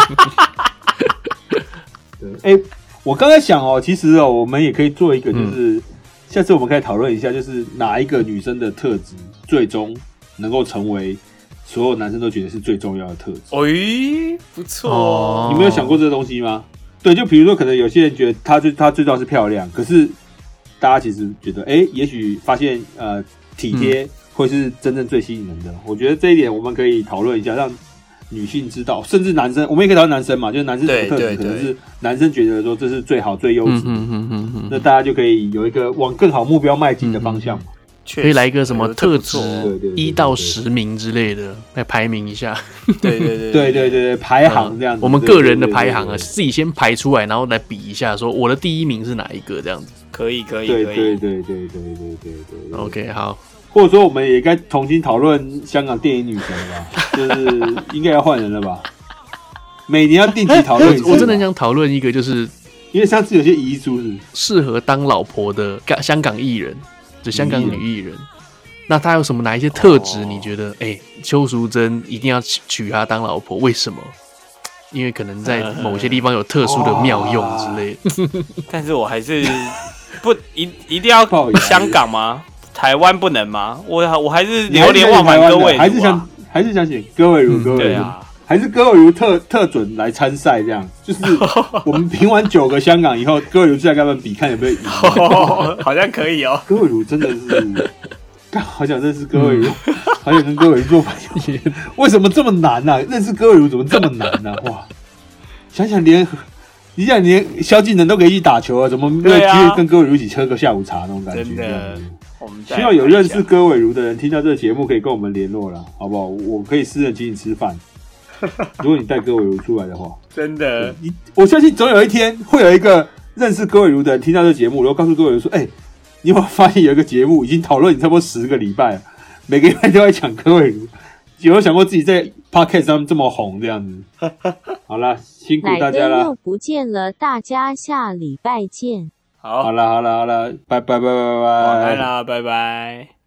对，哎、我刚才想哦，其实哦，我们也可以做一个，就是、下次我们可以讨论一下，就是哪一个女生的特质最终能够成为所有男生都觉得是最重要的特质。哦哎咦，不错哦。你没有想过这个东西吗？对，就比如说，可能有些人觉得她最她最重要是漂亮，可是大家其实觉得，哎、也许发现嗯呃体贴会是真正最吸引人的。我觉得这一点我们可以讨论一下，让女性之道，甚至男生，我们也可以讨论男生嘛，就是男生什么特对质，对可能对是男生觉得说这是最好最优嗯质，嗯嗯嗯那嗯，大家就可以有一个往更好目标迈进的方向嘛。确可以来一个实什么我觉得特这不质错哦对对对一到十名之类的来排名一下，对对 [LAUGHS] 对对对对对，排行这样子，嗯我们对对个人的对对排行啊，对自己先排出来，然后来比一下，说我的第一名是哪一个这样子。可以可以对可对对以，对对对对对对。 OK，好，或者说，我们也该重新讨论香港电影女神了 [LAUGHS] 吧？就是应该要换人了吧？每年要定期讨论一次吧我真的很，想讨论一个，就是因为上次有些遗珠是适合当老婆的港香港艺人，就香港女艺人。嗯那她有什么哪一些特质？哦你觉得，哎、邱淑贞一定要娶娶她当老婆？为什么？因为可能在某些地方有特殊的哦妙用之类的。但是我 [LAUGHS] 还是不一一定要不好意思香港吗？台湾不能吗？我我还是流连忘返你还是各位、啊台湾的还是想还是想请各位如嗯各位对如， [LAUGHS] 啊，还是各位如特特准来参赛这样，就是我们评完九个香港以后，各位如就来跟他们比看有没有赢。好像可以哦。各位如真的是， [LAUGHS] 干好想认识各位如，好想跟各位如做朋友。 [LAUGHS] 为什么这么难呢、啊？认识各位如怎么这么难呢、哇，想想连。你想连萧敬腾都可以一起打球啊，怎么没有对机啊会跟各位如一起喝个下午茶那种感觉？真的我们再希望有认识看一下戈伟如的人听到这个节目，可以跟我们联络了，好不好？我可以私人请你吃 [LAUGHS] 饭，如果你带戈伟如出来的话，真的你我相信总有一天会有一个认识戈伟如的人听到这个节目，然后告诉戈伟如说：“哎、你有没有发现有一个节目已经讨论你差不多十个礼拜了，每个礼拜都在讲戈伟如，有没有想过自己在 podcast 上面这么红这样子？” [LAUGHS] 好啦，辛苦大家奶哥啦又。不见了，大家下礼拜见。好好，啦好啦好啦，拜拜拜拜拜拜，晚安啦，拜拜。